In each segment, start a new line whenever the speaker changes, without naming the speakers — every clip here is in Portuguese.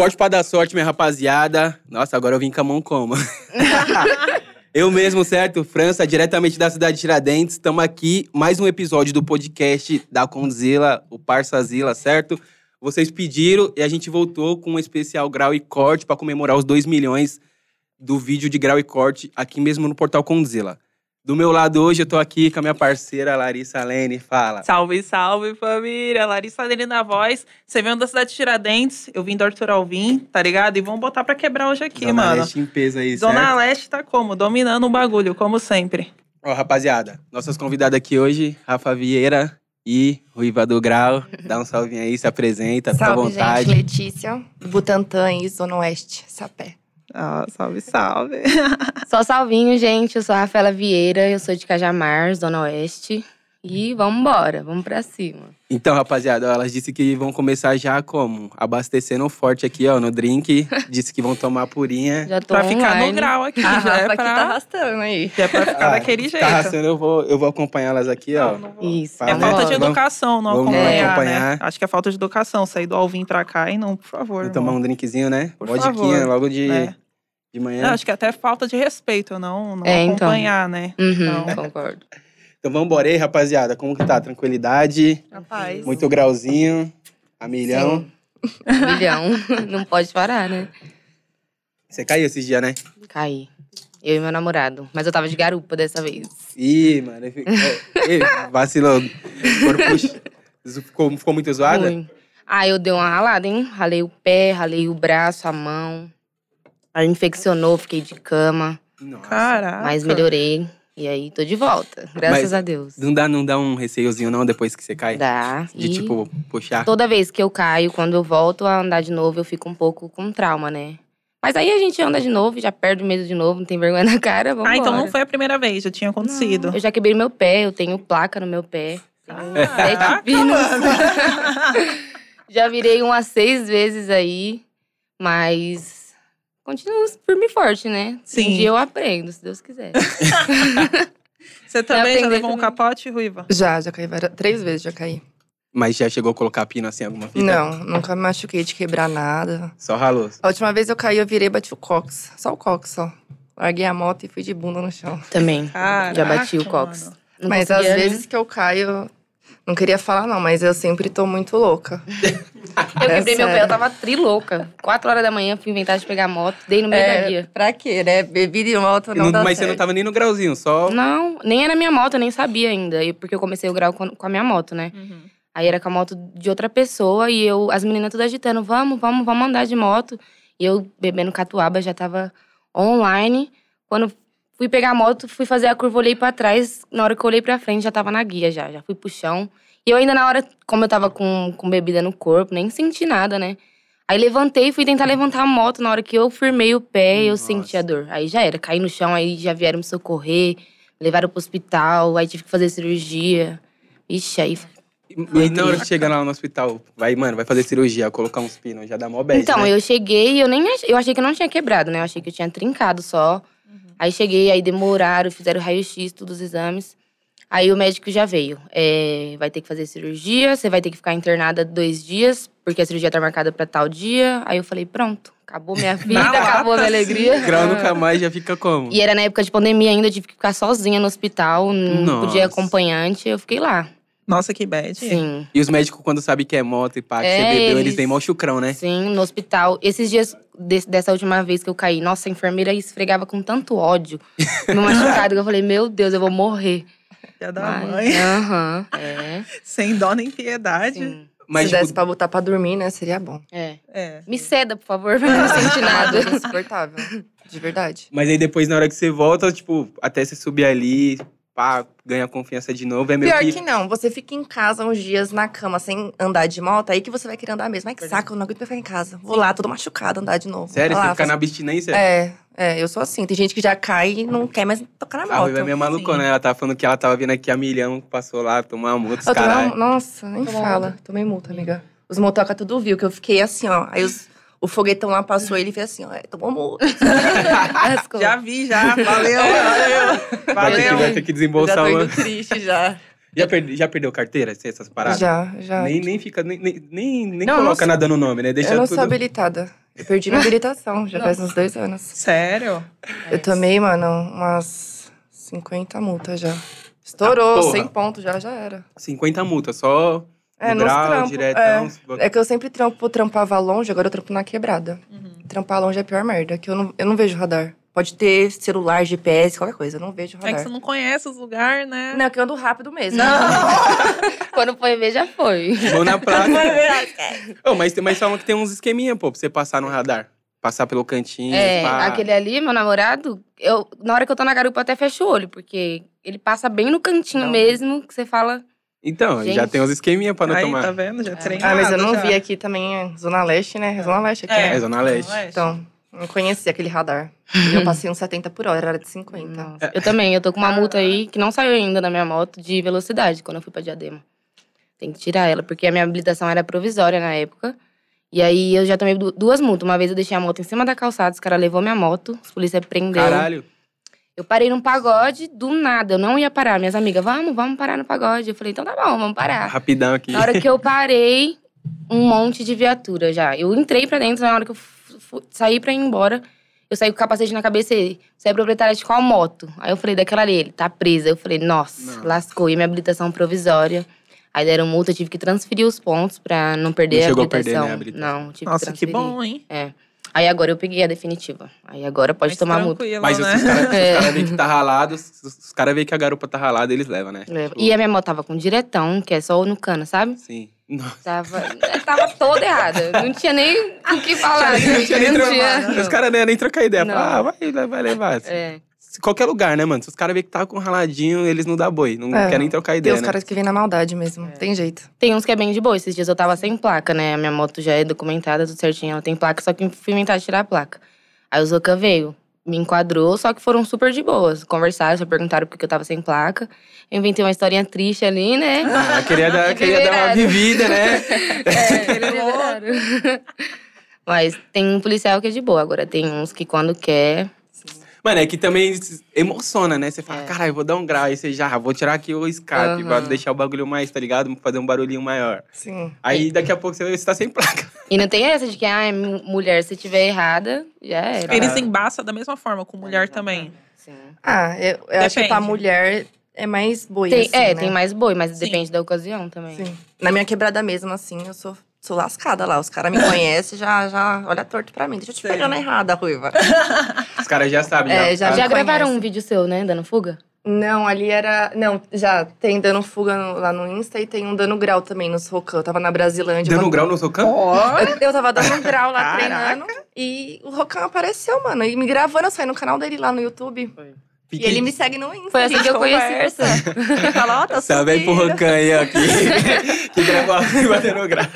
Áudio pra dar sorte, minha rapaziada. Nossa, agora eu vim com a mão como. eu mesmo, certo? França, diretamente da cidade de Tiradentes. Estamos aqui, mais um episódio do podcast da Condzilla, o Parsazila, certo? Vocês pediram e a gente voltou com um especial Grau e Corte para comemorar os 2 milhões do vídeo de Grau e Corte aqui mesmo no Portal Condzilla. Do meu lado hoje, eu tô aqui com a minha parceira Larissa Lene. Fala.
Salve, salve, família. Larissa Lene na voz. Você veio da cidade de Tiradentes, eu vim do Arthur Alvim, tá ligado? E vamos botar pra quebrar hoje aqui,
Zona
mano.
Leste em peso aí,
Zona
certo?
Leste tá como? Dominando o bagulho, como sempre.
Ó, rapaziada, nossas convidadas aqui hoje, Rafa Vieira e Ruiva do Grau. Dá um salve aí, se apresenta, fica à
Salve,
Tá vontade.
gente. Letícia, Butantã e Zona Oeste, Sapé.
Ah, salve, salve.
Só salvinho, gente. Eu sou a Rafaela Vieira, eu sou de Cajamar, Zona Oeste. E vambora, vamos pra cima.
Então, rapaziada, ó, elas disseram que vão começar já como? Abastecendo forte aqui, ó, no drink. Disse que vão tomar purinha.
Já tô
pra ficar
online.
no grau aqui,
A
já
Rafa
é
aqui
pra,
tá arrastando aí.
já é pra ficar
Ah,
daquele jeito.
Tá, raçando, eu vou, eu vou acompanhar elas aqui, ó.
Não, não vou.
Isso.
É
Vamos
falta de
embora.
educação não
Vamos
acompanhar,
acompanhar.
né? Acho que é falta de educação sair do Alvim pra cá e não, por favor.
Vou tomar
irmão.
um drinkzinho, né?
Por
Vodquinha
favor.
logo de,
É.
de manhã.
Não, acho que é até falta de respeito não, não
É, então.
acompanhar, né?
Uhum,
Não.
concordo.
Então vambora aí, rapaziada. Como que tá? Tranquilidade?
Rapaz.
Muito grauzinho? A milhão?
Um milhão. Não pode parar, né?
Você caiu esses dias, né?
Caí. Eu e meu namorado. Mas eu tava de garupa dessa vez.
Ih, mano. eu fico- Ih, Vacilou. Foram pux- Zo- Ficou, ficou muito zoada?
Ruim. Ah, eu dei uma ralada, hein? Ralei o pé, ralei o braço, a mão. Aí infeccionou, fiquei de cama.
Nossa.
Caraca.
Mas melhorei. E aí, tô de volta. Graças
Mas-
a Deus.
Não dá, não dá um receiozinho, não, depois que você cai?
Dá.
De,
E-
tipo, puxar.
Toda vez que eu caio, quando eu volto a andar de novo, eu fico um pouco com trauma, né? Mas aí a gente anda de novo, já perde o medo de novo, não tem vergonha na cara, vamos
Ah, então não foi a primeira vez, já tinha acontecido. Ah.
Eu já quebrei meu pé, eu tenho placa no meu pé.
É Caraca,
Sete pinos.
mano.
Já virei umas seis vezes aí, mas continuo firme e forte, né?
Sim.
Um dia eu aprendo, se Deus quiser.
Você também já
aprendi
levou um
também.
capote, Ruiva?
Já, já caí várias, três vezes já caí.
Mas já chegou a colocar pino assim, alguma fita?
Não, nunca me machuquei de quebrar nada.
Só ralou.
A última vez eu caí, eu virei e bati o cox. Só o cox, só. Larguei a moto e fui de bunda no chão.
Também.
Caraca,
já bati o cox.
mano.
Não
mas às
conseguia nem-
vezes que eu caio… Não queria falar não, mas eu sempre tô muito louca.
Eu
É
quebrei meu pé,
sério.
eu tava trilouca. Quatro horas da manhã, fui inventar de pegar a moto, dei no meio
É,
da guia.
pra quê, né? Bebida e moto
E não- mas você não tá tava nem no grauzinho, só.
Não, nem era minha moto, eu nem sabia ainda. e- Porque eu comecei o grau com, com a minha moto, né?
Uhum.
Aí era com a moto de outra pessoa e eu, as meninas tudo agitando, vamos, vamos, vamos andar de moto. E eu bebendo catuaba, já tava online. Quando fui pegar a moto, fui fazer a curva, olhei pra trás. Na hora que eu olhei pra frente, já tava na guia, já, já fui pro chão. E eu ainda na hora, como eu tava com, com bebida no corpo, nem senti nada, né? Aí levantei, fui tentar levantar a moto. Na hora que eu firmei o pé, eu
Nossa.
senti a dor. Aí já era, caí no chão, aí já vieram me socorrer, me levaram pro hospital, aí tive que fazer cirurgia. Ixi, aí
E, e na hora que chegar lá no hospital, vai, mano, vai fazer cirurgia, colocar uns pinos, já dá mó bad,
Então,
né?
eu cheguei e eu nem ach- eu achei que eu não tinha quebrado, né? Eu achei que eu tinha trincado só.
Uhum.
Aí cheguei, aí demoraram, fizeram raio-x, todos os exames. Aí o médico já veio. É, vai ter que fazer cirurgia, você vai ter que ficar internada dois dias, porque a cirurgia tá marcada pra tal dia. Aí eu falei, pronto, acabou minha vida,
lata,
acabou minha
sim.
alegria.
Grau nunca mais já fica como?
E era na época de pandemia ainda, eu tive que ficar sozinha no hospital, não podia ir
Nossa.
acompanhante, eu fiquei lá.
Nossa, que bad.
Sim.
E os médicos, quando sabem que é moto e pá, que
É,
você bebeu, eles
eles-
têm mó chucrão, né?
Sim, no hospital. Esses dias, des- dessa última vez que eu caí, nossa, a enfermeira esfregava com tanto ódio no machucado que eu falei, meu Deus, eu vou morrer.
Filha da
Mas-
mãe.
Aham, é,
Sem dó nem piedade.
sim,
Mas,
Se
tipo,
desse pra botar pra dormir, né? Seria bom.
é.
É.
Me ceda, por favor, pra eu não sentir nada.
É insuportável. De verdade.
mas aí depois, na hora que você volta, tipo, até você subir ali, pá, ganhar confiança de novo, é meio
Pior que não, você fica em casa uns dias na cama sem andar de moto, aí que você vai querer andar mesmo. Ai, que saco, eu não aguento mais ficar em casa. Vou lá, toda machucada, andar de novo.
Sério,
Vai
você
lá,
fica
faz-
na abstinência?
É, é, eu sou assim. Tem gente que já cai e não quer mais tocar na
A
moto.
Ruiva é meio malucona, né? Ela tava falando que ela tava vindo aqui a milhão, passou lá, tomou uma multa, os
Eu um- tomei uma-
caralho.
nossa, nem
Tomou
fala. Tomei multa, amiga. Os motoca tudo viu, que eu fiquei assim, ó. Aí os- o foguetão lá passou ele fez assim, ó. é, Tomou multa.
Asco.
Já vi, já. Valeu, valeu.
Vai ter, que, vai
Valeu.
ter que
já
desembolsar
tô
uma.
indo triste já.
Já, perde- já perdeu carteira, assim, essas paradas?
Já, já.
Nem, nem fica, nem, nem, nem nem
Não, eu não
coloca
sou-
nada no nome, né? Deixa
eu não
tudo.
sou habilitada. Eu perdi minha habilitação, já faz uns dois anos.
Sério?
Eu tomei, mano, umas 50 multas já. Estourou,
Ah, porra.
100 pontos já, já era.
50 multas, só
É,
no
nos
grau,
trampos.
diretão.
É.
se bota-
É que eu sempre trampo, trampava longe, agora eu trampo na quebrada.
Uhum.
Trampar longe é a pior merda, que eu não, eu não vejo radar. Pode ter celular, GPS, qualquer coisa, eu não vejo
É que
radar.
você não conhece os lugares, né?
Não, é que eu ando rápido mesmo.
Quando foi ver, já foi.
Mão na placa.
Não.
Ô, mas, tem- mas falam que tem uns esqueminha, pô, pra você passar no radar. Passar pelo cantinho.
É,
pá.
aquele ali, meu namorado, eu, na hora que eu tô na garupa, eu até fecho o olho, porque ele passa bem no cantinho
Não.
mesmo, que você fala.
Então,
Gente.
já tem uns esqueminha pra não
Aí,
tomar.
tá vendo? Já
Ah,
treinei.
ah, mas eu não vi aqui também, é Zona Leste, né? É Zona Leste aqui,
É,
né?
Zona Leste.
Então, não conhecia aquele radar. Eu passei uns 70 por hora, era de 50.
Nossa. Eu também, eu tô com uma multa aí que não saiu ainda na minha moto de velocidade quando eu fui pra Diadema. Tem que tirar ela, porque a minha habilitação era provisória na época. E aí eu já tomei du- duas multas. Uma vez eu deixei a moto em cima da calçada, os caras levou minha moto, os polícia prendeu.
Caralho.
Eu parei num pagode do nada, eu não ia parar. Minhas amigas, vamos, vamos parar no pagode. Eu falei, então tá bom, vamos parar.
Rapidão aqui.
Na hora que eu parei, um monte de viatura já. Eu entrei pra dentro, na hora que eu fu- fu- saí pra ir embora, eu saí com o capacete na cabeça e ele, você é proprietária de qual moto? Aí eu falei, daquela ali, ele tá presa. Eu falei, nossa,
Não.
lascou. E minha habilitação provisória. Aí deram multa, eu tive que transferir os pontos pra não perder
Não
a
chegou a perder,
habilitação.
né, a habilitação.
Não, tive
Nossa,
que
que
transferir.
bom, hein?
Aí agora eu peguei a definitiva. Aí agora pode
Mais
tomar multa.
tranquilo,
Mas
né?
os caras
É.
cara veem que tá ralado, os, os caras veem que a garupa tá ralada, eles levam, né?
Leva.
Tipo,
E é a minha moto tava com diretão, que é só no cano, sabe?
Sim. Não,
Tava, é, tava toda errada. Não tinha nem o que falar. né?
não tinha nem
Não
trocar.
tinha.
Os caras nem, nem trocar ideia.
Não.
Fala, ah, vai, le- vai levar.
É.
Se- Qualquer lugar, né, mano? Se os caras veem que tá com raladinho, eles não dá boi. Não
É.
querem nem trocar
Tem
ideia,
os
né?
caras que vêm na maldade mesmo, tem jeito.
Tem uns que é bem de boa. Esses dias eu tava sem placa, né? A minha moto já é documentada, tudo certinho. Ela tem placa, só que fui inventar de tirar a placa. Aí o Zoca veio, me enquadrou, só que foram super de boas. Conversaram, só perguntaram por que que eu tava sem placa. Eu inventei uma historinha triste ali, né?
Ah, queria dar, queria dar uma
Liberaram.
vivida, né?
É, liberaram. Mas tem um policial que é de boa. Agora tem uns que quando quer.
Mano, é que também se- emociona, né? Você fala,
É.
caralho, vou dar um grau. Aí você já, ah, vou tirar aqui o escape,
Aham.
vou deixar o bagulho mais, tá ligado? Fazer um barulhinho maior.
Sim.
Aí daqui a pouco você, vê, você tá sem placa.
E não tem essa de que, ah, mu- mulher, se tiver errada, já era.
Cara,
Eles embaçam da mesma forma, com mulher também.
Sim.
Ah, eu, eu acho que pra
Depende.
mulher é mais boi,
Tem-
assim,
é,
né?
tem mais boi, mas
Sim.
depende da ocasião também.
Sim. Na minha quebrada mesmo, assim, eu sou, sou lascada lá. Os caras me conhecem, já, já olha torto pra mim. Deixa eu te
Sim.
pegar na errada, Ruiva.
Os caras já sabem.
É, já-
Já
Não
gravaram
conhece.
um vídeo seu, né? Dando fuga?
Não, ali era. Não, já tem dando fuga no- lá no Insta e tem um dando grau também nos Rocan. Eu tava na Brasilândia.
Dando
uma-
grau Ah, no seu campo?
Ó,
Eu, eu tava dando um grau lá
Caraca.
treinando. E o Rocan apareceu, mano. E me gravando, eu saí no canal dele lá no YouTube. E ele me segue no Insta.
Foi assim
gente,
que eu conheci
conversa.
você.
Ele Fala, ó, tá
Salve aí pro
subindo.
Rocan aí, ó, que, que gravou a batendo grau.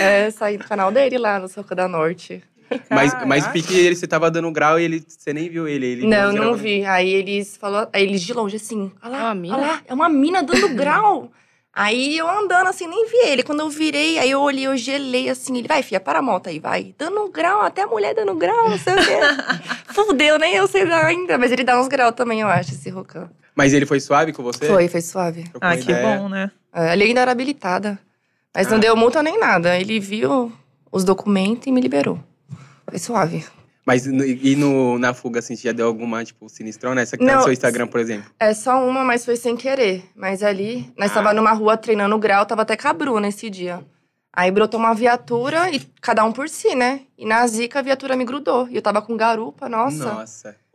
É, saí do canal dele lá no Rocan da Norte.
Mas,
Caraca.
mas o Pique, ele, você tava dando grau e ele, você nem viu ele. ele
Não,
ele
não
gravou.
vi. Aí eles falou, aí eles de longe assim, olha
É
lá,
uma
olha
mina?
lá, é uma mina dando grau. Aí eu andando assim, nem vi ele. Quando eu virei, aí eu olhei, eu gelei assim, ele, vai, filha, para a moto aí, vai. Dando um grau, até a mulher dando grau, não sei o quê. Fudeu, nem eu sei dar ainda. Mas ele dá uns graus também, eu acho, esse Rocan.
Mas ele foi suave com você?
Foi, foi suave.
Trocou
Ah, que
ideia?
bom, né?
É, Ele ainda era habilitada. Mas não
Ah.
deu multa nem nada. Ele viu os documentos e me liberou. Foi suave.
Mas no- e no, na fuga, assim, já deu alguma, tipo, sinistrona? Essa que tá no
Não.
seu Instagram, por exemplo.
É só uma, mas foi sem querer. Mas ali,
Ah.
nós estava numa rua treinando o grau, tava até com a Bruna esse dia. Aí brotou uma viatura e cada um por si, né? E na zica a viatura me grudou. E eu tava com garupa, nossa.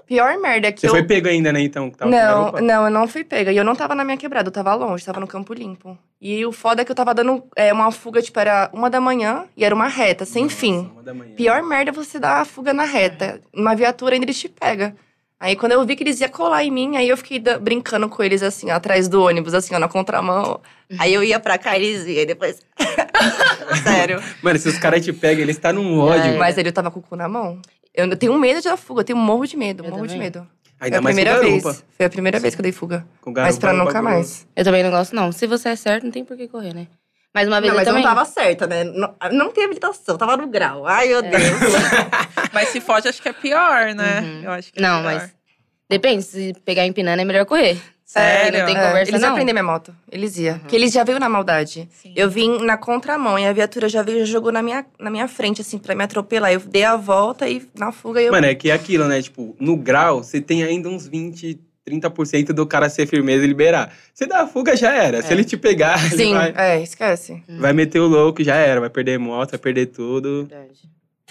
Pior merda é que
Você
eu.
foi pego ainda, né, então? Que tava com
não,
garupa?
não, eu não fui pega. E eu não tava na minha quebrada, eu tava longe, tava no campo limpo. E o foda é que eu tava dando é, uma fuga, tipo, era uma da manhã e era uma reta, sem
Nossa,
fim.
uma da manhã.
Pior merda é você dar a fuga na reta. Uma viatura ainda eles te pega. Aí quando eu vi que eles iam colar em mim, aí eu fiquei da- brincando com eles assim, ó, atrás do ônibus, assim, ó, na contramão. Aí eu ia pra cá, eles iam, e depois. Sério.
Mano, se os caras te pegam, eles tá num
É.
ódio.
É, Mas ele tava com o cu na mão. Eu não- tenho medo de dar fuga, eu tenho um morro de medo,
Eu
morro de
também.
medo.
Ainda
Foi é a
mais com
primeira
garupa.
vez. Foi a primeira vez que eu dei fuga.
Com
mas
garupa
pra
é um
nunca
bagulho-
mais.
Eu também não gosto, não. Se você é certo, não tem por que correr, né? Mas uma vez
Não,
eu
mas eu
também.
não tava certa, né? Não, não tem habilitação, tava no grau. Ai, meu Deus.
Mas se foge, acho que é pior, né?
Uhum.
Eu acho que é
Não,
pior.
mas. Depende, se pegar empinando é melhor correr. Sério, não tem
É,
conversa
eles
não.
iam prender minha moto. Eles iam. Porque eles já veio na maldade.
Sim.
Eu vim na contramão e a viatura já veio e jogou na minha, na minha frente, assim, pra me atropelar. Eu dei a volta e na fuga eu.
Mano, é que é aquilo, né? Tipo, no grau, você tem ainda uns 20, 30% do cara ser firmeza e liberar. Você dá a fuga, já era. Se ele te pegar, ele
É. Sim,
vai,
é, esquece.
vai meter o louco, já era. Vai perder moto, vai perder tudo.
Verdade.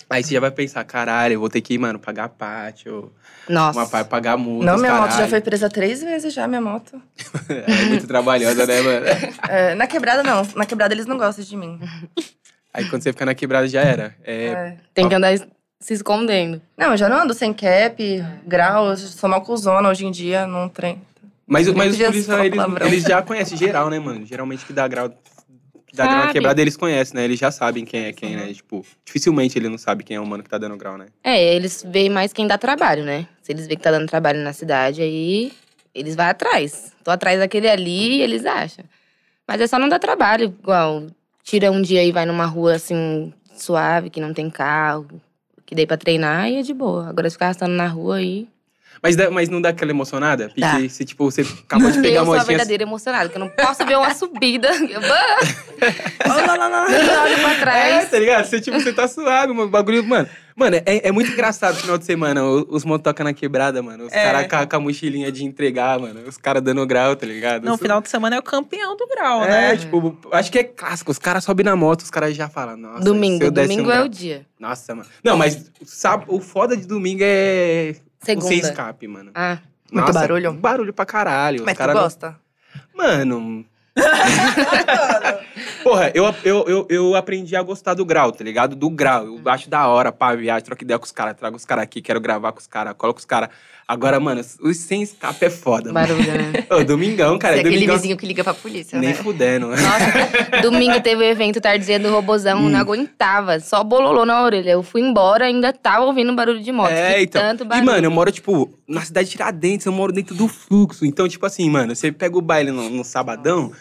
Aí você já vai pensar, caralho, eu vou ter que, mano, pagar pátio,
Nossa.
uma pa- pagar multa.
Não,
os
minha moto já foi
caralho.
presa três vezes já, minha moto.
É muito trabalhosa, né, mano?
É, na quebrada, não. Na quebrada eles não gostam de mim.
Aí quando você fica na quebrada, já era. É,
É.
Tem que andar es- se escondendo.
Não, eu já não ando sem cap, grau, eu sou malcuzona hoje em dia num trem.
Mas, mas os
Podia
policiais,
falar
eles,
palavrão.
eles já conhecem geral, né, mano? Geralmente que dá grau, que dá grau na
Sabe.
quebrada, eles conhecem, né? Eles já sabem quem é quem, né? Tipo, dificilmente ele não sabe quem é o mano que tá dando grau, né?
É, eles veem mais quem dá trabalho, né? Se eles veem que tá dando trabalho na cidade, aí eles vão atrás. Tô atrás daquele ali e eles acham. Mas é só não dar trabalho, igual tira um dia e vai numa rua assim, suave, que não tem carro, que dei pra treinar e é de boa. Agora se ficar arrastando na rua aí.
Mas, dá- mas não dá aquela emocionada? Porque
Dá.
se, tipo, você acabou de pegar
eu
a
sou a
motinha... assim.
verdadeira emocionada, que eu não posso ver uma subida. Eu vou- eu olho pra
É,
trás.
tá ligado? Você, tipo, você tá suave, mano. O bagulho, mano. Mano, é, é muito engraçado no final de semana. o- Os motoca na quebrada, mano. Os
É.
caras com, a- com a mochilinha de entregar, mano. Os caras dando grau, tá ligado?
Não,
Isso-
final de semana é o campeão do grau,
É,
né?
tipo, acho que é clássico. Os caras sobem na moto, os caras já falam, nossa, se
domingo,
eu desse um
domingo é
grau-
o dia.
Nossa, mano. Não, mas sab... o foda de domingo é o sem
Segunda.
escape, mano.
Ah,
Muito
Nossa,
barulho?
Barulho pra caralho.
Mas
Os cara
tu
não-
gosta?
Mano. Porra, eu, eu, eu, eu aprendi a gostar do grau, tá ligado? Do grau. Eu acho da hora, pá, viagem, troca ideia com os caras, trago os caras aqui, quero gravar com os caras, coloco os caras. Agora, mano, os sem escape é foda, mano.
barulho, né?
Ô, domingão, cara,
Você é aquele
domingão.
vizinho que liga pra polícia,
Nem
né?
fudendo.
Nossa, domingo teve o evento tardezinha do Robozão, não aguentava. Só bololô na orelha. Eu fui embora, ainda tava ouvindo barulho de moto.
É,
que
então.
Tanto
E,
barulho.
mano, eu moro, tipo, na cidade de Tiradentes, eu moro dentro do fluxo. Então, tipo assim, mano, você pega o baile no, no sabadão,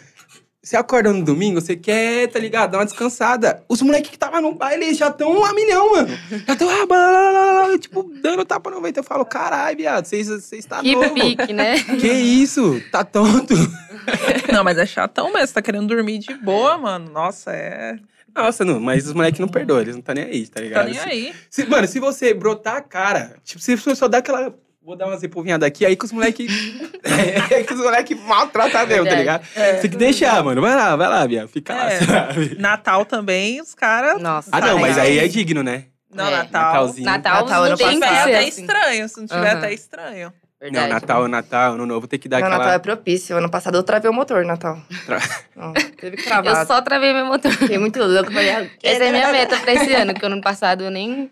você acorda no domingo, você quer, tá ligado? Dar uma descansada. Os moleques que tava no baile já estão a milhão, mano. Já estão, ah, blá, blá, blá, blá, tipo, dando tapa no vento. Eu falo, caralho, viado, vocês vocês tá
que
novo.
pique, né?
Que isso? Tá tonto.
Não, mas é chatão mesmo. Tá querendo dormir de boa, mano. Nossa, é.
Nossa, não, mas os moleques não perdoam, eles não tá nem aí, tá
Tá
ligado?
nem aí.
Se- mano, se você brotar a cara, tipo, se você só dá aquela. Vou dar umas empurrinhadas aqui, aí que os moleque. aí que os moleque maltratam mesmo, tá
Verdade. É,
ligado? Você tem que deixar, mano. Vai lá, vai lá, Bia. Fica lá,
É.
sabe?
Natal também, os caras.
Nossa.
Ah, não,
vai.
mas aí é digno, né?
Não,
É.
Natal.
Natalzinho.
Natal,
Natal,
não
ano
Se
tem que
tiver
passado.
ser
até
assim.
estranho. Se não tiver,
Aham.
até estranho.
Não,
Verdade.
Natal, é Natal, ano novo, tem que dar
Não,
aquela.
Natal é propício. Ano passado eu travei o motor, Natal.
Tra-
Não, teve que travar.
Eu só travei meu motor.
Fiquei muito louco. Falei, ah,
Essa é minha meta pra esse ano, porque ano passado eu nem...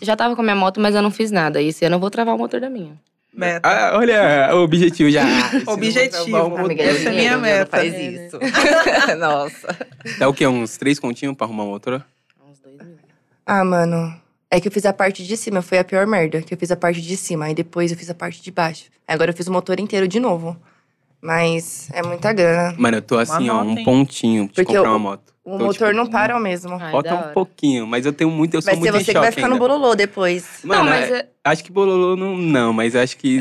Já tava com a minha moto, mas eu não fiz nada. E esse ano eu vou travar o motor da minha.
Meta.
Ah, olha o objetivo já. é
Objetivo.
Amiga,
Essa é
dinheiro,
minha
não
meta.
faz
É, né?
isso. Nossa.
Dá o quê? Uns três continhos pra arrumar um uma motora?
Uns dois mil.
Ah, mano. É que eu fiz a parte de cima, foi a pior merda. Que eu fiz a parte de cima, aí depois eu fiz a parte de baixo. Aí Agora eu fiz o motor inteiro de novo. Mas é muita grana.
Mano, eu tô assim, ó,
nota,
um
hein?
pontinho pra te
Porque
comprar
o-
uma moto.
O
Tô,
motor
tipo,
não para ao mesmo.
Ai,
Falta
da
um
hora.
pouquinho, mas eu tenho muito, eu sou
vai ser
muito em
você que vai
choque
ficar no
ainda.
bololô depois.
Mano,
Não, mas É.
é- acho que bololô não, não, mas acho que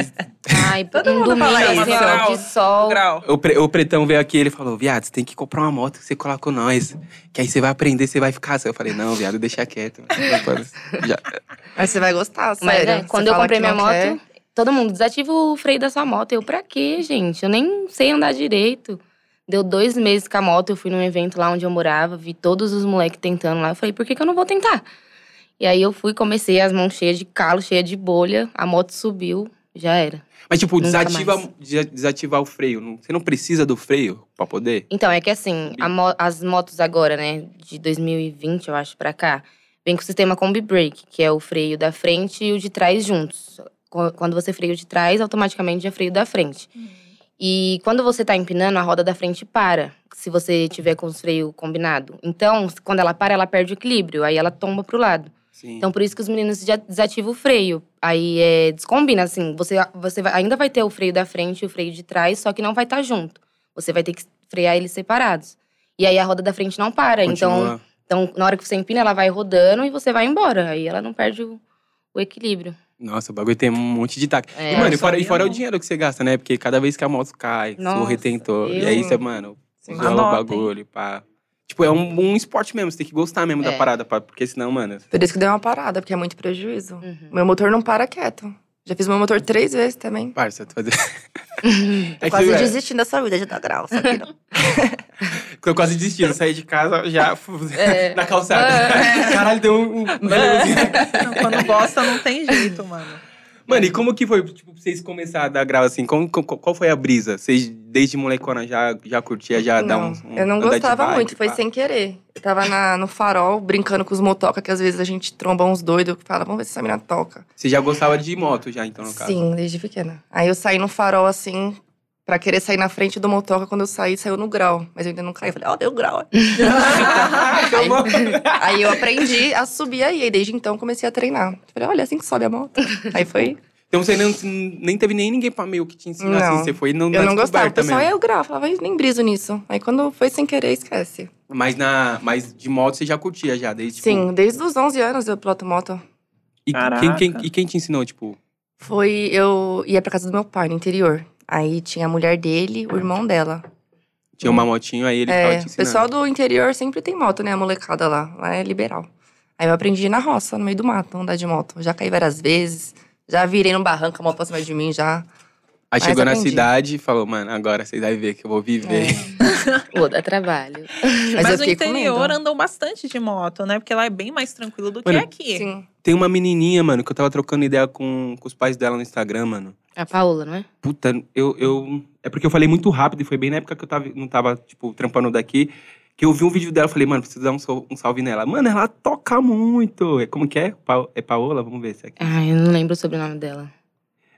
Ai,
Todo
um
mundo
domingo,
fala isso,
assim, ó,
Natal.
de sol.
Grau.
o, pre- o pretão veio aqui, ele falou, viado, você tem que comprar uma moto que você coloca com nós, que aí você vai aprender, você vai ficar. Eu falei, não, viado, deixa quieto. Já-
Mas né, você vai gostar, sério.
Mas é,
Você
quando eu
fala
comprei
que
minha
não
moto,
quer.
todo mundo desativa o freio da sua moto. Eu, pra quê, gente? Eu nem sei andar direito. Deu dois meses com a moto, eu fui num evento lá onde eu morava, vi todos os moleques tentando lá. Eu falei, por que, que eu não vou tentar? E aí eu fui, comecei as mãos cheias de calo, cheia de bolha, a moto subiu, já era.
Mas, tipo,
Nunca
desativa,
mais.
desa- desativar o freio. não- Você não precisa do freio pra poder?
Então, é que assim, a mo- as motos agora, né, de 2020, eu acho, pra cá, vem com o sistema Combi Brake, que é o freio da frente e o de trás juntos. Qu- Quando você freia o de trás, automaticamente já freio da frente. E quando você tá empinando, a roda da frente para, se você tiver com os freios combinado. Então, quando ela para, ela perde o equilíbrio, aí ela tomba pro lado.
Sim.
Então, por isso que os meninos já desativam o freio. Aí é, descombina, assim. Você, você vai- ainda vai ter o freio da frente e o freio de trás, só que não vai estar junto. Você vai ter que frear eles separados. E aí a roda da frente não para. Então,
Continua.
então, na hora que você empina, ela vai rodando e você vai embora. Aí ela não perde o, o equilíbrio.
Nossa, o bagulho tem um monte de taque.
É,
e, mano,
eu
e fora, e
sabia
fora é o
não.
dinheiro que você gasta, né? Porque cada vez que a moto cai, o
Nossa,
retentor. E
eu-
aí você, mano,
Sim.
zoa o
Anotem.
bagulho, pá. Tipo, é um, um esporte mesmo, você tem que gostar mesmo da
É.
parada, pá. Porque senão, mano.
Por isso que deu uma parada, porque é muito prejuízo.
Uhum.
Meu motor não para quieto. Já fiz meu motor três vezes também.
Parça, tu fazer.
Tô
É que
quase
eu-
desistindo dessa vida de dar grau, sabe?
eu quase desisti, eu saí de casa já na calçada.
Ah,
É.
Caralho, deu um. um-
Não, Quando gosta, não tem jeito, mano.
Mano, e como que foi, tipo, pra vocês começaram a dar grau assim? Como- co- qual foi a brisa? Vocês, desde molecona, já, já curtia, já dá
Não,
um, um
eu não
andar de
gostava
bike,
muito, foi
pá?
sem querer. Eu tava na- no farol, brincando com os motoca, que às vezes a gente tromba uns doidos que fala, vamos ver se essa menina toca.
Você já gostava de moto, já, então, no caso?
Sim, desde pequena. Aí eu saí no farol, assim, pra querer sair na frente do motoca. Quando eu saí, saiu no grau. Mas eu ainda não caí. Eu Falei, ó, deu grau. é.
Acabou.
aí eu aprendi a subir aí. E desde então, comecei a treinar. Falei, olha, assim que sobe a moto. Aí foi.
Então você não, nem teve nem ninguém pra meio que te ensinar
Não.
assim. Você foi no, na
Eu não gostava. O
descoberta
pessoal,
mesmo.
é o grau. Eu Falava, "Ih, nem briso nisso. Aí quando foi sem querer, esquece.
Mas, na, mas de moto você já curtia já, desde tipo,
Sim, desde os 11 anos eu piloto moto.
E quem,
Caraca.
quem, e quem te ensinou, tipo?
Foi, eu ia pra casa do meu pai, no interior. Aí tinha a mulher dele, o irmão dela.
Tinha uma motinho, aí ele
É,
ficava te
o
ensinando.
pessoal do interior sempre tem moto, né? A molecada lá. Lá é liberal. Aí eu aprendi na roça, no meio do mato, andar de moto. Já caí várias vezes. Já virei num barranco, a moto pra cima de mim, já.
Aí
Mas
chegou na
aprendi.
cidade e falou, mano, agora vocês vão ver que eu vou viver.
Pô, dá trabalho.
Mas, eu
Mas, o
fiquei com medo.
interior andam bastante de moto, né? Porque lá é bem mais tranquilo do que
Mano,
aqui.
Sim.
Tem uma menininha, mano, que eu tava trocando ideia com, com os pais dela no Instagram, mano.
A Paola, não é?
Puta, eu, eu... É porque eu falei muito rápido e foi bem na época que eu tava, não tava, tipo, trampando daqui. Que eu vi um vídeo dela, eu falei, mano, preciso dar um, sal- um salve nela. Mano, ela toca muito. É como que é? Pa- é Paola? Vamos ver se é aqui.
Ah, eu não lembro o sobrenome dela.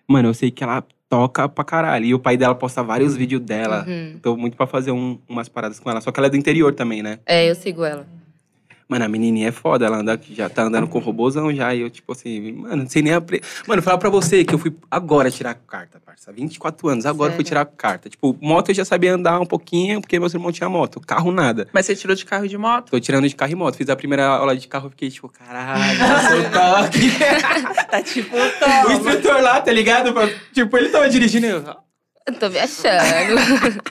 Mano, eu sei que ela toca pra caralho. E o pai dela posta vários vídeos dela.
Uhum.
Tô muito pra fazer um- umas paradas com ela. Só que ela é do interior também, né?
É, eu sigo ela.
Mano, a menininha é foda. Ela anda, já tá andando com o robôzão já. E eu, tipo assim, mano, não sei nem... Apre... Mano, falar pra você que eu fui agora tirar carta, parça. 24 anos, agora eu fui tirar
Sério?
carta. Tipo, moto eu já sabia andar um pouquinho, porque meus irmãos tinham moto. Carro, nada.
Mas você tirou de carro e de moto?
Tô tirando de carro e moto. Fiz a primeira aula de carro, eu fiquei tipo, caralho, eu sou toque.
Tá tipo,
o
toma.
instrutor lá, tá ligado? Tipo, ele tava dirigindo. eu,
Eu tô me achando.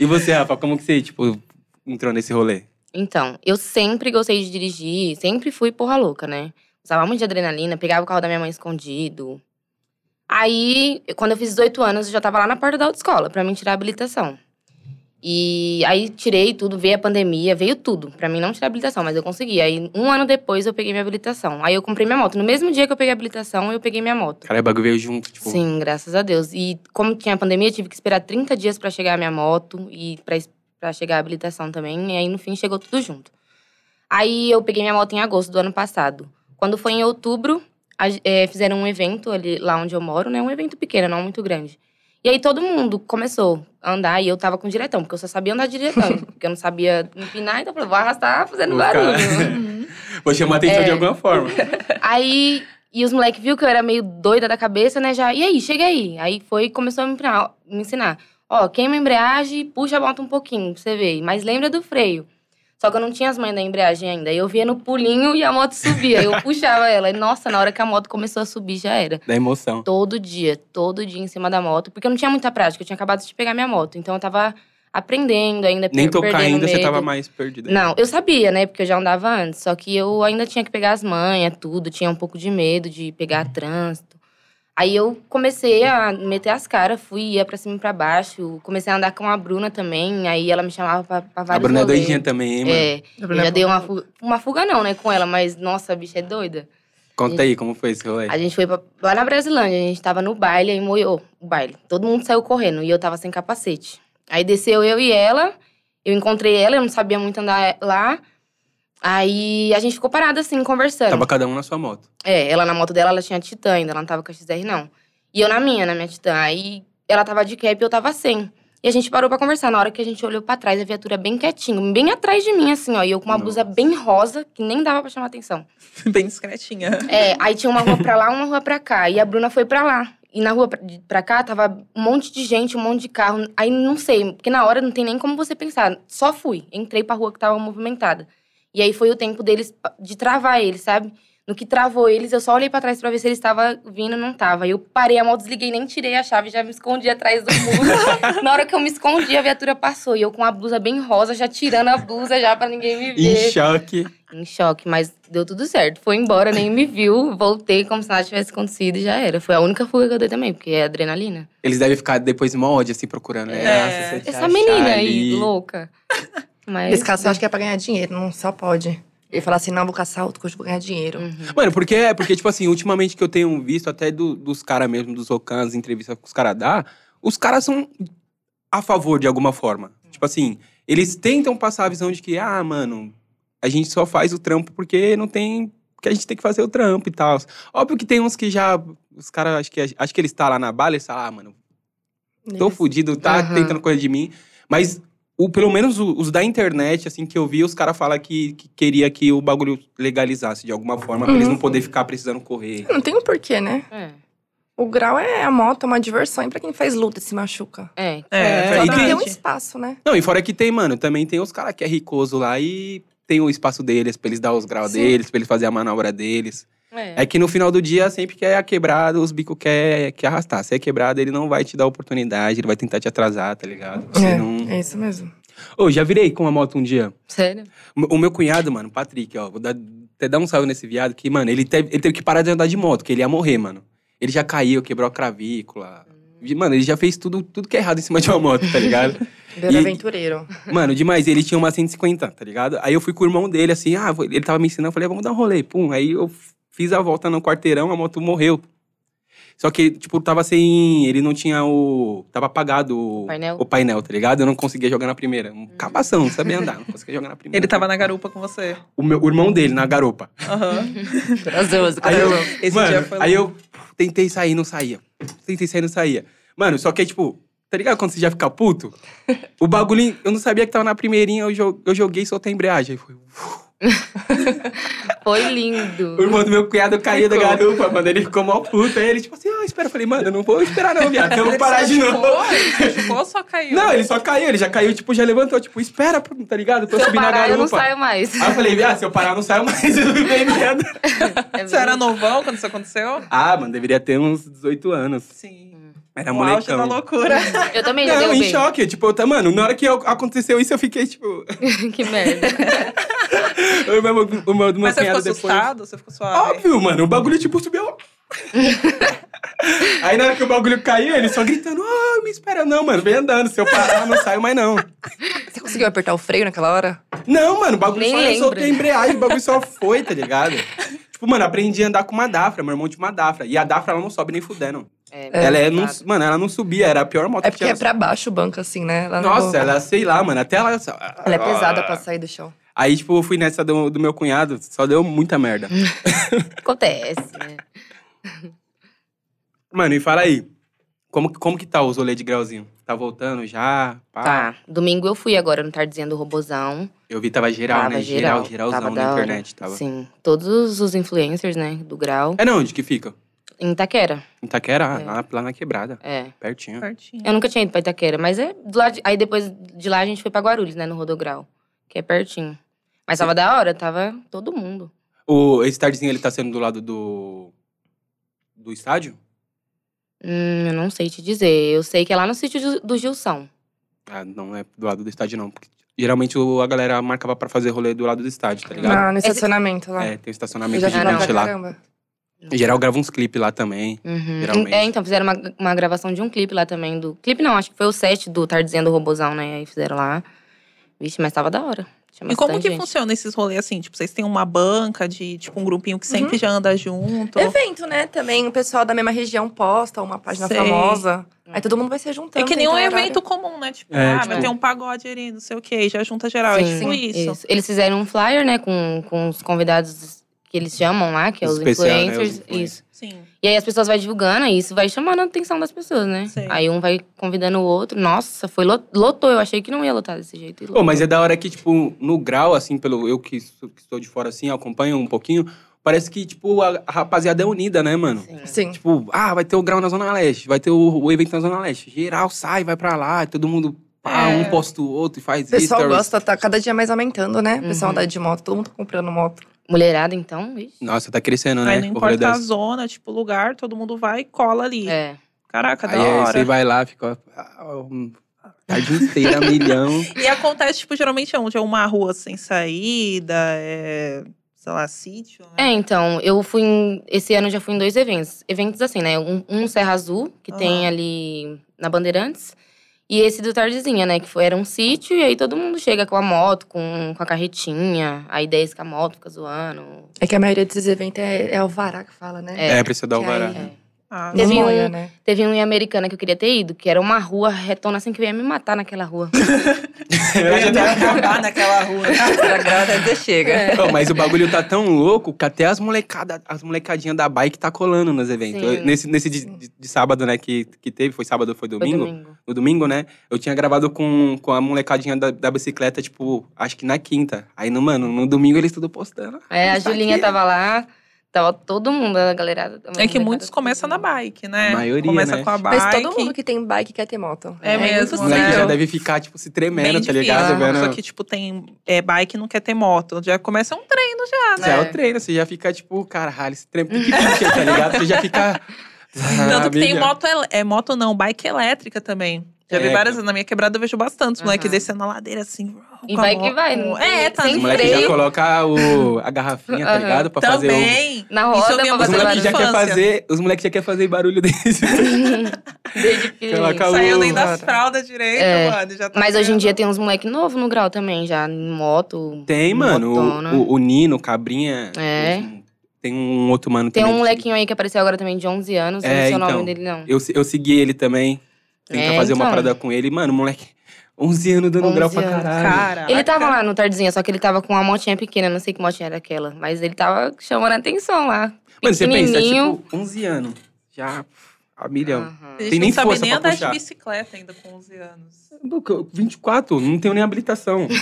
E você, Rafa, como que você, tipo, entrou nesse rolê?
Então, eu sempre gostei de dirigir, sempre fui porra louca, né? Usava muito de adrenalina, pegava o carro da minha mãe escondido. Aí, eu- quando eu fiz 18 anos, eu já tava lá na porta da autoescola pra mim tirar a habilitação. E aí tirei tudo, veio a pandemia, veio tudo. Pra mim não tirar a habilitação, mas eu consegui. Aí um ano depois eu peguei minha habilitação. Aí eu comprei minha moto. No mesmo dia que eu peguei a habilitação, eu peguei minha moto.
Cara, o bagulho veio junto, tipo.
Sim, graças a Deus. E como tinha a pandemia, eu tive que esperar 30 dias pra chegar a minha moto e pra pra chegar a habilitação também. E aí, no fim, chegou tudo junto. Aí eu peguei minha moto em agosto do ano passado. Quando foi em outubro, a ge- eh, fizeram um evento ali lá onde eu moro, né? Um evento pequeno, não muito grande. E aí todo mundo começou a andar e eu tava com diretão, porque eu só sabia andar de diretão. porque eu não sabia empinar, então eu falei, vou arrastar fazendo
Vou
barulho.
ficar-
Uhum.
Vou chamar a atenção de alguma forma.
Aí, e os moleques viu que eu era meio doida da cabeça, né? Já, e aí, chega aí. Aí foi e começou a me ensinar. Me ensinar. Ó, queima a embreagem, puxa a moto um pouquinho, pra você ver. Mas lembra do freio. Só que eu não tinha as manhas da embreagem ainda. Eu via no pulinho e a moto subia. Eu puxava ela. E, nossa, na hora que a moto começou a subir, já era.
Da emoção.
Todo dia, todo dia em cima da moto. Porque eu não tinha muita prática. Eu tinha acabado de pegar minha moto. Então eu tava aprendendo ainda.
Nem
per-
tocar
perdendo
ainda, você
medo.
tava mais perdida.
Não, eu sabia, né? Porque eu já andava antes. Só que eu ainda tinha que pegar as manhas, tudo. Tinha um pouco de medo de pegar trânsito. Aí eu comecei a meter as caras, fui, ia pra cima e pra baixo. Comecei a andar com a Bruna também. Aí ela me chamava pra, pra vários
a Bruna é
rolês.
doidinha também, hein, mano?
É, eu já dei uma fuga, uma fuga não, né, com ela. Mas, nossa, a bicha é doida.
Conta aí, como foi esse rolê?
A gente foi pra, lá na Brasilândia, a gente tava no baile, aí moiou o baile. Todo mundo saiu correndo e eu tava sem capacete. Aí desceu eu e ela, eu encontrei ela, eu não sabia muito andar eh, lá. Aí a gente ficou parada assim, conversando.
Tava cada um na sua moto.
É, ela na moto dela, ela tinha Titan ainda, ela não tava com a XR, não. E eu na minha, na minha Titan. Aí ela tava de cap e eu tava sem. E a gente parou pra conversar. Na hora que a gente olhou pra trás, a viatura bem quietinho, bem atrás de mim, assim, ó. E eu com uma blusa bem rosa, que nem dava pra chamar atenção.
Bem discretinha.
É, aí tinha uma rua pra lá, uma rua pra cá. E a Bruna foi pra lá. E na rua pra- de- pra cá tava um monte de gente, um monte de carro. Aí não sei, porque na hora não tem nem como você pensar. Só fui. Entrei pra rua que tava movimentada. E aí foi o tempo deles pa- de ah, travar ele, sabe? No que travou eles, eu só olhei pra trás pra ver se eles estavam vindo, não tava. Aí Eu parei a moto, desliguei, nem tirei a chave, já me escondi atrás do muro. Na hora que eu me escondi, a viatura passou. E eu com a blusa bem rosa, já tirando a blusa já pra ninguém me ver.
Em choque.
Em choque, mas deu tudo certo. Foi embora, nem me viu. Voltei como se nada tivesse acontecido e já era. Foi a única fuga que eu dei também, porque é adrenalina.
Eles devem ficar depois mó ódio, assim, procurando. né?
É.
Nossa, se eu te
Essa
achar
menina
ali.
aí, louca. Mas.
Esse caso eu acho que é pra ganhar dinheiro, não só pode. Ele fala assim: não, vou caçar outro, que eu vou ganhar dinheiro.
Mano, porque é, porque, tipo assim, ultimamente que eu tenho visto até do- dos caras mesmo, dos Ocans, entrevista que os caras dá, os caras são a favor de alguma forma. Tipo assim, eles tentam passar a visão de que, ah, mano, a gente só faz o trampo porque não tem. Porque a gente tem que fazer o trampo e tal. Óbvio que tem uns que já. Os caras, acho que, acho que eles tá lá na bala e falam, ah, mano, tô
Eles-
fudido, tá
Aham.
tentando coisa de mim. Mas, o, pelo menos o- os da internet, assim, que eu vi, os caras falam que, que queria que o bagulho legalizasse de alguma forma, pra eles não poder ficar precisando correr.
Não tem um porquê, né?
É.
O grau é a moto, é uma diversão. E pra quem faz luta e se machuca?
É.
É,
Só
e
pra
tem-
ter um espaço, né?
Não, e fora que tem, mano, também tem os caras que é ricoso lá e tem o espaço deles, pra eles dar os graus
Sim.
deles, pra eles fazer a manobra deles.
É.
É que no final do dia, sempre que é quebrado, os bico quer, quer arrastar. Se é quebrado, ele não vai te dar oportunidade, ele vai tentar te atrasar, tá ligado? Você não...
É isso mesmo.
Ô, já virei com uma moto um dia.
Sério?
O meu cunhado, mano, Patrick, ó, vou dar, até dar um salve nesse viado, que, mano, ele teve, ele teve que parar de andar de moto, porque ele ia morrer, mano. Ele já caiu, quebrou a cravícula.
Hum.
Mano, ele já fez tudo, tudo que é errado em cima de uma moto, tá ligado?
Beira
E-
aventureiro.
Mano, demais. Ele tinha uma 150, tá ligado? Aí eu fui com o irmão dele, assim, ah, vou- ele tava me ensinando, eu falei, ah, vamos dar um rolê. Pum, aí eu f- fiz a volta no quarteirão, a moto morreu. Só que, tipo, tava sem. Ele não tinha o. Tava apagado o,
Painel?
o painel, tá ligado? Eu não conseguia jogar na primeira. Um cabação, não sabia andar, não conseguia jogar na primeira.
Hum. Ele tava na garupa com você.
O, meu, o irmão dele, na garupa. Uhum.
Aham.
Corajoso,
Aí eu,
Esse
mano,
dia foi
aí eu tentei sair, não saía. Tentei sair, não saía. Mano, só que, tipo, tá ligado quando você já fica puto? O bagulho, eu não sabia que tava na primeirinha, eu, jo- eu joguei e soltei a embreagem. Aí Foi,
Foi
o
lindo.
irmão do meu cunhado caiu da
Ficou.
garupa, mano. Ele ficou mó puto. Aí ele, tipo assim, ah, espera. Eu falei, mano, eu não vou esperar não, viado. Eu vou parar de novo.
"Tipo, Ele chupou ou só caiu?
Não, ele só caiu. Ele já caiu, tipo, já levantou. Tipo, espera, tá ligado? Pra eu
Se eu
subir na
parar, eu não
garupa.
saio mais.
Aí eu falei, viado, se eu parar, eu não saio mais. Eu não tenho medo.
É
Você era
verdade.
novão quando isso aconteceu?
Ah, mano, deveria ter uns 18 anos.
Sim.
Era
o auge da
É um molecão.
loucura.
Eu também já um
Não,
deu
em
bem.
choque. Tipo, eu tá, mano, na hora que eu- aconteceu isso, eu fiquei, tipo.
que merda.
Eu, meu, o meu, do meu
Mas você ficou
cunhado depois.
assustado? Você ficou suave?
Óbvio, mano. O bagulho, tipo, subiu. Aí na hora que o bagulho caiu, ele só gritando, ah, me espera, não, mano. Vem andando. Se eu parar, não saio mais, não.
Você conseguiu apertar o freio naquela hora?
Não, mano, o bagulho
Nem
só eu
lembra.
soltei a embreagem, o bagulho só foi, tá ligado? Tipo, mano, aprendi a andar com uma Dafra, meu irmão tinha uma Dafra. E a Dafra, ela não sobe nem fudendo.
É,
ela é, não,
complicado.
mano, ela não subia, era a pior moto
É
que
porque
tinha.
é pra baixo o banco, assim, né? Ela não-
Nossa, ela, Ah. sei lá, mano, até ela...
Ela é pesada pra sair do chão.
Aí, tipo, eu fui nessa do, do meu cunhado, só deu muita merda.
Acontece, né?
Mano, e fala aí, como, como que tá os rolês de grauzinho? Tá voltando já? Pá?
Tá. Domingo eu fui agora no Tardezinha do Robozão.
Eu vi, tava geral,
Tava
né? Geral,
geral.
geralzão
Tava da
na
hora.
internet, tava.
Sim. Todos os influencers, né? Do grau.
É não, onde que fica?
Em Itaquera.
Em Itaquera,
É.
lá, lá na quebrada,
É.
pertinho.
Certinho.
Eu nunca tinha ido pra Itaquera, mas é do lado. de- Aí depois de lá a gente foi pra Guarulhos, né? No Rodograu, que é pertinho. Mas tava da hora, tava todo mundo.
O, esse tardezinho, ele tá sendo do lado do... Do estádio?
Hum, eu não sei te dizer. Eu sei que é lá no sítio do- do Gilson.
Ah, não é do lado do estádio, não. Porque geralmente o- a galera marcava pra fazer rolê do lado do estádio, tá ligado?
Na, no estacionamento lá.
É, tem um
Eu
estacionamento
já
Não, tá
vi
não.
gigante
pra
lá.
caramba.
Em geral, grava uns clipes lá também.
Uhum.
Geralmente.
É, então, fizeram uma, uma gravação de um clipe lá também. do Clipe não, acho que foi o set do Tardezinha do Robozão, né? Aí fizeram lá. Vixe, mas tava da hora. Tinha
E como
bastante
que
gente.
funciona esses rolês assim? Tipo, vocês têm uma banca de, tipo, um grupinho que
Uhum.
sempre já anda junto?
Evento, né? Também o pessoal da mesma região posta uma página
Sei.
famosa. Aí todo mundo vai se
É
juntando.
que nem um
tem horário.
evento comum, né? Tipo,
É,
ah,
tipo-
vai ter um pagode ali, não sei o quê, já junta geral. é tipo isso.
Eles fizeram um flyer, né? Com, com os convidados que eles chamam lá, que é
Os
os,
especiais, né, os
influencers.
influencers.
Isso.
Sim.
E aí as pessoas vai divulgando e isso vai chamando a atenção das pessoas, né?
Sim.
Aí um vai convidando o outro. Nossa, foi lo- lotou. Eu achei que não ia lotar desse jeito. e
Pô,
lotou.
mas é da hora que, tipo, no grau, assim, pelo eu que, sou- que estou de fora, assim, acompanho um pouquinho, parece que, tipo, a, a rapaziada é unida, né, mano?
Sim.
Sim.
Tipo, ah, vai ter o grau na Zona Leste, vai ter o, o evento na Zona Leste. Geral sai, vai pra lá, todo mundo, pá,
É.
um posta o outro e faz
O pessoal
stories.
gosta, tá cada dia mais aumentando, né? O pessoal
Uhum.
anda de moto, todo mundo tá comprando moto.
Mulherada, então, ixi.
Nossa, tá crescendo, né?
Aí não
o rolê
importa a
das-
zona, tipo, o lugar, todo mundo vai e cola ali.
É.
Caraca,
Aí
da
aí
hora.
você vai lá, fica ah, um- a tarde inteira, milhão.
E acontece, tipo, geralmente é onde? É uma rua sem saída, é. sei lá, sítio, né?
É, então, eu fui em, Esse ano eu já fui em dois eventos. Eventos assim, né? Um, um Serra Azul, que tem
Aham.
ali na Bandeirantes. E esse do Tardezinha, né? Que foi, era um sítio, e aí todo mundo chega com a moto, com, com a carretinha. Aí 10 com a é moto, fica zoando.
É que a maioria desses eventos é, é o Vará que fala, né?
É, precisa dar o
Que aí-
vará.
É.
Ah,
Teve um-
Noia, né?
Teve um em Americana que eu queria ter ido, que era uma rua retona assim que eu ia me matar naquela rua.
Eu já ia
é
acabar naquela rua.
Agora até chega.
Pô, mas o bagulho tá tão louco que até as molecada, as molecadinhas da bike tá colando nos eventos.
Sim.
Eu- Nesse, nesse de, de- de sábado, né, que, que teve, foi sábado ou foi
Foi
domingo?
domingo.
No domingo, né? Eu tinha gravado com, com a molecadinha da, da bicicleta, tipo, acho que na quinta. Aí, no, mano, no domingo eles tudo postando.
É, a
Tá
Julinha
aqui.
tava lá, tava todo mundo, a galera.
É que muitos começam na bike, né?
A maioria,
Começa
né?
com a bike.
Mas todo mundo que tem bike quer ter moto.
É mesmo,
Os
muito
moleques
né?
já
sério.
devem ficar, tipo, se tremendo,
Bem
tá
difícil,
ligado?
né?
Vendo?
Só que, tipo, tem é, bike e não quer ter moto. Já começa um treino já,
Já é.
né?
o treino, você já fica, tipo, caralho, se treme pique, pique, tá ligado? Você já fica. Ah,
Tanto que tem
Amiga.
moto, el- é moto não, bike elétrica também. Já vi
É.
várias, na minha quebrada eu vejo bastante. Os moleques
Aham.
descendo a ladeira assim.
E
com a
vai que
moto.
vai, não
É,
tem-
tá
sem
Os
no
moleques
freio.
já coloca o, a garrafinha, tá
Aham.
ligado? Pra fazer
Também.
Na
Isso eu
o. Os
vi
roda pra fazer
muito na
moleques
minha
já
barulho.
quer
infância.
fazer. Os moleques já quer fazer barulho desse.
Desde
Coloca
pequenininho.
o-
Saiu nem
Cara.
das fraldas direito,
É.
mano. Já tá
Mas hoje em
vendo.
dia tem uns moleque novo no grau também, já em moto.
Tem, mano.
Um Motona.
O, o, o Nino, o Cabrinha.
É.
os- Tem um outro mano
Tem
também.
um
que-
molequinho aí que apareceu agora também de 11 anos,
É,
não sei o
então.
nome dele não.
Eu, se- eu segui ele também. Tentar
É,
fazer uma
então.
parada com ele. Mano, moleque, 11 anos dando
11
grau pra
anos,
caralho.
Cara.
Ele tava lá no Tardezinha, só que ele tava com uma motinha pequena, não sei que motinha era aquela. Mas ele tava chamando a atenção lá.
Mano, você pensa,
Pequenininho. Ah.
tipo, 11 anos. Já a milhão.
Aham.
Eles
Tem
não
nem
sabem
força
nem
pra
andar
puxar.
de bicicleta ainda com 11 anos.
Louco, 24, não tenho nem habilitação.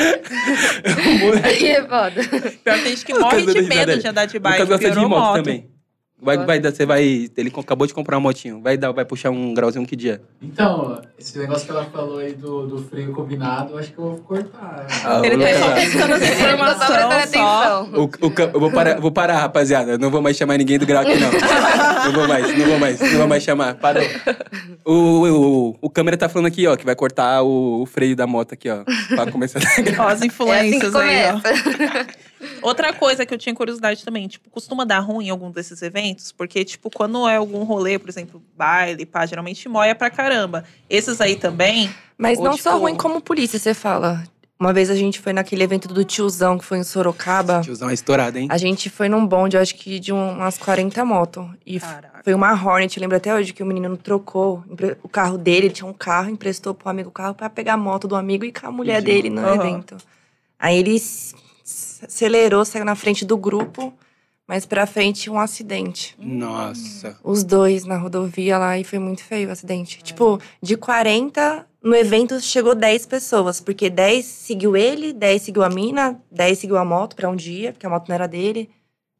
O moleque-
Aí é foda.
Pior que tem gente que
Lucas
morre de
gosta de andar
medo
de-
de andar de
Lucas
bike.
gosta de
piorou
moto,
moto.
também. Vai, vai, dar- você vai. Ele acabou de comprar um motinho. Vai, dar, vai puxar um grauzinho que dia?
Então, esse negócio que ela falou aí do, do freio combinado, eu acho que eu vou cortar.
Ah,
Ele tá
Lucas,
só
ah.
pensando nessa
Ele não tá prestando
informação só.
atenção.
O, o ca- eu vou parar, vou parar, rapaziada. Eu Não vou mais chamar ninguém do grau aqui, não. Não vou mais, não vou mais, não vou mais chamar. Parou. O, o, o câmera tá falando aqui, ó, que vai cortar o, o freio da moto aqui, ó. Pra começar a gravar.
Ó, as
É assim que
influências aí, ó.
começa.
Outra coisa que eu tinha curiosidade também, tipo, costuma dar ruim em algum desses eventos? Porque, tipo, quando é algum rolê, por exemplo, baile, pá, geralmente moia pra caramba. Esses aí também.
Mas
Ou,
não só
tipo-
ruim como polícia, você fala. Uma vez a gente foi naquele evento do tiozão que foi em Sorocaba.
Tiozão é estourado, hein?
A gente foi num bonde, eu acho que de umas 40 motos. E f-
Caraca.
foi uma Hornet. Eu lembro até hoje que o menino trocou empre- o carro dele, ele tinha um carro, emprestou pro amigo o carro pra pegar a moto do amigo e com a mulher
Entendi.
dele no
Aham.
evento. Aí ele s- s- acelerou, saiu na frente do grupo, mas pra frente um acidente.
Nossa.
Os dois na rodovia lá e foi muito feio o
É.
acidente. Tipo, de 40, no evento chegou 10 pessoas, porque 10 seguiu ele, 10 seguiu a mina, 10 seguiu a moto pra um dia, porque a moto não era dele.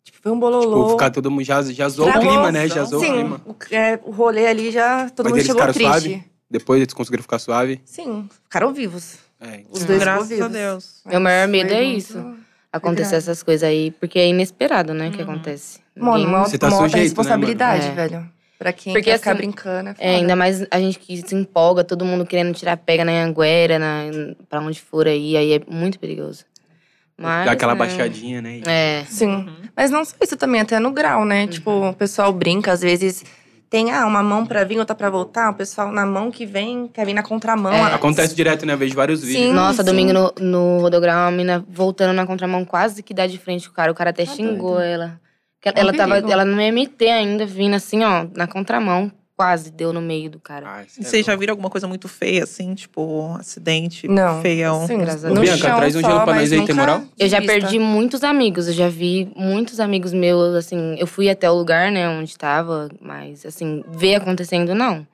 Tipo, foi um bololô.
Tipo, ficar todo mundo. Já, já zoou o
Travou.
clima, né? Já zoou o
Sim,
clima.
o, é, o rolê ali já todo
Mas
mundo
eles
chegou
ficaram
triste.
suave? Depois eles conseguiram ficar suave.
Sim, ficaram vivos.
É.
Os dois
Graças
ficou
a
vivos.
Deus.
Meu maior
Mas
medo
foi
é
muito-
isso. Acontecer
grave.
essas coisas aí, porque é inesperado, né, que
Uhum.
acontece.
Mano,
Ninguém- é,
uma
Você tá
uma
sujeito,
alta
né,
responsabilidade,
mano? É.
velho. Pra quem
Porque,
quer ficar
assim,
brincando, é foda.
É, ainda mais a gente que se empolga, todo mundo querendo tirar pega na Anguera, na, pra onde for aí, aí é muito perigoso. Mas,
Dá aquela
né,
baixadinha, né?
É.
Sim.
Uhum.
Mas não só isso também, até no grau, né? Tipo, o pessoal brinca, às vezes tem ah, uma mão pra vir, outra pra voltar. O pessoal na mão que vem, quer vir na contramão.
É.
Ah,
Acontece direto, né? Eu vejo vários vídeos.
Sim,
Nossa,
sim.
domingo no, no Rodograu, uma mina voltando na contramão quase que dá de frente com o cara. O cara até
Tá
xingou
doido.
ela. Que
um
ela, tava,
perigo.
ela no MT ainda, vindo assim, ó, na contramão. Quase deu no meio do cara.
Ah, isso é
Vocês já
louco.
viram alguma coisa muito feia, assim? Tipo, um acidente
Não.
feião.
Sim,
graças a
no
Deus.
Bianca,
chão
traz um
só,
gelo pra
mas
nós aí,
nunca
tem moral?
de
Eu já
vista.
perdi muitos amigos, eu já vi muitos amigos meus, assim, eu fui até o lugar, né, onde tava, mas assim, ver acontecendo, não.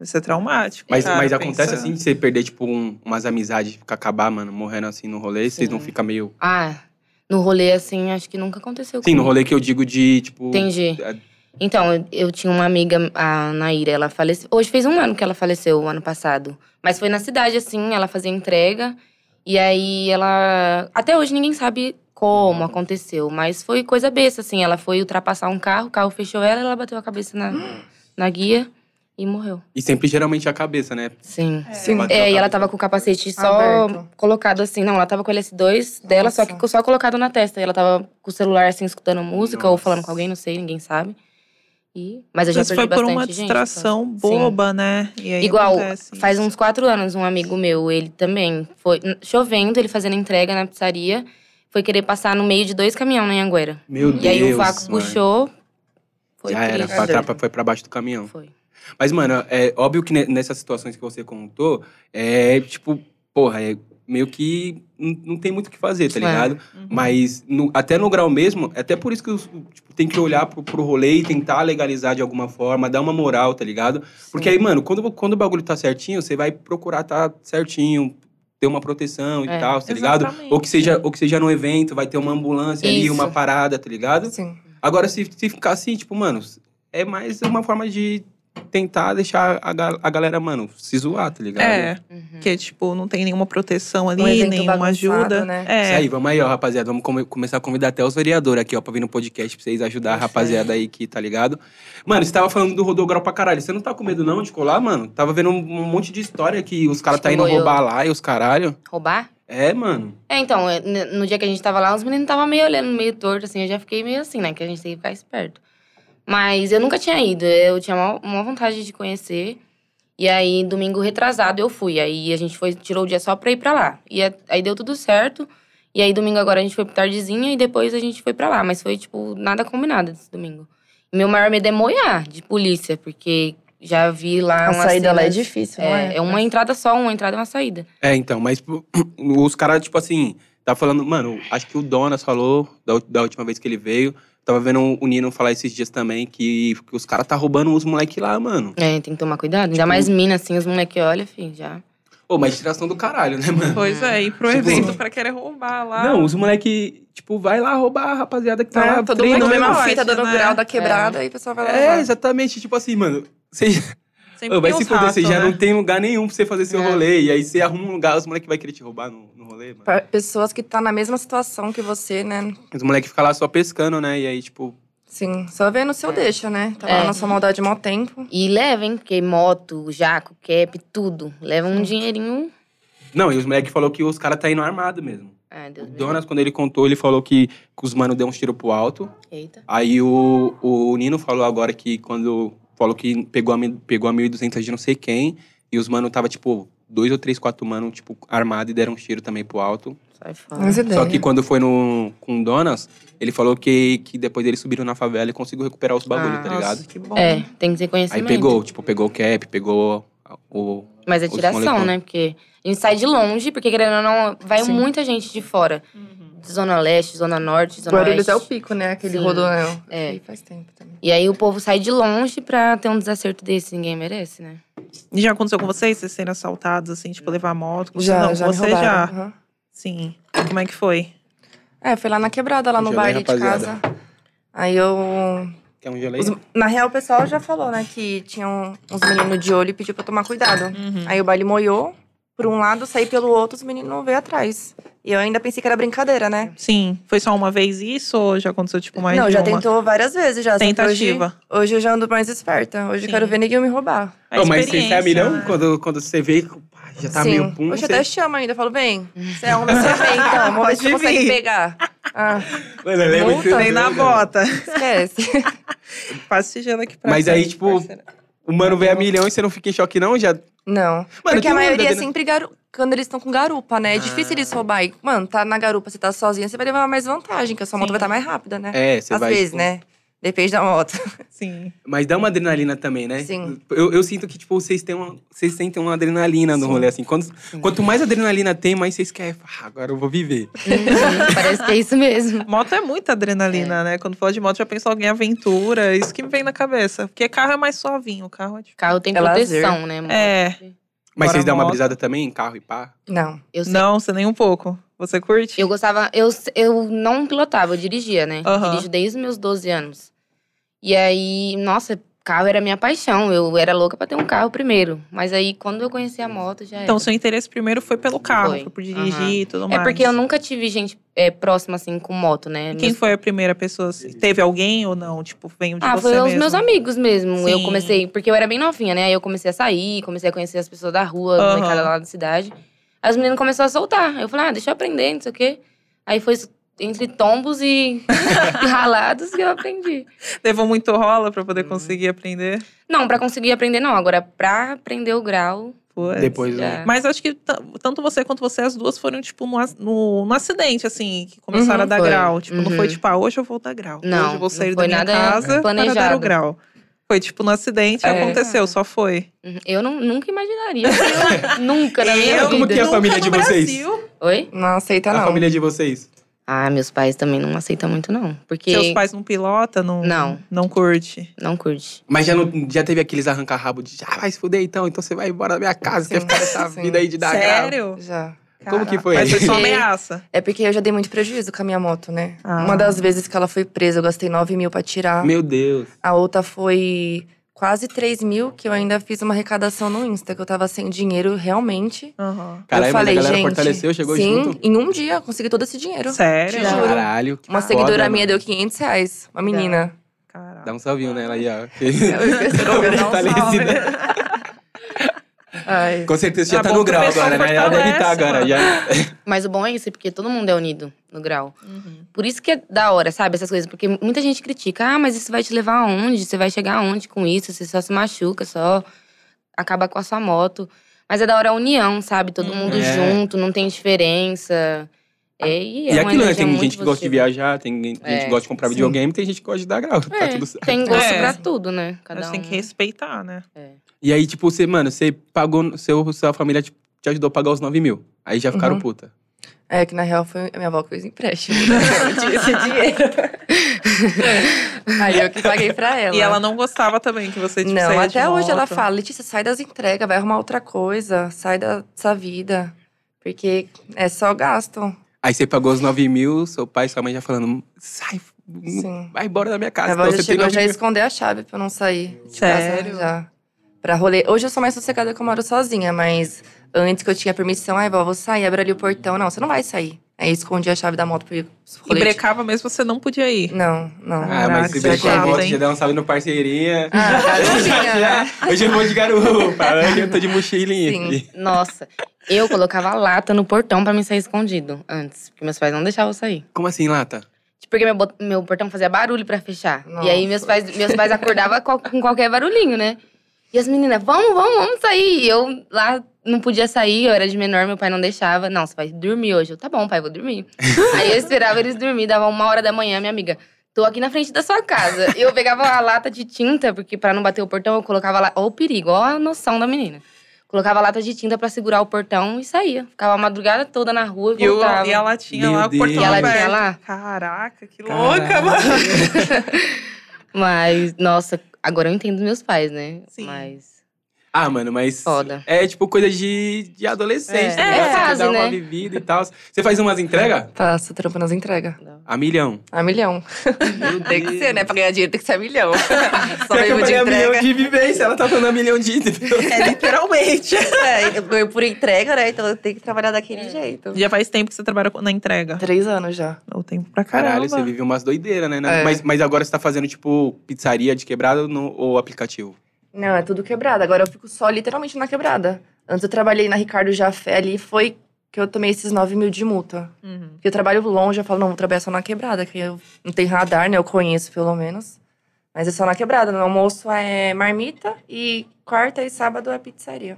Isso é traumático.
Mas,
cara,
mas
pensa.
acontece assim, de você perder, tipo, um- umas amizades, ficar acabar, mano, morrendo assim no rolê, vocês não
Sim.
ficam meio.
Ah, no rolê, assim, acho que nunca aconteceu
Sim, no
comigo.
rolê que eu digo de, tipo.
Entendi.
É.
Então, eu, eu tinha uma amiga, a Naira, ela faleceu. Hoje fez um ano que ela faleceu, o ano passado. Mas foi na cidade, assim, ela fazia entrega. E aí ela. Até hoje ninguém sabe como aconteceu, mas foi coisa besta, assim. Ela foi ultrapassar um carro, o carro fechou ela, ela bateu a cabeça na, na guia e morreu.
E sempre geralmente a cabeça, né?
Sim.
Sim.
Bateu a
É, e ela
cabeça.
tava com o capacete só
Aberto.
colocado assim. Não, ela tava com o LS2 dela, só que
Nossa.
só colocado na testa. E ela tava com o celular assim, escutando música ou
Nossa.
falando com alguém, não sei, ninguém sabe. E... Mas eu já
Mas
perdi
foi por
bastante
uma
gente, então.
distração boba, né? E aí
Igual,
acontece
Faz
isso.
uns quatro anos, um amigo meu, ele também foi chovendo, ele fazendo entrega na pizzaria, foi querer passar no meio de dois caminhões na Anhanguera.
Meu Deus.
E aí o vácuo
mano.
puxou. Foi
Já era,
triste.
pra trapa- foi pra baixo do caminhão.
Foi.
Mas, mano, é óbvio que ne- nessas situações que você contou, é tipo, porra, é meio que n- não tem muito o que fazer, tá
É.
ligado? Mas no- até no grau mesmo, é até por isso que os- tipo, tem que olhar pro, pro rolê e tentar legalizar de alguma forma, dar uma moral, tá ligado? Porque aí, mano, quando, quando o bagulho tá certinho, você vai procurar tá certinho, ter uma proteção e
É.
tal, tá ligado?
Exatamente.
Ou que, seja, ou que seja num evento, vai ter uma ambulância ali,
Isso.
uma parada, tá ligado?
Sim.
Agora, se, se ficar assim, tipo, mano, é mais uma forma de tentar deixar a, ga- a galera, mano, se zoar, tá ligado?
É,
Uhum.
porque, tipo, não tem nenhuma proteção ali,
Um evento
nenhuma
bagunçado,
ajuda.
né?
Isso
É.
aí, vamos aí, ó, rapaziada. Vamos come- começar a convidar até os vereadores aqui, ó, pra vir no podcast pra vocês ajudar a rapaziada aí que, tá ligado? Mano, você tava falando do Rodograu pra caralho. Você não tá com medo, não, de colar, mano? Tava vendo um, um monte de história que os caras
Tipo
tá indo
Acho que
roubar lá e os caralho.
Roubar?
É, mano.
É, então, é, n- no dia que a gente tava lá, os meninos estavam meio olhando, meio torto, assim. Eu já fiquei meio assim, né? Que a gente tem que ficar esperto. Mas eu nunca tinha ido. Eu tinha uma, vontade de conhecer. E aí, domingo retrasado, eu fui. Aí a gente foi, tirou o dia só pra ir pra lá. E a- aí deu tudo certo. E aí, domingo agora, a gente foi pra tardezinha e depois a gente foi pra lá. Mas foi, tipo, nada combinado esse domingo. Meu maior medo é moiar de polícia, porque já vi lá
A
umas
saída lá é
cenas-
difícil, não é?
É, é uma entrada só, uma entrada e uma saída.
É, então, mas pô, os caras, tipo assim, tá falando, mano, acho que o Donas falou da, ul- da última vez que ele veio. Tava vendo o Nino falar esses dias também que, que os caras tá roubando os moleque lá, mano.
É, tem que tomar cuidado.
Tipo,
Ainda mais mina, assim, os moleque olha, filho, já.
Ô, mas distração do caralho, né, mano?
Pois é, e pro
Tipo,
evento pra querer roubar lá.
Não, os moleque, tipo, vai lá roubar a rapaziada que tá
É,
lá.
todo mundo
treinando.
com a mesma
Noite,
fita, dando
né?
grau da quebrada, e o pessoal vai lá.
É,
levar.
exatamente. Tipo assim, mano. Você,
Sempre
vai
tem
se
uns
fuder, você
ratos,
já
né?
não tem lugar nenhum pra você fazer seu
É.
rolê. E aí você arruma um lugar, os moleques vai querer te roubar no, no rolê,
É.
mano.
Pra-
Pessoas que tá na mesma situação que você, né?
Os moleques ficam lá só pescando, né? E aí, tipo,
Sim, só vendo o seu deixa, né? Tá
É.
lá na sua maldade mau tempo.
E leva, hein? Porque moto, jaco, cap, tudo. Leva um dinheirinho.
Não, e os moleques falaram que os caras tá indo armado mesmo.
Ai,
O
Deus me
Donas, quando ele contou, ele falou que, que os mano deu uns tiros pro alto.
livre. Eita.
Aí o, o Nino falou agora que quando. Falou que pegou a, mi- pegou a 1.200 de não sei quem. E os mano tava, tipo, dois ou três, quatro mano, tipo, armado e deram um tiro também pro alto.
Sai fora.
Mas é
Só
É.
que quando foi no, com o Donas, ele falou que, que depois eles subiram na favela e conseguiu recuperar os bagulhos,
Ah,
tá
Nossa,
ligado?
que bom.
É,
né?
tem que ter
Aí
conhecimento.
pegou, tipo, pegou o cap, pegou a- o.
Mas é
os
tiração,
molecão.
né? Porque a gente sai de longe, porque querendo ou não, vai
Sim.
muita gente de fora.
Uhum.
Zona Leste, Zona Norte, Zona
Guarulhos
Oeste.
é o pico, né? Aquele
Sim.
rodoanel.
É.
Ih, Faz tempo também.
E aí o povo sai de longe pra ter um desacerto desse. Ninguém merece, né?
E já aconteceu com vocês, vocês serem assaltados, assim, tipo, levar moto?
Já,
não,
já me
você já.
roubaram. Aham.
Sim. Como é que foi?
É, foi lá na quebrada, lá no
Gelei,
baile de
rapaziada.
casa. Aí eu.
Quer um geleia?
os- na real, o pessoal já falou, né? Que tinham uns meninos de olho e pediu pra eu tomar cuidado.
Uhum.
Aí o baile moiou. Por um lado, saí pelo outro, os meninos veio atrás. E eu ainda pensei que era brincadeira, né?
Sim. Foi só uma vez isso ou já aconteceu, tipo, mais
Não,
de
já
uma?
tentou várias vezes já. só que
Tentativa.
Hoje, hoje eu já ando mais esperta. Hoje
Sim.
eu quero ver ninguém me roubar.
A
Ô, mas você
experiência,
sabe, não?
né?
Quando, quando você vê, pá, já tá
Sim.
meio pum.
Hoje
Você...
eu até chamo ainda, falo, vem, você é homem, você vem então, vamos ver se você
Pode
consegue
vir.
pegar. Ah,
Mano, eu lembro
Multa,
que eu-
Nem na bota.
esquece.
Passa esse gelo aqui pra
Mas
cá,
aí, tipo,
parceira.
O mano vê a milhão e você não fica em choque, não? Já.
Não. Porque
tem
a
um
maioria é
dedo, né? Ah.
sempre garu... quando eles estão com garupa, né? É difícil eles roubar. E, mano, tá na garupa, você tá sozinha, você vai levar mais vantagem, que a sua moto
Sim.
vai estar mais rápida, né?
É, você
Às
vai.
vezes,
tipo,
né? Depende da moto.
Sim.
Mas dá uma adrenalina também, né?
Sim.
Eu, eu sinto que, tipo, vocês têm uma. Vocês sentem uma adrenalina no
Sim.
rolê, assim. Quanto, quanto mais adrenalina tem, mais vocês querem. Ah, agora eu vou viver.
Uhum, parece que é isso mesmo.
Moto é muita adrenalina, né? Quando fala de moto, já pensa alguém aventura. É Isso que me vem na cabeça. Porque carro é mais suavinho. Carro é tipo.
Carro tem
É lazer.
proteção, né? mano?
É.
Mas
Bora
vocês dão uma
moto.
brisada também em carro e pá?
Não.
Eu sei
Não, você nem um pouco. Você curte?
Eu gostava, eu, eu não pilotava, eu dirigia, né?
Aham.
Dirijo desde os meus 12 anos. E aí, nossa, Carro era minha paixão. Eu era louca pra ter um carro primeiro. Mas aí, quando eu conheci a moto, já era.
Então, seu interesse primeiro foi pelo carro,
é. Foi.
foi por dirigir e tudo
é
mais.
porque eu nunca tive gente é, próxima, assim, com moto, né?
E Quem foi a primeira pessoa? assim? Teve alguém ou não? Tipo, veio de
Ah,
você
foi os
mesmo?
meus amigos mesmo. Eu
Sim.
comecei, porque eu era bem novinha, né? Aí eu comecei a sair, comecei a conhecer as pessoas da rua,
Aham.
a molecada lá da cidade. Aí os meninos começaram a soltar. Eu falei, ah, deixa eu aprender, não sei o quê. Aí foi entre tombos e, e ralados que eu aprendi.
Levou muito rola pra
Uhum.
poder conseguir aprender?
Não, pra conseguir aprender, não. Agora, pra aprender o grau.
Putz.
Depois,
já-
Mas acho que ta- tanto você quanto você, as duas foram, tipo, no, ac- no, no acidente, assim, que começaram
Uhum,
a dar
foi.
grau. Tipo, não
Uhum.
foi tipo, ah, hoje eu vou dar grau.
Não,
hoje eu vou
não
sair da
foi
minha
nada
casa para dar o
planejado.
grau. Foi tipo no acidente,
É.
aconteceu, só foi.
Uhum. Eu não- nunca imaginaria. Eu nunca na minha
Eu
vida.
Como que é a
nunca
família de
no
vocês?
Brasil.
Oi?
Não aceita,
a
não.
família de vocês.
Ah, meus pais também não aceitam muito, não. Porque
Seus pais não pilota, não,
Não.
não curte.
não curte.
Mas já, não, já teve aqueles arranca-rabo de ah, vai se fuder então, então você vai embora da minha casa,
Sim,
quer ficar nessa
sim.
vida aí de dar grau.
Sério?
Já.
Como que foi?
Mas foi só
Porque-
ameaça.
É porque eu já dei muito prejuízo com a minha moto, né?
Ah.
Uma das vezes que ela foi presa, eu gastei 9 mil pra tirar.
Meu Deus.
A outra foi quase 3 mil, que eu ainda fiz uma arrecadação no Insta, que eu tava sem dinheiro realmente.
Aham.
Caralho,
eu
mas a
falei,
galera
gente,
fortaleceu, chegou
sim,
junto.
em um dia, eu consegui todo esse dinheiro.
Sério?
Juro.
Caralho, que
Uma
foda,
seguidora
né?
mano.
minha deu 500 reais, uma menina.
Caraca.
Dá um salvinho nela aí, ó.
um
né?
Fortalecida.
Ai.
Com certeza já tá
Tá bom
no
que o
grau
pessoal
agora, né? Ela deve
fortalece,
estar agora.
mano.
Já.
Mas o bom é isso, porque todo mundo é unido no grau.
Uhum.
Por isso que é da hora, sabe? Essas coisas. Porque muita gente critica. Ah, mas isso vai te levar aonde? Você vai chegar aonde com isso? Você só se machuca, só acaba com a sua moto. Mas é da hora a união, sabe? Todo
Hum.
mundo
É.
junto, não tem diferença. É, e
E
é uma
aquilo, né?
energia
Tem
muito
gente que gosta de
positiva.
viajar, tem gente
É,
que gosta de comprar
sim.
videogame, tem gente que gosta de dar grau. Tá
É,
tudo certo.
Tem gosto
É.
pra tudo, né? Cada
Mas
um.
tem que respeitar, né?
E aí, tipo, você, mano, você pagou, seu, sua família te, te ajudou a pagar os 9 mil. Aí já ficaram
Uhum.
puta.
É que na real foi a minha avó que fez empréstimo. Eu tinha esse dinheiro. Aí eu que paguei pra ela.
E ela não gostava também que você tipo,
não,
saía de
até hoje ela
moto.
fala, Letícia, sai das entregas, vai arrumar outra coisa, sai da- dessa vida. Porque é só gasto.
Hum.
Aí você pagou os 9 mil, seu pai e sua mãe já falando, sai,
Sim.
vai embora da minha
A
casa.
minha
Então
avó já
você tem
Ah, chegou
9
já a
mil.
esconder a chave pra eu não sair. de casa,
Sério?
já. Pra rolê. Hoje eu sou mais sossegada que eu moro sozinha, mas antes que eu tinha permissão, ai, vó, vou sair, abre ali o portão. Não, você não vai sair. Aí escondi a chave da moto pro
E
rolê. de-
brecava mesmo, você não podia ir.
Não, não.
Ah, mas se
Caraca,
é
brincar a
chato,
moto,
hein?
já dá um salve no parceirinha.
Ah,
Já- Hoje eu vou de garupa, hoje eu tô de mochilinha.
Sim.
aqui.
Nossa, eu colocava lata no portão pra mim sair escondido antes. Porque meus pais não deixavam eu sair.
Como assim, Lata?
Tipo, Porque meu, bot- meu portão fazia barulho pra fechar. E aí meus
Nossa.
pais, meus pais acordavam qual- com qualquer barulhinho, né? E as meninas, vamos, vamos, vamos sair. E eu lá não podia sair, eu era de menor, meu pai não deixava. Não, você vai dormir hoje. Eu, tá bom, pai, vou dormir. aí eu esperava eles dormir, dava uma hora da manhã, minha amiga. Tô aqui na frente da sua casa. Eu pegava a lata de tinta, porque pra não bater o portão, eu colocava lá. Ó, o perigo, ó a noção da menina. Colocava lata de tinta pra segurar o portão e saía. Ficava a madrugada toda na rua e
E, o,
voltava.
e ela tinha
Meu
lá o
Deus.
portão
E ela tinha
aberto.
lá?
Caraca, que louca,
Caraca.
mano.
Mas, nossa, agora eu entendo meus pais, né?
Sim.
Mas.
Ah, mano, mas.
Foda.
É tipo coisa de, de adolescente,
É.
tá ligado?
É,
Você quer
fase,
dar uma
né?
vivida e tal. Você faz umas entregas?
Faço trampo nas entregas.
A milhão.
A milhão.
Meu
Tem que
Deus.
ser, né? Pra ganhar dinheiro tem que ser a milhão. Só
Pior que eu
mesmo de
falei a milhão
entrega.
de vivência, ela tá falando a milhão de.
É, literalmente.
É, eu ganho por entrega, né? Então eu tenho que trabalhar daquele
É.
jeito.
Já faz tempo que você trabalha na entrega.
Três anos já.
É.
O tempo pra caralho.
Caralho, você vive umas doideiras, né?
É.
Mas, mas agora você tá fazendo, tipo, pizzaria de quebrada no- ou aplicativo?
Não, é tudo quebrado. Agora eu fico só literalmente na quebrada. Antes eu trabalhei na Ricardo Jafé ali foi que eu tomei esses 9 mil de multa.
Uhum.
Porque eu trabalho longe, eu falo, não, vou trabalhar só na quebrada, que eu não tem radar, né? Eu conheço pelo menos. Mas é só na quebrada. No almoço é marmita e quarta e sábado é pizzaria.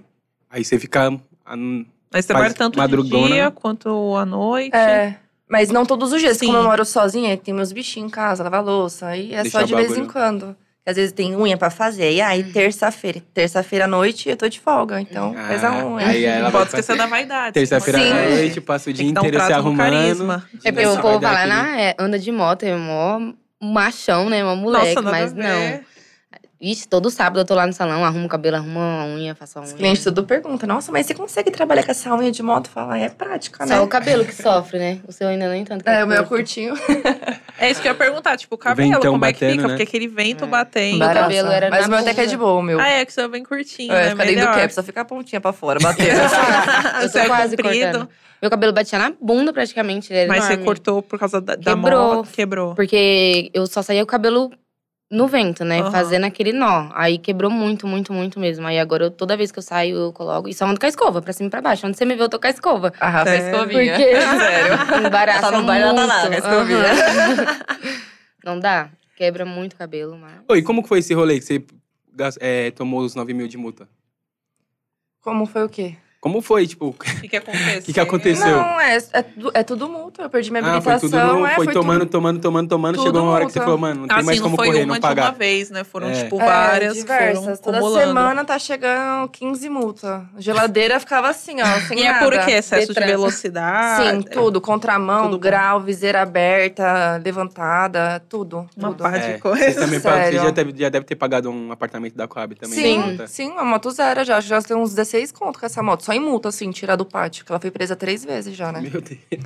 Aí você fica. ah, hum,
Mas você trabalha
Faz
tanto
madrugona. né?
de dia quanto à noite.
É. Mas não todos os dias.
Sim.
Como eu moro sozinha, tem meus bichinhos em casa, lavar louça. Aí é
Deixar
só de
o
vez em
bagulho.
quando. Às vezes tem unha pra fazer. E aí, terça-feira. Terça-feira à noite eu tô de folga. Então,
Ah,
faz a unha.
aí ela
Não
vai
pode esquecer da vaidade.
Terça-feira
Sim.
à noite, passa o dia
um, né? Tem que dar
inteiro
um
se
trato com
arrumando.
carisma.
É porque
Nossa,
o
vai
povo
dar
fala,
aquele-
ah, é, anda de moto, é mó machão, né? Mó moleque,
Nossa, nada a
mas
ver.
não. Ixi, todo sábado eu tô lá no salão, arrumo o cabelo, arrumo a unha, faço a unha.
Os clientes tudo perguntam, nossa, mas você consegue trabalhar com essa unha de moto? Fala, é prática, né?
Só o cabelo que sofre, né? O seu ainda nem tanto. que
É, o meu
curto.
curtinho.
É isso que eu ia perguntar, tipo, o cabelo,
Ventão
como é que
batendo,
fica?
né?
Porque aquele vento
É.
batendo.
Meu Barato. cabelo era
Mas
na
o meu até que é
bunda.
de boa, o meu.
Ah, é, que você é bem curtinho,
É,
né?
fica dentro do
Melhor.
cap, só fica a pontinha pra fora, bateu.
Eu
Você
tô
é
quase
comprido.
cortando. Meu cabelo batia na bunda praticamente, ele era
Mas você
enorme.
cortou por causa da, da
Quebrou.
moto, quebrou.
Porque eu só saía o cabelo no vento, né?
Aham.
Fazendo aquele nó. Aí quebrou muito, muito, muito mesmo. Aí agora, eu, toda vez que eu saio, eu coloco. E só ando com a escova, pra cima e pra baixo. Onde você me vê, eu tô com a escova.
A Rafa é
Sério?
escovinha.
Porque-
Sério.
Embaraça
Ela tá no baile, ela
muito.
tá lá, com a escovinha.
Aham. Não dá. Quebra muito o cabelo, mas...
Oi, como que foi esse rolê que você gas- é, tomou os 9 mil de multa?
Como foi o quê?
Como foi, tipo,
O que, que aconteceu?
O que que aconteceu? Seu.
Não, é, é, tu- é tudo multa. Eu perdi minha
ah, foi
habilitação.
tudo, no-
é,
foi,
foi
tomando, tomando, tomando, tomando,
tudo
chegou uma hora que você
multa.
falou, mano, não tem
Assim,
mais como
não foi
correr,
uma
não pagar.
de uma vez, né? Foram,
É.
tipo,
tudo. É,
várias que foram
diversas. Toda
acumulando.
semana tá chegando 15 multas. Geladeira ficava assim, ó, sem
E é
nada.
por quê? Excesso
Detran.
de velocidade?
Sim, tudo. Contramão,
Tudo bom.
grau, viseira aberta, levantada, tudo.
Uma
tudo.
par de
É,
coisas.
Você, também pagou- você
Sério.
já, deve, já deve ter pagado um apartamento da Coab também. tá?
sim,
de multa.
sim, é uma moto zero já. Já tem uns 16 conto com essa moto. Só em multa, assim, tirar do pátio. Que ela foi presa três vezes já, né?
Meu Deus.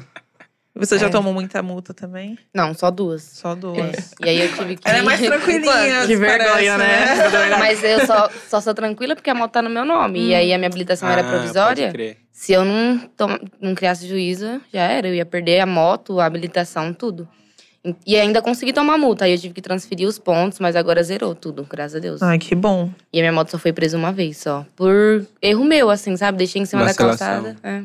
Você já
É.
tomou muita multa também?
Não, só duas.
Só duas.
E aí eu tive que...
Ela é mais tranquilinha. parece, né?
Mas eu só, só sou tranquila porque a moto tá no meu nome. E aí a minha habilitação era
Ah,
provisória.
Pode crer.
Se eu não, toma- não criasse juízo, já era. Eu ia perder a moto, a habilitação, tudo. E- E ainda consegui tomar multa. Aí eu tive que transferir os pontos, mas agora zerou tudo, graças a Deus.
Ai, que bom.
E a minha moto só foi presa uma vez, só. Por erro meu, assim, sabe? Deixei em cima
Vacilação.
da calçada. É.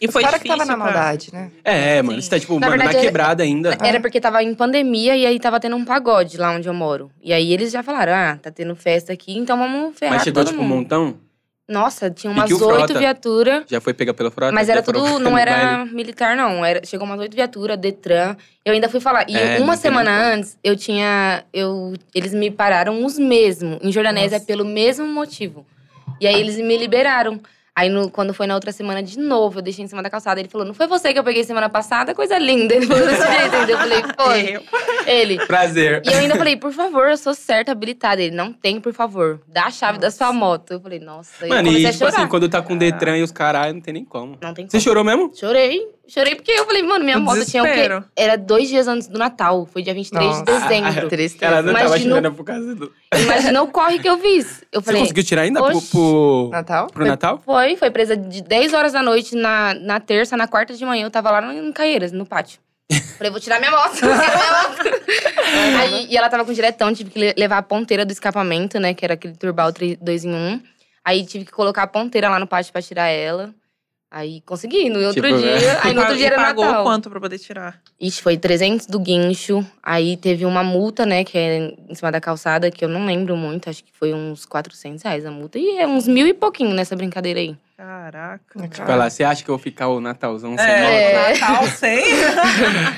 E foi
o cara
difícil.
que tava na
pra-
maldade, né?
É, é, mano, você tá, tipo,
Na
mano,
verdade, é
na
era-
quebrada ainda.
Era porque tava em pandemia e aí tava tendo um pagode lá onde eu moro. E aí eles já falaram, ah, tá tendo festa aqui, então vamos ferrar
Mas chegou,
todo
tipo, um
mundo.
montão,
Nossa, tinha umas
que o
oito
Frota?
viaturas.
já foi pegar pela frota.
Mas
já
era
foram
tudo,
no
não
baile.
era militar, não. Era, chegou umas oito viaturas, Detran. Eu ainda fui falar. E
É, não
uma
tem
semana
nem como.
antes, eu tinha. Eu, eles me pararam os mesmos. Em Jordanésia,
Nossa.
pelo mesmo motivo. E aí eles me liberaram. Aí, no- quando foi na outra semana, de novo, eu deixei em cima da calçada. Ele falou: Não foi você que eu peguei semana passada? Coisa linda. Ele falou desse jeito. entendeu? Eu falei: Foi.
Eu.
Ele.
Prazer.
E eu ainda falei: Por favor, eu sou certa, habilitada. Ele: Não tem, por favor. Dá a chave da sua moto. Eu falei: Nossa. eu
Mano,
comecei
e
a
tipo
chorar.
assim, quando tá com Detran e os caralho, não tem nem como.
Não tem
Você
como.
chorou mesmo?
Chorei. Chorei porque eu falei, mano, minha
O
moto tinha o quê?
desespero.
Era dois dias antes do Natal. Foi dia 23
Nossa.
de dezembro.
Tristeza.
Ela não tava
Imagina o-
chorando por causa do.
Imagina o corre que eu fiz. Eu
Você
falei,
conseguiu tirar ainda pro,
Oxi.
pro-
Natal?
pro Natal?
foi, foi presa de 10 horas da noite na, na terça, na quarta de manhã. Eu tava lá no- em Caieiras, no pátio. Falei, vou tirar minha moto. vou tirar minha moto. Aí, e ela tava com diretão, tive que le- levar a ponteira do escapamento, né? Que era aquele turbal 2 em 1. Um. Aí tive que colocar a ponteira lá no pátio pra tirar ela. Aí consegui, no outro
Tipo,
dia. Aí no outro
E
dia era
pagou
Natal.
quanto pra poder tirar?
Ixi, foi 300 do guincho. Aí teve uma multa, né, que é em cima da calçada, que eu não lembro muito. Acho que foi uns 400 reais a multa. E é uns mil e pouquinho nessa brincadeira aí.
Caraca.
Cara.
Vai lá, você acha que eu vou ficar o Natalzão sem
É.
moto?
Natal sem.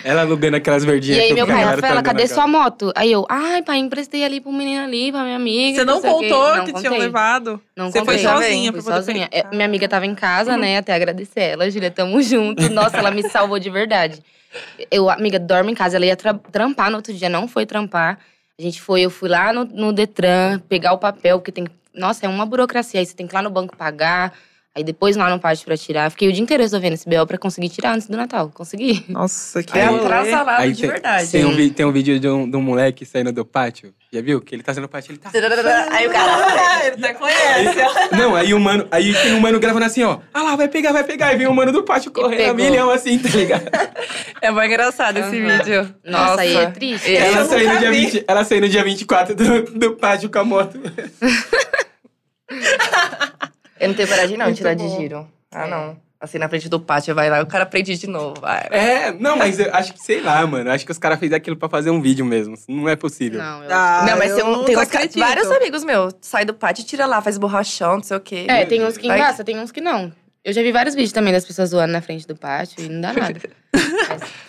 Ela alugando aquelas
E
verdinhas
aí
que
meu
eu vi, a
pai,
galera tá
Rafaela,
andando
cadê
agora.
sua moto? Aí eu, ai pai, emprestei ali pro menino ali, pra minha amiga.
Você não
sei o quê.
contou
Não
que
contei.
tinham levado?
Não
Você foi
contei.
sozinha
Fui
pra poder
sozinha.
pegar. Uhum.
É, minha amiga tava em casa, né? Até agradecer ela, Julia, tamo junto. Nossa, ela me salvou de verdade. Eu, amiga, dorme em casa. Ela ia tra- trampar no outro dia, não foi trampar. A gente foi, eu fui lá no, no Detran pegar o papel, porque tem. que- Nossa, é uma burocracia. Aí você tem que ir lá no banco pagar, aí depois lá no pátio pra tirar. Fiquei o dia inteiro resolvendo esse BO pra conseguir tirar antes do Natal. Consegui.
Nossa, que
É
Aí-
atrasalado
Aí
de
tem-
verdade.
Tem um, vi- tem um vídeo de um, de um moleque saindo do pátio. Já viu? Que ele tá saindo do pátio, ele tá.
Aí o cara.
Ele até conhece.
Não, aí o mano. Aí tem um mano gravando assim, ó. Ah lá, vai pegar, vai pegar. E vem o mano do pátio correndo a
pegou.
milhão assim, tá ligado?
É muito engraçado esse
Aham.
vídeo.
Nossa, aí é triste.
É.
Ela
Eu
saiu, no
nunca
dia
vi.
20, ela saiu no dia 24 do, do pátio com a moto.
Eu não tenho coragem, não, de tirar de
bom.
giro. Ah, não. Assim, na frente do pátio, vai lá e o cara prende de novo. Vai.
É, não, mas eu acho que, sei lá, mano. Acho que os caras fez aquilo pra fazer um vídeo mesmo. Não é possível.
Não, eu.
Ah,
não, mas
eu
tem, um,
não
tem uns ca-
acredito.
vários amigos meus. Sai do pátio, tira lá, faz borrachão, não sei o quê.
É, tem uns que
Vai-
engraça, tem uns que não. Eu já vi vários vídeos também das pessoas zoando na frente do pátio e não dá nada.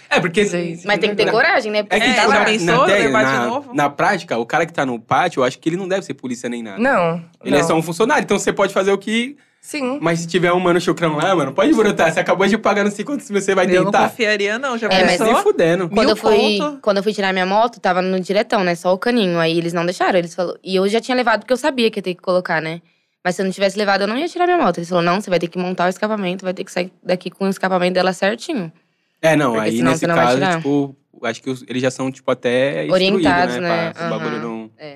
É, porque.
Gente.
Mas tem que ter coragem, né? Porque
É que
É,
tipo,
já
na,
pensou
né?
na, tele-
levar de
na-
novo?
na prática, o cara que tá no pátio, eu acho que ele não deve ser polícia nem nada.
Não.
Ele é
não.
só um funcionário, então você pode fazer o que
Sim.
Mas se tiver um mano chucrão lá, mano, pode brotar. Você acabou de pagar não sei quantos mil você vai
eu não
tentar.
confiaria, não. Já
É, mas
pensou?
Nem fudendo.
Quando
Mil
eu, fui,
conto.
quando eu fui tirar minha moto, tava no diretão, né? Só o caninho. Aí eles não deixaram. Eles falou, e eu já tinha levado porque eu sabia que ia ter que colocar, né? Mas se eu não tivesse levado, eu não ia tirar minha moto. Eles falaram, não, você vai ter que montar o escapamento, vai ter que sair daqui com o escapamento dela certinho.
É, não,
Porque
aí
senão
nesse
você não vai
caso,
tirar.
tipo, acho que os- eles já são, tipo, até instruídos,
Orientados, né?
pra esse bagulho
Aham.
não-
É.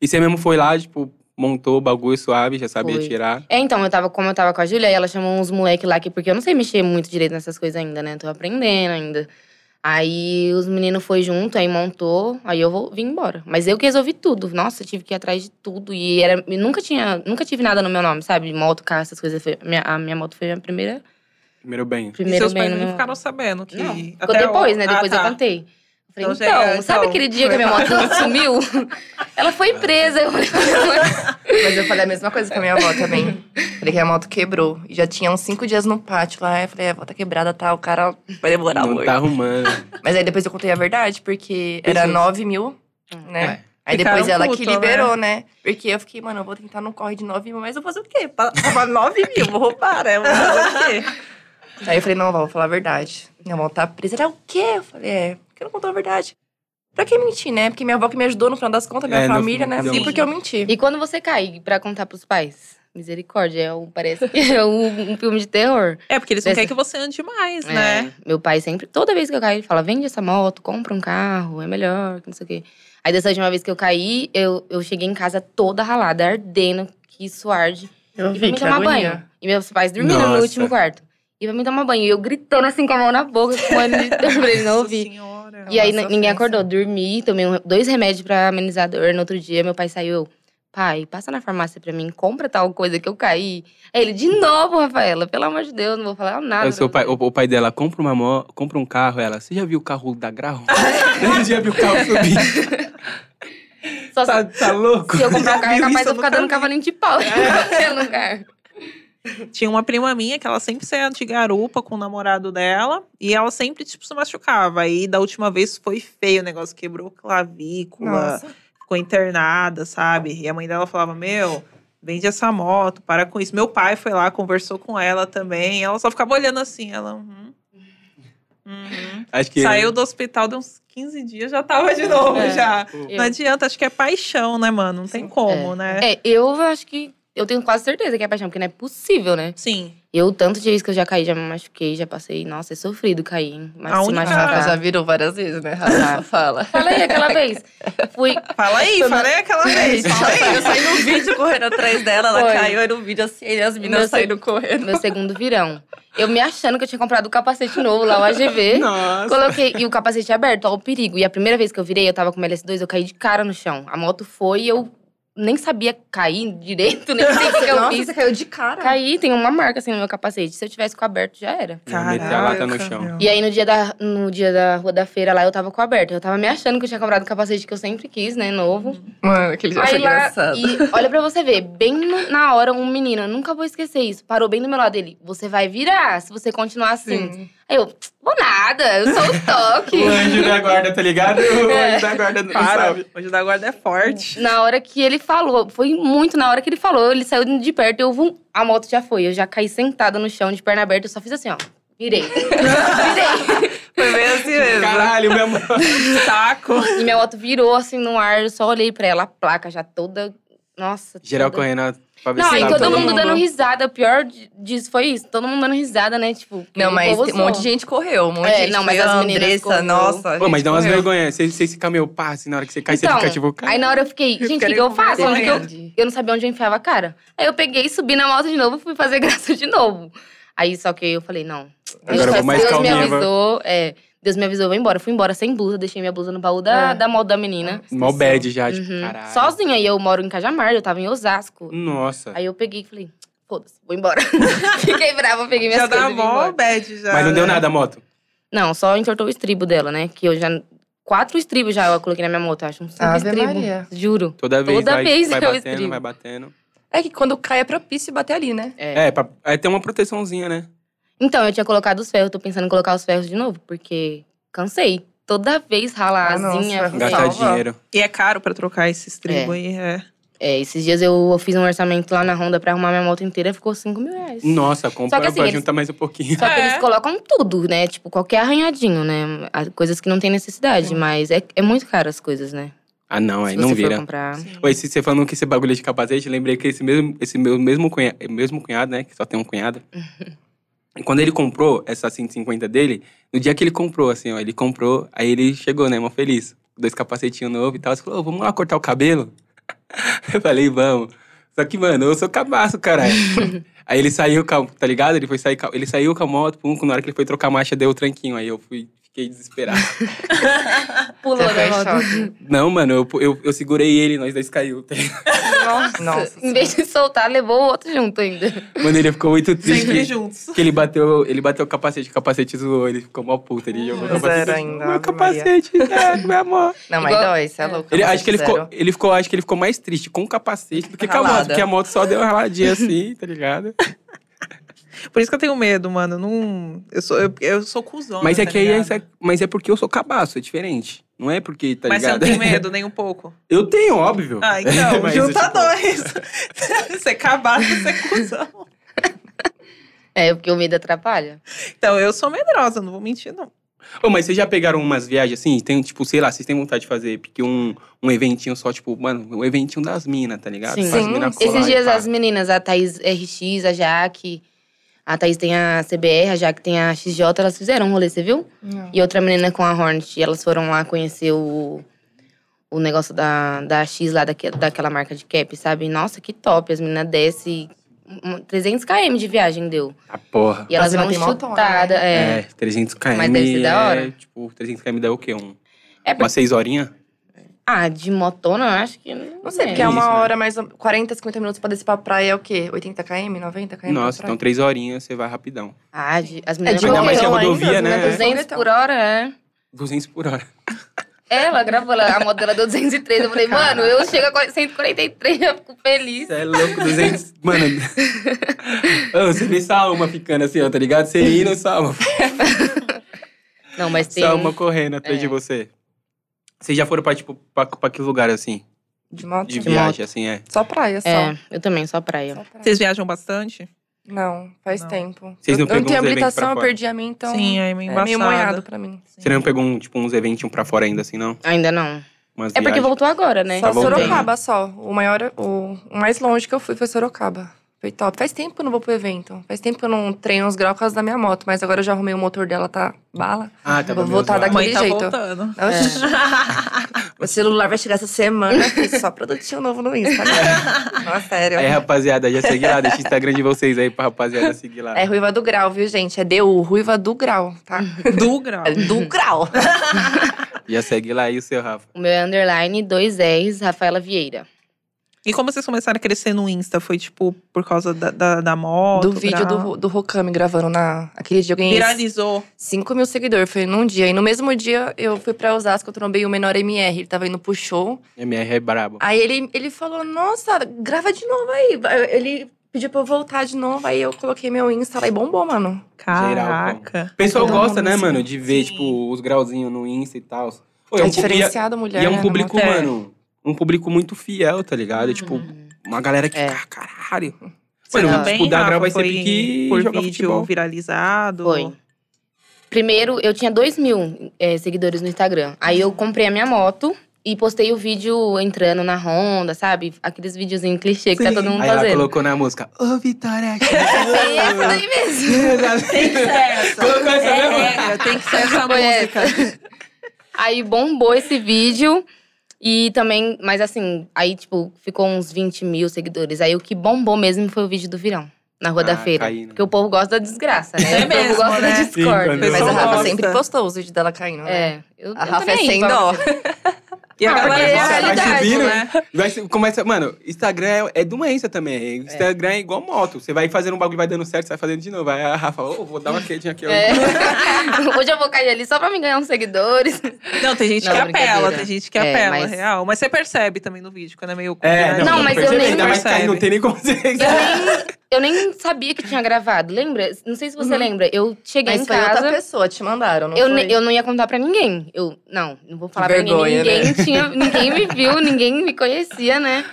E você mesmo foi lá, tipo, montou o bagulho suave, já sabia
Foi.
tirar.
É, então, eu tava, como eu tava com a Júlia, aí ela chamou uns moleques lá, que, porque eu não sei mexer muito direito nessas coisas ainda, né? Tô aprendendo ainda. Aí os meninos foi junto, aí montou, aí eu vou, vim embora. Mas eu que resolvi tudo. Nossa, eu tive que ir atrás de tudo. E era, e nunca tinha, nunca tive nada no meu nome, sabe? Moto, carro, essas coisas. Foi, minha, a minha moto foi a minha primeira,
Primeiro bem.
E
primeiro
seus
bem
pais
no
nem
meu
ficaram sabendo que.
Não, Ficou
até
depois,
o-
né? Depois
Ah, tá.
eu cantei. Eu Falei,
Então,
então,
chega,
sabe
então,
aquele dia que a minha
foi
moto sumiu? Ela foi presa. Eu falei,
Mas eu falei a mesma coisa com a minha avó também. Falei que a moto quebrou. E já tinha uns cinco dias no pátio lá. Eu falei, a avó tá quebrada, tá? O cara vai demorar
Não
muito.
tá arrumando.
Mas aí depois eu contei a verdade, porque
Pois
era
é.
9 mil, né? Aí depois
Ficaram
ela que
puto,
liberou, né? Porque eu fiquei, mano, eu vou tentar no corre de 9 mil, mas eu vou fazer o quê? Pa- Tava 9 mil, vou roubar, né? Vou fazer o quê? Aí eu falei, não, vó, vou falar a verdade. Minha avó tá presa. Era o quê? Eu falei, é, porque não contou a verdade. Pra que mentir, né? Porque minha avó que me ajudou no final das contas, minha
É, no
família,
final
né?
deu
E
um-
porque eu menti.
E quando você cai pra contar pros pais? Misericórdia, é um, parece que é um, um filme de terror.
É, porque eles não
Dessa-
querem que você ande mais,
É,
né?
meu pai sempre, toda vez que eu caio, ele fala: vende essa moto, compra um carro, é melhor, que não sei o quê. Aí dessa última vez que eu caí, eu, eu cheguei em casa toda ralada, ardendo, que isso arde.
Eu
E pra me tomar banho. E meus pais dormindo
Nossa.
no último quarto. E pra me tomar banho. E eu gritando assim com a mão na boca, com a de terror, pra ele não
Nossa
ouvir.
senhora.
E aí
Nossa,
n- ninguém
ofensa.
acordou, dormi, tomei um- dois remédios pra amenizar a dor. No outro dia, meu pai saiu. eu, Pai, passa na farmácia pra mim, compra tal coisa que eu caí. Aí ele, de novo, Rafaela, pelo amor de Deus, não vou falar nada.
Aí é o, seu
pra
pai,
você."
o, o pai dela compra, uma mo- compra um carro, ela. Você já viu o carro da Grau? Você já viu o carro subir?
Só
Tá,
se,
tá louco? tá
se eu comprar
Já
um carro, é
viu
capaz
isso?
de eu ficar dando
nunca
cavalinho de pau
É.
em qualquer lugar.
Tinha uma prima minha que ela sempre saía de garupa com o namorado dela e ela sempre, tipo, se machucava. Aí da última vez foi feio o negócio, quebrou clavícula,
Nossa.
ficou internada, sabe? E a mãe dela falava: Meu, vende essa moto, para com isso. Meu pai foi lá, conversou com ela também. Ela só ficava olhando assim, ela. Uhum. Uhum.
vi. Acho que
Saiu do hospital, deu uns 15 dias, já tava de novo,
É.
já.
Eu-
Não adianta, acho que é paixão, né, mano? Não tem como, né?
É, eu acho que. Eu tenho quase certeza que é paixão, porque não é possível, né?
Sim.
Eu, tanto de vez que eu já caí, já me machuquei, já passei. Nossa, é sofrido cair, hein? Mas
A
se
única-
machucar.
já virou várias vezes, né?
Já.
Fala.
Falei aquela vez. Fui,
Fala aí, falei aquela vez. Fala aí.
Eu saí no vídeo correndo atrás dela, ela
Foi.
caiu, aí no vídeo assim, e as meninas
Meu
saindo correndo.
meu segundo virão. Eu me achando que eu tinha comprado o capacete novo lá, o AGV.
Nossa.
Coloquei, e o capacete aberto, ó, o perigo. E a primeira vez que eu virei, eu tava com uma LS2, eu caí de cara no chão. A moto foi e eu nem sabia cair direito, nem sei o que que eu fiz.
caiu de cara.
Caí, tem uma marca assim no meu capacete. Se eu tivesse com o aberto, já era.
Meter a lata no chão.
meu.
E aí, no dia, da, no dia da rua da feira lá, eu tava com o aberto. Eu tava me achando que eu tinha comprado o capacete que eu sempre quis, né, novo.
Mano, aquele dia foi
Aí lá,
engraçado. assim.
e olha pra você ver, bem no- na hora, um menino, eu nunca vou esquecer isso, parou bem do meu lado dele. Você vai virar se você continuar assim. Aí eu, vou nada, eu sou o toque.
O anjo da guarda, tá ligado? O anjo da guarda não
Para,
sabe.
hoje da guarda é forte.
na hora que ele falou, foi muito na hora que ele falou, ele saiu de perto, eu vum, a moto já foi. Eu já caí sentada no chão, de perna aberta, eu só fiz assim, ó. Virei. Virei.
Foi bem assim
né?
Caralho, meu amor.
Saco.
E minha moto virou assim no ar, eu só olhei pra ela, a placa já toda. Nossa.
Geral
toda...
correndo pra ver
Tá Não,
se
aí
tá
todo,
todo
mundo
mundo.
dando risada. O pior di- disso foi isso. Todo mundo dando risada, né? Tipo,
Não,
o
mas
povo
um monte de
zoou.
gente correu, um monte
É,
de gente.
não, mas
foi,
as
a
meninas
Andressa,
correu.
nossa.
Pô, mas dá umas
correu.
vergonhas. Vocês vocês ficam meio pá, assim, na hora que você cai, você
Então,
fica tipo... cara,
Aí na hora eu fiquei, gente, o que, que eu faço? Onde que eu,
Entendi.
eu não sabia onde eu enfiava a cara. Aí eu peguei, subi na moto de novo, fui fazer graça de novo. Aí só que eu falei, não.
Agora eu vou mais
Deus me
calminha,
avisou, é, Deus me avisou, eu vou embora. Eu Fui embora sem blusa, deixei minha blusa no baú da,
É.
da moto da menina.
Mó bad já, tipo,
Uhum.
caralho.
Sozinha, e eu moro em Cajamar, eu tava em Osasco.
Nossa.
Aí eu peguei e falei, foda-se, vou embora. Fiquei brava, peguei minhas
Já
coisas
dá
e vim embora.
mó bad já.
Mas não deu
né?
nada a moto.
Não, só entortou o estribo dela, né? Que eu já. Quatro estribos já eu coloquei na minha moto, acho. Um cinco
Ave
estribo.
Maria.
Juro.
Toda vez,
Toda
vai,
vez
vai
eu
batendo,
estribo.
vai batendo.
É que quando cai é propício bater ali, né?
É.
É, pra, é ter uma proteçãozinha, né?
Então, eu tinha colocado os ferros, tô pensando em colocar os ferros de novo, porque cansei. Toda vez rala a
Ah, nossa,
asinha.
vai
ferro.
Gastar
Salva.
dinheiro.
E é caro pra trocar esse estribo aí. É.
É, esses dias eu, eu fiz um orçamento lá na Honda pra arrumar minha moto inteira, ficou 5 mil reais.
Nossa, compra
assim,
pra
eles-
juntar mais um pouquinho.
Só que
É.
eles colocam tudo, né? Tipo, qualquer arranhadinho, né? Há Coisas que não tem necessidade, mas é, é muito caro as coisas, né?
Ah, não, aí
Se
não
você for
vira.
comprar.
Oi, se você falando que esse bagulho é de capacete, eu lembrei que esse mesmo, esse meu mesmo cunhado, mesmo cunhado, né? Que só tem um cunhado. Quando ele comprou essa 150 dele, no dia que ele comprou, assim, ó, ele comprou, aí ele chegou, né, mó feliz. Dois capacetinhos novos e tal. Ele falou, "Ô, vamos lá cortar o cabelo? Eu falei, vamos. Só que, mano, eu sou cabaço, caralho. aí ele saiu, com a- tá ligado? Ele foi sair, com a- ele saiu com a moto, pum, na hora que ele foi trocar a marcha, deu o tranquinho. Aí eu fui, fiquei desesperado.
Pulou
Você foi
da
em
moto.
choque.
Não, mano, eu, eu, eu segurei ele, nós dois caiu. tá ligado?
Nossa. Hum.
Em vez de soltar, levou o outro junto ainda.
Mano, ele ficou muito triste.
Sempre
que-
juntos.
Que ele bateu, ele bateu o capacete, o capacete zoou, ele ficou mó puta, ele jogou o
Zero
capacete.
ainda,
meu
Ave Maria.
capacete, zero, meu amor.
Não, mas
Igual-
dói, você é louco.
Ele,
não
acho que ele
zero.
ficou, ele ficou, acho que ele ficou mais triste com o capacete do que com a moto,
Ralada.
porque a moto só deu uma raladinha assim, tá ligado?
Por isso que eu tenho medo, mano. Não, eu sou, eu, eu sou cuzona.
mas é
tá
que aí,
ligado?
é, mas é porque eu sou cabaço, é diferente. Não é porque, tá
Mas você não
ligado?
tem medo nem um pouco.
Eu tenho, óbvio.
Ah, então,
Mas,
junta
tipo,
dois. você é cabaço, você é cuzão.
É, porque o medo atrapalha.
Então, eu sou medrosa, não vou mentir, não.
Ô, mas vocês já pegaram umas viagens assim? Tem, tipo, sei lá, vocês têm vontade de fazer porque um, um eventinho só, tipo, mano, um eventinho das minas, tá ligado?
Sim.
Faz
Sim,
mina colar
Esses
e
dias
pá.
as meninas, a Thaís RX, a Jaque, a Thaís tem a CBR, a Jaque tem a XJ, elas fizeram um rolê, você viu?
Não.
E outra menina com a Hornet, e elas foram lá conhecer o, o negócio da, da X lá, daque, daquela marca de cap, sabe? Nossa, que top, as meninas descem, um- 300 km de viagem deu.
Ah, porra.
E elas
Mas
vão
ela tem Tá motona, né?
chutada, é.
É, 300 km.
Mas deve ser da
É,
hora.
tipo, 300 km dá o quê? Um,
É
umas 6 horinhas?
Ah, de motona, eu acho que...
Não sei, porque
É
é
isso,
uma
né?
hora mais. ou- 40, 50 minutos pra descer pra praia é o quê? 80 km, 90 km?
Nossa,
pra praia?
então 3 horinhas você vai rapidão.
Ah, de, as
É
meninas...
de
Ainda mais se é
foguetão ainda,
rodovia,
as
né?
meninas de
200
foguetão.
por hora, é.
200 por hora.
Ela gravou, ela, a modelo deu 203. Eu falei, mano, eu chego a 40 143, eu fico feliz.
Você é louco, 200. Mano. Ô, você vê só uma ficando assim, ó, tá ligado? Você indo, só uma,
Não, mas tem.
só uma correndo atrás
É.
de você. Vocês já foram pra, tipo, pra, pra que lugar assim?
De moto?
De, viagem, assim, é.
Só praia, só.
É, eu também, só praia.
Só praia.
Vocês viajam bastante?
Não, faz
Não.
tempo.
Vocês não
eu, eu
pegam
não tenho
uns eventos pra
habilitação, eu
fora?
perdi a minha, então.
Sim, aí meio
é meio
embaçado.
moiado pra mim.
Você não pegou, um, tipo, uns eventinhos pra fora ainda, assim, não?
Ainda não.
Umas
É porque
viagens.
voltou agora, né?
Tá
Só
voltando.
Sorocaba, só. O maior, o o mais longe que eu fui foi Sorocaba. Foi top. Faz tempo que eu não vou pro evento. Faz tempo que eu não treino os graus por causa da minha moto. Mas agora eu já arrumei o motor dela, tá bala.
Ah, tá
Vou
bom.
voltar
A
daquele
mãe tá
jeito.
voltando.
Oxi. É. O celular vai chegar essa semana. fiz Só produtinho novo no Insta, né? Não, é sério.
Aí, rapaziada, já segue lá, deixa o Instagram de vocês aí pra rapaziada seguir lá.
É Ruiva do Grau, viu, gente? É DU, Ruiva do Grau, tá?
Do grau.
É do Grau.
Já segue lá aí o seu Rafa.
O meu é underline 210, Rafaela Vieira.
E como vocês começaram a crescer no Insta? Foi, tipo, por causa da, da, da moto?
do vídeo
grau?
do, do Rokami gravando na. Aquele dia eu ganhei
Viralizou.
5 mil seguidores. Foi num dia. E no mesmo dia eu fui pra Osasco, eu trombei o menor MR. Ele tava indo pro show.
MR é brabo.
Aí ele, ele falou: Nossa, grava de novo aí. Ele pediu pra eu voltar de novo. Aí eu coloquei meu Insta lá e bombou, mano.
Geral,
Caraca.
O pessoal
Então,
Todo
gosta,
mundo
né,
se-
mano, de ver,
Sim.
tipo, os grauzinhos no Insta e tal. Pô,
É,
um pu-
diferenciado,
E é,
mulher.
e é
né,
um
na
público,
moto. É.
mano, um público muito fiel, tá ligado? É, Tipo, uma galera que,
É.
ah, caralho.
Você
Mano,
também,
tipo, o da
Rafa,
grau vai ser
foi
pique
por
jogar
vídeo
futebol.
viralizado.
Foi. Primeiro, eu tinha 2 mil é, seguidores no Instagram. Aí eu comprei a minha moto e postei o vídeo entrando na Honda, sabe? Aqueles videozinhos clichê que tá todo mundo
Aí ela
fazendo.
colocou na música, ô, Vitória.
Tem essa daí mesmo.
Tem que ser essa.
Colocou essa
É
mesmo?
regra, tem que ser essa
Foi
música.
Aí bombou esse vídeo. E também, mas assim, aí, tipo, ficou uns 20 mil seguidores. Aí o que bombou mesmo foi o vídeo do Virão, na Rua
Ah,
da Feira.
caí, né?
Porque o povo gosta da desgraça, né?
É
o
mesmo,
povo gosta
né?
da
Sim,
discórdia.
quando-
é? Mas a
Pessoal
Rafa
gosta.
sempre postou os vídeos dela caindo, né?
É, eu,
A
eu
Rafa é
também então.
sem
gosto.
dó.
E a
Ah,
galera
mas é a
gosta, vai
realidade,
subindo,
né? Vai ser- começa, mano, Instagram é, é doença também. Instagram é. igual moto. Você vai fazendo um bagulho, vai dando certo, você vai fazendo de novo. Aí a Rafa, ô, vou dar uma quedinha aqui. ó.
É. Hoje eu vou cair ali só pra me ganhar uns seguidores.
Não, tem gente
Não,
que apela,
brincadeira.
tem gente que
É,
apela,
mas-
real. Mas você percebe também no vídeo, quando é meio...
É,
Não,
tô
mas eu
percebendo,
nem-
ainda mais que aí não tem nem como você...
Eu nem sabia que tinha gravado, lembra? Não sei se você lembra. Eu cheguei
Uhum. Mas
em
foi outra
casa.
pessoa, te mandaram, não
Eu,
foi?
ne- eu não ia contar pra ninguém. Eu, não, não vou falar pra
vergonha,
ninguém. Ninguém, tinha, ninguém me viu, ninguém me conhecia, né?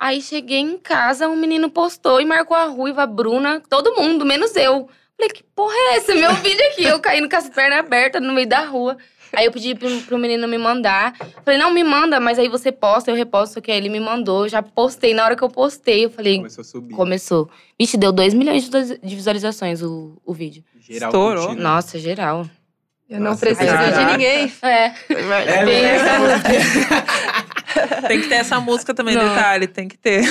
Aí cheguei em casa, um menino postou e marcou a Ruiva, a Bruna, todo mundo, menos eu. Falei, que porra é essa? Meu vídeo aqui, eu caindo com as pernas abertas no meio da rua. Aí eu pedi pro, pro menino me mandar. Falei, não, me manda, mas aí você posta, eu reposto o que ele me mandou. Já postei, na hora que eu postei, eu falei,
Começou a subir.
começou. Vixe, deu 2 milhões de visualiza- de visualizações o, o vídeo.
Geral
Estourou.
curtindo.
Nossa, geral.
Eu não
Nossa,
preciso de
caraca.
ninguém.
É.
É,
Bem-
Tem que ter essa música também,
Não.
detalhe, tem que ter.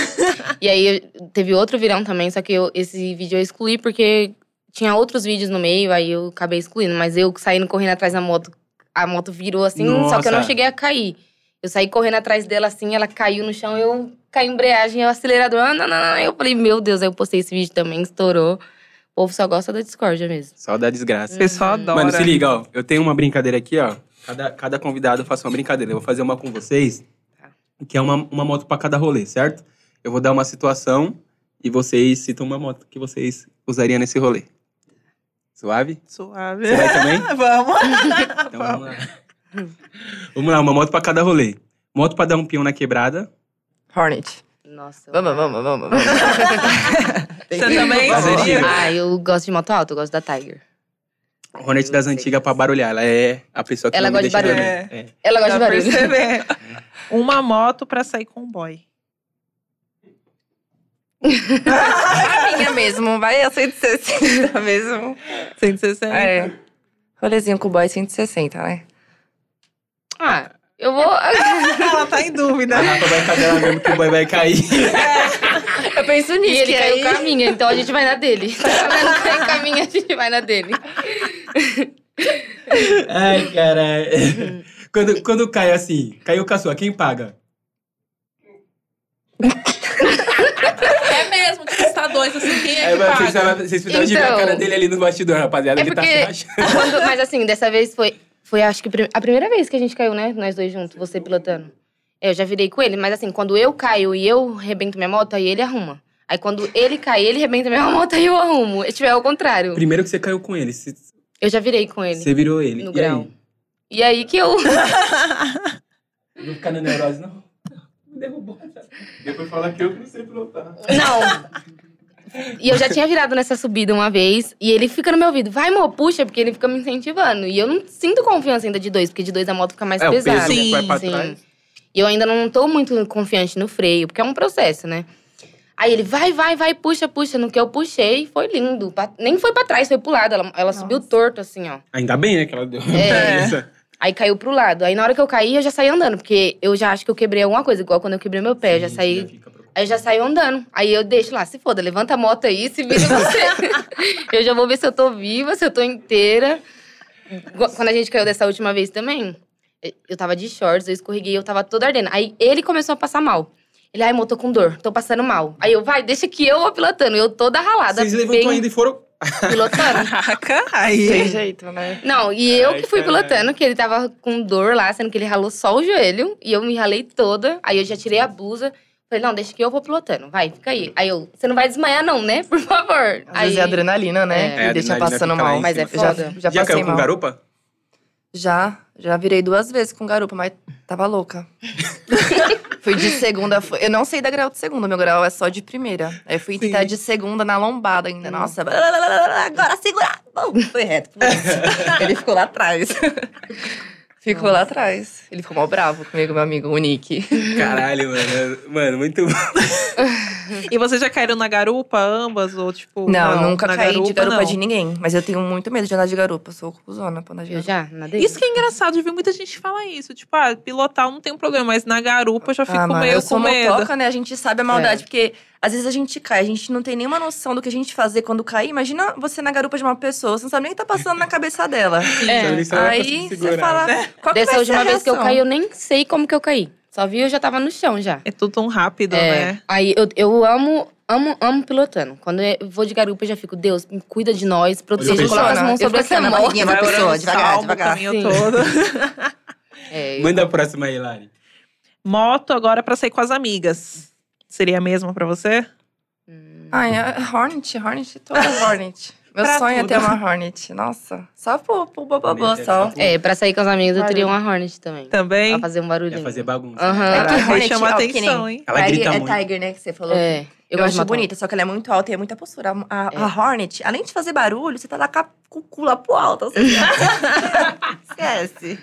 E aí eu- teve outro virão também, só que eu- esse vídeo eu excluí porque tinha outros vídeos no meio, aí eu acabei excluindo. Mas eu saindo correndo atrás da moto, a moto virou assim, só que eu não
Nossa.
cheguei a cair. Eu saí correndo atrás dela assim, ela caiu no chão, eu caí em embreagem, eu acelerador, ah, não, não, não. Eu falei, meu Deus, aí eu postei esse vídeo também, estourou. O povo só gosta da discórdia mesmo.
Só da desgraça.
O pessoal adora.
Mano, se liga, ó. Eu tenho uma brincadeira aqui, ó. Cada, cada convidado eu faço uma brincadeira. Eu vou fazer uma com vocês,
Tá.
que é uma, uma moto pra cada rolê, certo? Eu vou dar uma situação e vocês citam uma moto que vocês usariam nesse rolê. Suave?
Suave.
Você vai também?
Vamos.
Então vamos lá. vamos lá, uma moto pra cada rolê. Moto pra dar um peão na quebrada.
Hornet.
Nossa.
Vamos, vamos, vamos, vamos. Tem
Você
que-
também?
Vamos.
Seria?
Ah, eu gosto de moto alta, eu gosto da Tiger.
Hornet das antigas pra barulhar. Ela é a pessoa que
Ela
não me
gosta de
deixa
barulho.
dormir. É.
Ela gosta
Dá
de
pra
barulho.
perceber. Uma moto pra sair com um boy.
A minha mesmo, vai é a 160 mesmo.
160.
É. Rolezinho com o boy 160, né?
Ah, eu vou.
Ela tá em dúvida.
A Rafa vai cagar lá mesmo que o boy vai cair.
Eu penso
E ele
que
caiu
aí-
com a minha, então a gente vai na dele. Se ela caiu com a minha, a gente vai na dele.
Ai, caralho. quando, quando cai assim, caiu com a sua, quem paga?
É mesmo, tipo, está dois assim, quem é que
vai- vocês,
paga?
ela- vocês fizeram de ver a
Então.
cara dele ali no bastidor, rapaziada.
É
ele
porque-
tá se achando.
Quando- mas assim, dessa vez foi, foi acho que prim- a primeira vez que a gente caiu, né? Nós dois juntos, você pilotando. Eu já virei com ele, mas assim, quando eu caio e eu rebento minha moto, aí ele arruma. Aí quando ele cai, ele rebenta minha moto, aí eu arrumo. E, Tipo, é o contrário.
Primeiro que você caiu com ele, se-
Eu já virei com ele.
você virou ele.
No
e
grau.
aí?
E aí que eu.
Não ficar na neurose, não. Me derrubou.
Depois fala que eu que não sei pilotar.
Não. E eu já tinha virado nessa subida uma vez, e ele fica no meu ouvido, vai, amor, puxa, porque ele fica me incentivando. E eu não sinto confiança ainda de dois, porque de dois a moto fica mais
é, o
pesada.
peso
Sim,
vai pra
sim.
trás.
E eu ainda não tô muito confiante no freio, porque é um processo, né? Aí ele vai, vai, vai, puxa, puxa. No que eu puxei, foi lindo. Pa- Nem foi pra trás, foi pro lado. Ela, ela subiu torto, assim, ó.
Ainda bem, né, que ela deu.
É. Aí caiu pro lado. Aí na hora que eu caí, eu já saí andando, porque eu já acho que eu quebrei alguma coisa, igual quando eu quebrei meu pé. é, eu já saí Aí eu já saio andando. Aí eu deixo lá, se foda, levanta a moto aí, se vira você. eu já vou ver se eu tô viva, se eu tô inteira. Gu- Quando a gente caiu dessa última vez também, eh, eu tava de shorts, eu escorreguei, eu tava toda ardendo. Aí ele começou a passar mal. Ele, ai, amor, tô com dor, tô passando mal. Aí eu, vai, deixa que eu vou pilotando. Eu toda ralada.
Vocês levantou
bem
ainda e foram.
Pilotando.
Caraca, aí.
Tem jeito, né?
Não, e eu que fui
caralho.
pilotando, que ele tava com dor lá, sendo que ele ralou só o joelho. E eu me ralei toda. Aí eu já tirei a blusa. Falei, não, deixa que eu vou pilotando. Vai, fica aí. Aí eu, você não vai desmaiar não, né? Por favor.
Às
Aí,
vezes é adrenalina, né?
É.
que
É, a
deixa
adrenalina
passando
fica lá
mal.
em
Mas é
Eu já,
foda.
já
Já
passei
caiu com
mal.
garupa?
Já, já virei duas vezes com garupa, mas tava louca. fui de segunda. fui- Eu não sei dar grau de segunda, meu grau é só de primeira. Aí fui
Sim.
tentar de segunda na lombada
Hum.
ainda. Nossa, blá, blá, blá, blá, blá, agora segurar. Bom, foi reto. putz. Ele ficou lá atrás. Ficou lá atrás. Ele ficou mal bravo comigo, meu amigo, o Nick.
Caralho, mano. Mano, muito bom.
E vocês já caíram na garupa, ambas? Ou tipo.
Não, nunca
na
caí de garupa
não.
de ninguém. Mas eu tenho muito medo de andar de garupa. Sou cuzona pra andar de
Eu
garupa.
já, nadei.
Isso que é engraçado, eu vi muita gente falar isso. Tipo, ah, pilotar eu não tem um problema, mas na garupa eu já fico
Ah, mano,
meio
eu sou
com medo. É.
motoca, né? A gente sabe a maldade, porque às vezes a gente cai, a gente não tem nenhuma noção do que a gente fazer quando cair. Imagina você na garupa de uma pessoa, você não sabe nem o que tá passando na cabeça dela.
Sabe,
É.
isso ela vai conseguir
Aí você
segurar.
fala, qual que
Dessa
vai ser
última
a
vez que eu
reação?
caí, eu nem sei como que eu caí. Só vi, eu já tava no chão já.
É tudo tão rápido,
É,
né?
Aí eu, eu amo, amo, amo pilotando. Quando eu vou de garupa, eu já fico, Deus, me cuida de nós, proteja,
pensei.
coloca as
Eu
mãos
fico
sobre
assim,
essa
na
moto.
barriguinha da
Vai
pessoa,
orando
devagar,
salmo o
devagar.
caminho
Sim.
todo.
É,
Manda a próxima aí, Lari.
Moto agora pra sair com as amigas. Seria a mesma pra você?
Ai, a- Hornet, Hornet, toda Hornet. Meu
Pra
sonho é ter
tudo.
uma Hornet. Nossa, só pro, pro bababô,
Meu
só.
Deus.
É, pra sair com os amigos eu teria
Barulho.
uma Hornet também. Pra
Também.
fazer um barulhinho.
Ia fazer bagunça.
Aham. tá
É que
Vai
Hornet,
chamar
ó, que nem-
atenção, hein?
Ela
Tiger-
grita
é
muito.
Tiger, né, que você falou.
É, eu,
Eu,
gosto
acho
de É.
bonita, só que ela é muito alta e é muita postura. A, a- a Hornet, além de fazer barulho, você tá lá com a cucula pro alto. Assim. Esquece.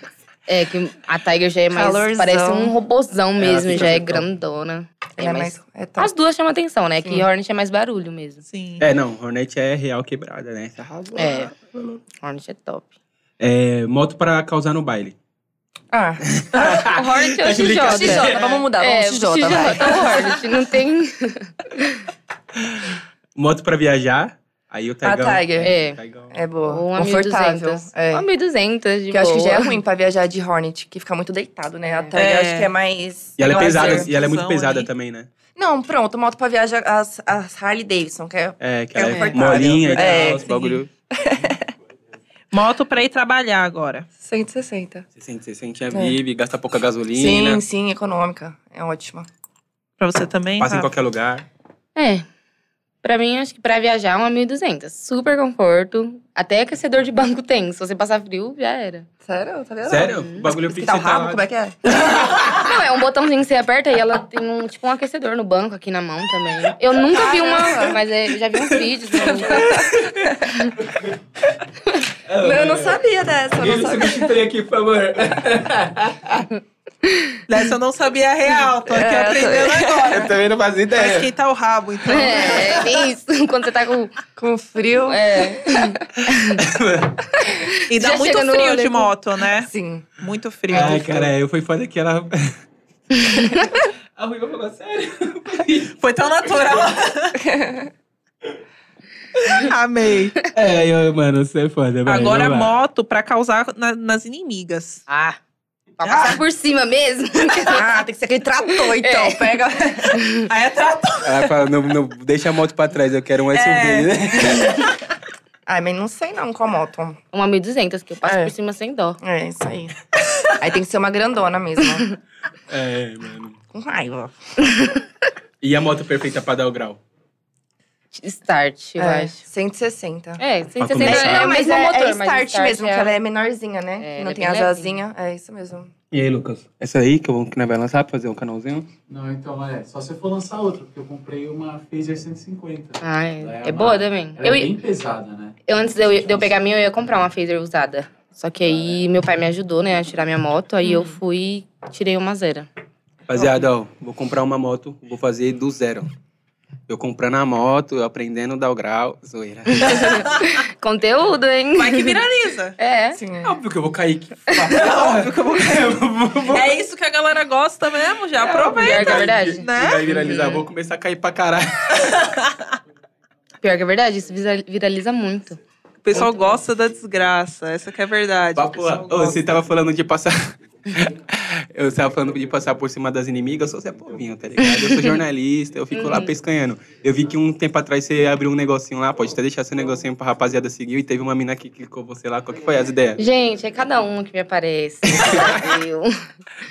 É, que a Tiger já é mais.
Calorzão.
Parece um robozão
Ela
mesmo,
fica
já é
bonitona.
grandona. É,
Ela é
mais-
mais. É top.
As duas chamam atenção, né? Que
Sim.
Hornet é mais barulho mesmo.
Sim.
É, não, Hornet é real quebrada, né? Você arrasou.
É. Hornet é top.
É, moto pra causar no baile.
Ah,
O Hornet é
Tá
o
explicado.
XJ.
XJ, vamos mudar,
É,
vamos XJ, vai.
é o Hornet. Não tem.
Moto pra viajar, aí o
A
Taigão.
Ah, Tiger.
É.
Taigão.
É boa.
Ou uma
confortável.
1200.
É.
Uma 1200 de
Que eu acho que já é
boa.
ruim pra viajar de Hornet, que fica muito deitado, né? A Tiger
É.
eu acho que é mais.
E ela é
Lazer,
pesada, e ela é muito
fusão
pesada
ali.
também, né?
Não, pronto, moto pra viajar as, as Harley Davidson, que é.
É, que
É
ela é,
confortável.
molinha e
É,
tal, os
sim.
bagulho.
Moto pra ir trabalhar agora.
160.
Você sente, você sente a vibe, gasta pouca gasolina,
Sim, sim, econômica. É ótima.
Pra você também?
tá.
passa em
Rafa?
qualquer lugar.
um
É. Pra mim, acho que pra viajar é uma 1200. Super conforto. Até aquecedor de banco tem. Se você passar frio, já era.
Sério? Tá vendo?
Sério? tá O bagulho fica
Esquentar o rabo, como é que é?
Não, é um botãozinho que você aperta e ela tem um, tipo um aquecedor no banco aqui na mão também. Eu nunca vi uma,
Caramba.
mas é, eu já vi uns vídeos. né?
Não, eu
É.
não sabia dessa, eu não sabia.
substitui aqui, por favor.
Dessa eu não sabia a real, tô aqui
É, eu
aprendendo
Eu
tá?
agora.
também não fazia
Pra
ideia.
esquentar o rabo, então.
É, é isso. Quando você tá com.
Com frio.
É.
E dá
Já
muito
chega no
frio
rolê
de
com-
moto, né?
Sim.
Muito frio.
Ai, cara, eu fui foda que ela. A Ruiva falou, sério?
Foi tão natural. Amei.
É, eu, mano, você é foda. vai,
Agora
vamos lá.
moto pra causar na- nas inimigas.
Ah. Pra passar por cima mesmo.
Ah, tem que ser aquele trator, então.
É.
Pega.
Aí é trator.
Ela fala, não, não, deixa a moto pra trás, eu quero um SUV,
É.
né?
Ai, mas não sei não com a moto.
Uma 1200, que eu passo
É.
por cima sem dó.
É, isso aí. Aí tem que ser uma grandona mesmo.
É, mano.
Com raiva.
E a moto perfeita pra dar o grau?
Start, eu
é,
acho.
160.
É, 160
começar.
é,
É,
o
mas
mesmo
é,
motor,
é
mas
start, mesmo,
é-
que ela é menorzinha, né?
É, ela
não
é
tem
bem
as
levinha.
asinhas. É isso mesmo.
E aí, Lucas? Essa aí que, eu, que nós vai lançar pra fazer um canalzinho?
Não, então é. Só se eu for lançar outra, porque eu comprei uma Phaser 150.
Ah,
Ela
é, é
uma-
boa também.
Ela
Eu,
é bem pesada, né?
eu, antes de eu, de eu pegar a minha, eu ia comprar uma Phaser usada. Só que
É.
aí meu pai me ajudou, né, a tirar minha moto. Aí eu fui e tirei uma zero.
Rapaziada, ó, vou comprar uma moto, vou fazer do zero. Eu comprando a moto, eu aprendendo a dar o grau, zoeira.
Conteúdo, hein?
Vai que viraliza.
É.
Sim, é.
Óbvio que eu vou cair. É Óbvio que eu vou cair.
É isso que a galera gosta mesmo, já aproveita.
Pior que é verdade.
Né?
Vai viralizar, vou começar a cair pra caralho.
Pior que é verdade, isso vira- viraliza muito.
O pessoal gosta da desgraça, essa que é a verdade. O
Papo,
pessoal
ô,
gosta.
você tava
né?
falando de passar. eu tava falando de passar por cima das inimigas, eu sou Zé Povinho, tá ligado? Eu sou jornalista, eu fico lá
Uhum.
pescanhando. Eu vi que um tempo atrás você abriu um negocinho lá, pode até deixar seu negocinho pra rapaziada seguir, e teve uma mina que clicou você lá. Qual que foi as ideias?
Gente, é cada um que me aparece. eu.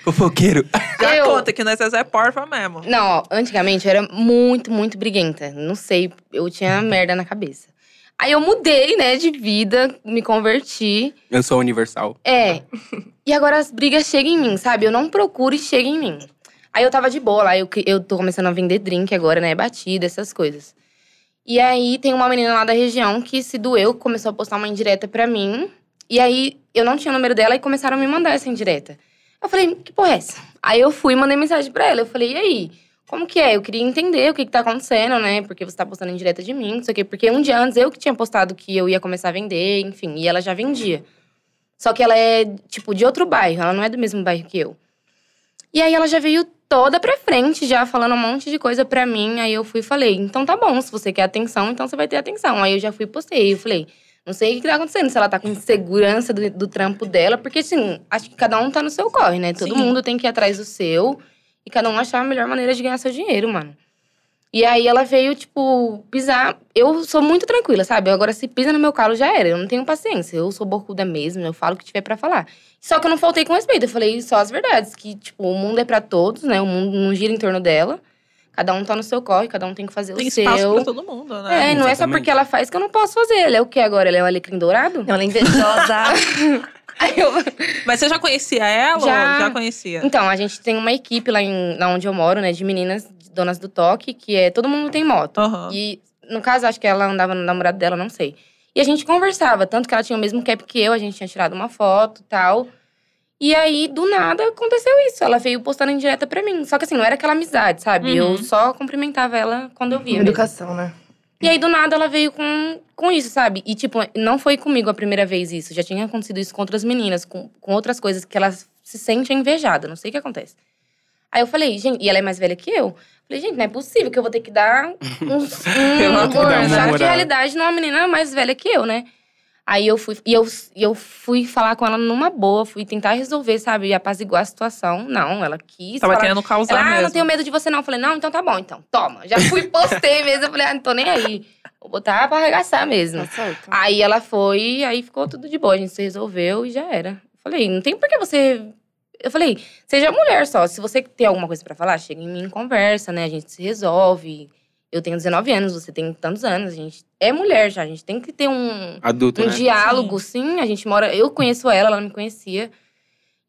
Fofoqueiro.
Já
eu-
conta que nós é Zé Porfa mesmo.
Não, ó, antigamente eu era muito, muito briguenta. Não sei, eu tinha merda na cabeça. Aí eu mudei, né, de vida, me converti.
Eu sou universal.
É. E agora as brigas chegam em mim, sabe? Eu não procuro e chega em mim. Aí eu tava de boa lá, eu, que- eu tô começando a vender drink agora, né? Batida, essas coisas. E aí tem uma menina lá da região que se doeu, começou a postar uma indireta pra mim. E aí eu não tinha o número dela e começaram a me mandar essa indireta. Eu falei, que porra é essa? Aí eu fui e mandei mensagem pra ela. Eu falei, e aí? Como que é? Eu queria entender o que, que tá acontecendo, né? Porque você tá postando indireta de mim, não sei o quê. Porque um dia antes eu que tinha postado que eu ia começar a vender, enfim, e ela já vendia. Só que ela é, tipo, de outro bairro, ela não é do mesmo bairro que eu. E aí ela já veio toda pra frente, já falando um monte de coisa pra mim. Aí eu fui e falei: então tá bom, se você quer atenção, então você vai ter atenção. Aí eu já fui e postei. Eu falei: não sei o que que tá acontecendo, se ela tá com insegurança do, do trampo dela, porque assim, acho que cada um tá no seu corre, né? Todo
Sim.
mundo tem que ir atrás do seu e cada um achar a melhor maneira de ganhar seu dinheiro, mano. E aí ela veio, tipo, pisar. Eu sou muito tranquila, sabe? Agora, se pisa no meu calo, já era. Eu não tenho paciência. Eu sou bocuda mesmo, eu falo o que tiver pra falar. Só que eu não faltei com respeito. Eu falei só as verdades. Que, tipo, o mundo é pra todos, né? O mundo não gira em torno dela. Cada um tá no seu corre, cada um tem que fazer
Tem
o seu.
espaço pra todo mundo, né?
É, e não é só
Exatamente.
porque ela faz que eu não posso fazer. Ela é o que agora? Ela é o alecrim dourado?
Não, ela é invejosa.
Aí eu-
Mas você já conhecia ela
Já.
ou já conhecia?
Então, a gente tem uma equipe lá, em, lá onde eu moro, né? De meninas, de donas do toque, que é todo mundo tem moto.
Aham.
E, no caso, acho que ela andava no namorado dela, não sei. E a gente conversava, tanto que ela tinha o mesmo cap que eu, a gente tinha tirado uma foto e tal. E aí, do nada, aconteceu isso. Ela veio postando em direta pra mim. Só que assim, não era aquela amizade, sabe?
Uhum.
Eu só cumprimentava ela quando eu via. mesmo.
Educação, né?
E aí, do nada, ela veio com, com isso, sabe? E, tipo, não foi comigo a primeira vez isso. Já tinha acontecido isso com outras meninas, com, com outras coisas que ela se sente invejada. Não sei o que acontece. Aí eu falei, gente, e ela é mais velha que eu. Falei, gente, não é possível que eu vou ter que dar uns- um,
Pelo
um,
amor, né?
chá de
Namorar.
realidade numa menina mais velha que eu, né? Aí eu fui, e eu, e eu fui falar com ela numa boa, fui tentar resolver, sabe? E apaziguar a situação. Não, ela quis.
Tava
falar-
querendo causar
ela, ah,
mesmo.
não tenho medo de você não. Eu falei, não, então tá bom, então. Toma. Já fui, postei mesmo. Eu falei, ah, não tô nem aí. Vou botar pra arregaçar mesmo.
Tá certo.
Aí ela foi, aí ficou tudo de boa. A gente se resolveu e já era. Eu falei, não tem por que você... Eu falei, seja mulher só. Se você tem alguma coisa pra falar, chega em mim e conversa, né? A gente se resolve. Eu tenho 19 anos, você tem tantos anos. A gente é mulher já, a gente tem que ter um
Adulto,
um
né?
diálogo, sim. A gente mora. Eu conheço ela, ela não me conhecia.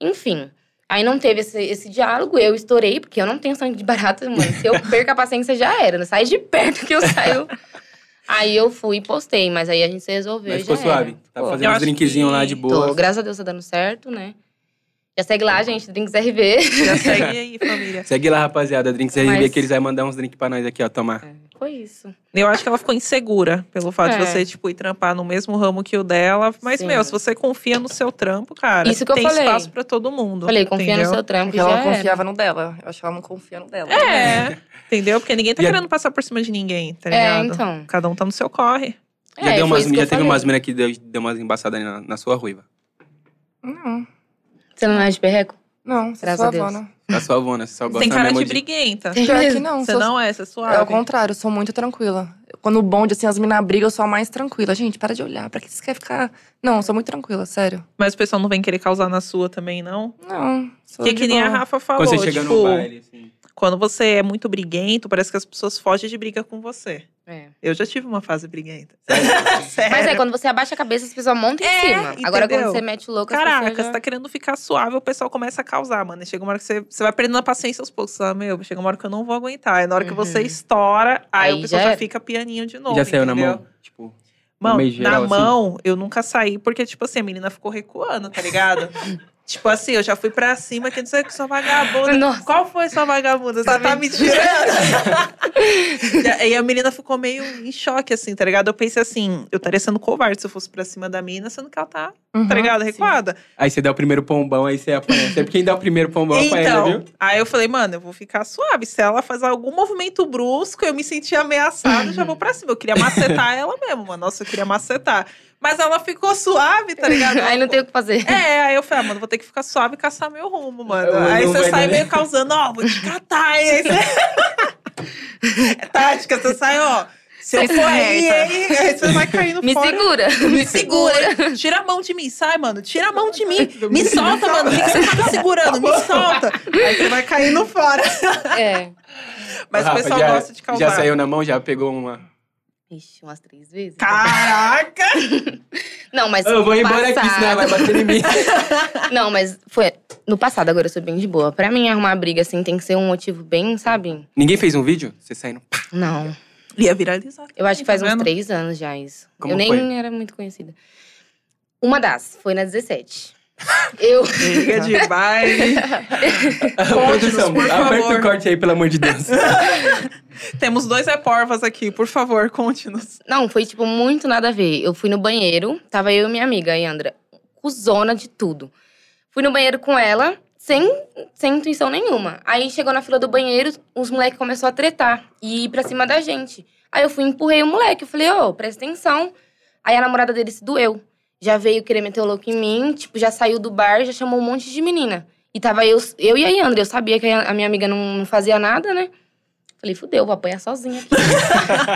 Enfim. Aí não teve esse, esse diálogo, eu estourei, porque eu não tenho sangue de barata, mano. Se eu perco a paciência, já era. Não sai de perto que eu saio. aí eu fui e postei, mas aí a gente se resolveu.
Mas
e
ficou
já era.
suave. Tá
Pô,
Eu
fazendo uns
acho
drinkzinhos
que
lá de
Tô,
boa.
graças a Deus tá dando certo, né? Já segue lá, gente, Drinks RV.
Já segue aí, família.
Segue lá, rapaziada. Drinks RB,
Mas- É.
que eles vão mandar uns drinks pra nós aqui, ó. Tomar.
Foi isso.
Eu acho que ela ficou insegura pelo fato de
É.
você, tipo, ir trampar no mesmo ramo que o dela. Mas,
Sim.
meu, se você confia no seu trampo, cara,
Isso que eu
tem
falei.
espaço pra todo mundo.
Falei, confia
entendeu?
no seu trampo,
Porque
já
ela
era.
confiava no dela. Eu acho que ela não confia no dela.
É, entendeu? Porque ninguém tá
E a-
querendo passar por cima de ninguém, tá
É,
ligado?
então.
Cada um tá no seu corre.
Já,
é,
deu
foi
umas,
isso que
já
eu
teve
falei.
umas minas que deu, deu umas embaçadas na, na sua ruiva.
Não,
Você não é de perreco?
não. Sou
Graças
sua
a Deus.
avó, né?
Na sua avó, né? Você só
Você
gosta
tem cara
mesmo
de briguenta.
Pior que não.
Você
sou-
não é, você é
É ao
suave.
contrário, eu sou muito tranquila. Quando o bonde, assim, as minas brigam, eu sou a mais tranquila. Gente, para de olhar. Pra que você quer ficar. Não, eu sou muito tranquila, sério.
Mas o pessoal não vem querer causar na sua também, não?
Não. Sou
Porque
de
que nem a
boa.
Rafa falou,
Quando você chega
tipo,
no baile, assim.
quando você é muito briguento, parece que as pessoas fogem de briga com você.
É.
Eu já tive uma fase briguenta.
Mas é,
Sério.
quando você abaixa a cabeça, as pessoas montam em
É,
cima. Agora,
entendeu?
quando você mete o louco, as
Caraca,
pessoas
você
já-
tá querendo ficar suave, o pessoal começa a causar, mano. E chega uma hora que você, você vai perdendo a paciência aos poucos. Você fala, meu, chega uma hora que eu não vou aguentar. E na hora que
Uhum.
você estoura, aí,
Aí
o pessoal
já
já,
era.
fica pianinho de
E
novo.
já saiu na
entendeu?
mão? Tipo,
Mano,
meio geral,
na
assim?
mão, eu nunca saí, porque, tipo assim, a menina ficou recuando, tá ligado? tipo assim, eu já fui pra cima, que não sei o que, sua vagabunda.
Nossa.
Qual foi sua vagabunda? Você tá me tirando? e a menina ficou meio em choque, assim, tá ligado? Eu pensei assim, eu estaria sendo covarde se eu fosse pra cima da menina, sendo que ela tá,
Uhum,
tá ligado?
sim.
Recuada.
aí você dá o primeiro pombão, aí você apanha. Sempre quem dá o primeiro pombão apanha,
Então,
viu?
aí eu falei, mano, eu vou ficar suave. Se ela faz algum movimento brusco, eu me senti ameaçada, eu já vou pra cima. Eu queria macetar ela mesmo, mano. Nossa, eu queria macetar. Mas ela ficou suave, tá ligado?
Aí não tem o que fazer.
É, aí eu falei, ah, mano, vou ter que ficar suave e caçar meu rumo, mano.
Eu
aí
não
você
vai
sai
dar, né?
meio causando, ó, vou te catar, hein? Aí você- é tática, você sai, ó. Se eu
Sai
for aí,
suelta.
hein? Aí você vai caindo
Me
fora.
segura.
Me segura. Tira a mão de mim. Sai, mano. Tira a mão de mim. Me solta, mano. O que que você tá me segurando? Me solta. Aí você vai caindo fora.
É.
Mas
Rafa,
o pessoal
já-
gosta de causar.
Já saiu na mão, já pegou uma.
Ixi, umas três vezes.
Tá. Caraca!
Não, mas.
eu vou
no
embora aqui, senão ela vai
passado-
bater em mim.
Não, mas foi. No passado, agora eu sou bem de boa. Pra mim, arrumar briga assim tem que ser um motivo bem, sabe?
Ninguém fez um vídeo? Você saindo.
Não.
Ia viralizar.
Eu acho que faz
Tá
uns
vendo?
três anos já isso.
Como
eu nem
foi?
era muito conhecida. Uma das, foi na 17. Eu.
Briga de baile.
Produção,
por
aperta
favor.
o corte aí, pelo amor de Deus.
Temos dois eporvas aqui. Por favor, conte-nos.
Não, foi tipo muito nada a ver. Eu fui no banheiro, tava eu e minha amiga, a Yandra, cuzona de tudo. Fui no banheiro com ela, sem, sem intuição nenhuma. Aí chegou na fila do banheiro, os moleques começaram a tretar e ir pra cima da gente. Aí eu fui e empurrei o moleque, eu falei, ô, presta atenção. Aí a namorada dele se doeu. Já veio querer meter o louco em mim, tipo, já saiu do bar, já chamou um monte de menina. E tava eu, eu e a Yandra, eu sabia que a minha amiga não, não fazia nada, né? Falei, fudeu, vou apanhar sozinha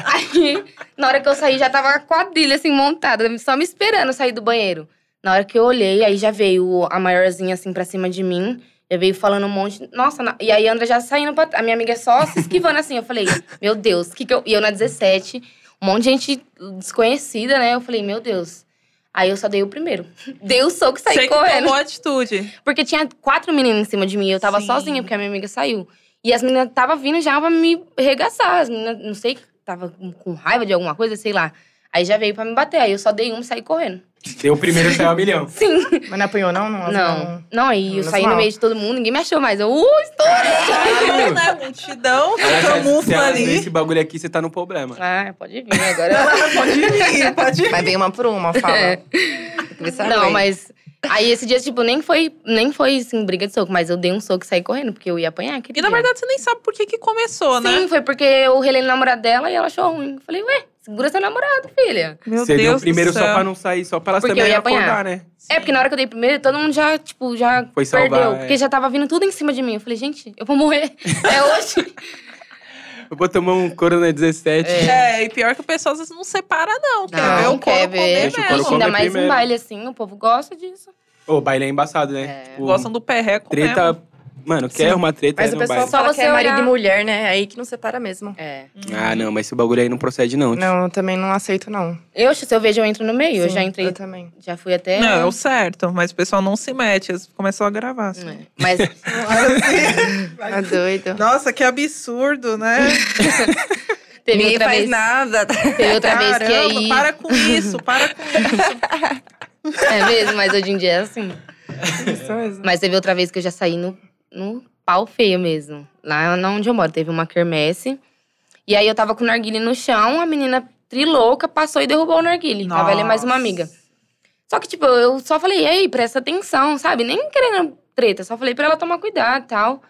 aqui. Aí, na hora que eu saí, já tava a quadrilha, assim, montada, só me esperando sair do banheiro. Na hora que eu olhei, aí já veio a maiorzinha, assim, pra cima de mim. Já veio falando um monte. Nossa, na- e aí a Andra já saindo pra. A minha amiga só se esquivando assim. Eu falei, meu Deus, que que eu. E eu na 17, um monte de gente desconhecida, né? Eu falei, meu Deus. Aí eu só dei o primeiro. Dei o soco e saí
Você que
correndo.
tomou atitude.
Porque tinha quatro meninas em cima de mim. Eu tava
Sim.
sozinha, porque a minha amiga saiu. E as meninas tava vindo já pra me regaçar. As meninas, não sei, tava com- com raiva de alguma coisa, sei lá. Aí já veio pra me bater. Aí eu só dei uma e saí correndo.
Deu o primeiro saiu um milhão.
Sim.
Mas não apanhou, não? Não.
Não. Não, aí eu
Menos
saí no
mal.
meio de todo mundo, ninguém me achou mais. Eu, uh,
Caralho, né? Multidão, todo mundo
se elas verem
Tá ali.
esse bagulho aqui, você tá no problema.
Ah, pode vir agora.
Pode vir, pode vir.
Mas vem uma por uma, fala.
É.
Tem que ver se
não,
aguenta.
mas. Aí esse dia, tipo, nem foi, nem foi assim, briga de soco, mas eu dei um soco e saí correndo, porque eu ia apanhar. aquele
E na
dia.
verdade você nem sabe por que que começou, né?
Sim, foi porque eu relei no namorado dela e ela achou ruim. Eu falei, ué, segura seu namorado, filha.
Meu
você deu o
do
primeiro
céu.
só pra não sair, só pra elas
Porque eu
também
ia apanhar.
acordar, né?
É, porque na hora que eu dei primeiro, todo mundo já, tipo, já
Foi salvar,
perdeu.
é.
Porque já tava vindo tudo em cima de mim. Eu falei, gente, eu vou morrer. É hoje.
Eu vou tomar um Corona 17.
É, e pior que o pessoal às vezes não separa, não. Quer
Não,
ver o
quer
couro
ver.
comer
Deixa o couro
mesmo.
comer.
Ainda mais
primeiro.
em baile, assim, o povo gosta disso.
Ô, baile é embaçado, né? Tipo,
Gostam do perreco
treta.
mesmo.
Mano, quer uma treta
Mas
é
o
no
pessoal
baile.
só
fala que
você
é marido
olhar.
e mulher, né? Aí que não separa mesmo.
É.
Ah, não, mas esse bagulho aí não procede, não. tio.
Não, eu também não aceito, não.
Eu, se eu vejo, eu entro no meio. eu
Sim,
já entrei,
Eu também.
já fui até.
Não, é o certo. Mas o pessoal não se mete. Eles começam a gravar. assim.
É. Mas
Tá
É.
doido.
Nossa, que absurdo, né?
teve
Ninguém
outra
faz
vez.
nada.
Teve outra vez que é
Caramba,
aí.
para com isso, para com isso.
É mesmo, mas hoje em dia é assim.
Isso mesmo.
Mas teve outra vez que eu já saí no, no pau feio mesmo. Lá na onde eu moro, teve uma quermesse. E aí eu tava com o narguile no chão, a menina trilouca passou e derrubou o narguile. Tava ali mais uma amiga. Só que, tipo, eu só falei, ei, presta atenção, sabe? Nem querendo treta, só falei pra ela tomar cuidado e tal.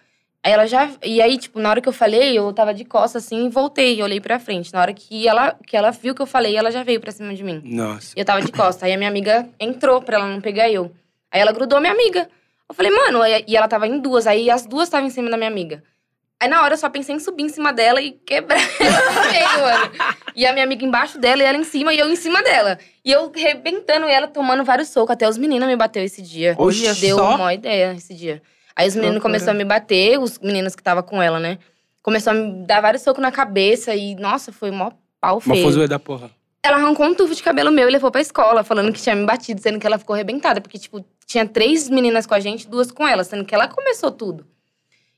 Aí ela já. E aí, tipo, na hora que eu falei, eu tava de costas assim e voltei, e olhei pra frente. Na hora que ela, que ela viu que eu falei, ela já veio pra cima de mim.
Nossa.
E eu tava de costa. Aí a minha amiga entrou pra ela não pegar eu. Aí ela grudou minha amiga. Eu falei, mano, aí- e ela tava em duas, aí as duas estavam em cima da minha amiga. Aí na hora eu só pensei em subir em cima dela e quebrar ela no meio, mano. E a minha amiga embaixo dela e ela em cima e eu em cima dela. E eu rebentando ela, tomando vários socos. Até os meninos me bateu esse dia.
Olha
Deu
só.
uma ideia esse dia. Aí os meninos
Loucura.
começaram a me bater, os meninos que tava com ela, né? Começou a me dar vários socos na cabeça e, nossa, foi mó pau
Uma
feio.
fozua da porra.
Ela arrancou um tufo de cabelo meu e levou pra escola, falando que tinha me batido, sendo que ela ficou arrebentada. Porque, tipo, tinha três meninas com a gente, duas com ela, sendo que ela começou tudo.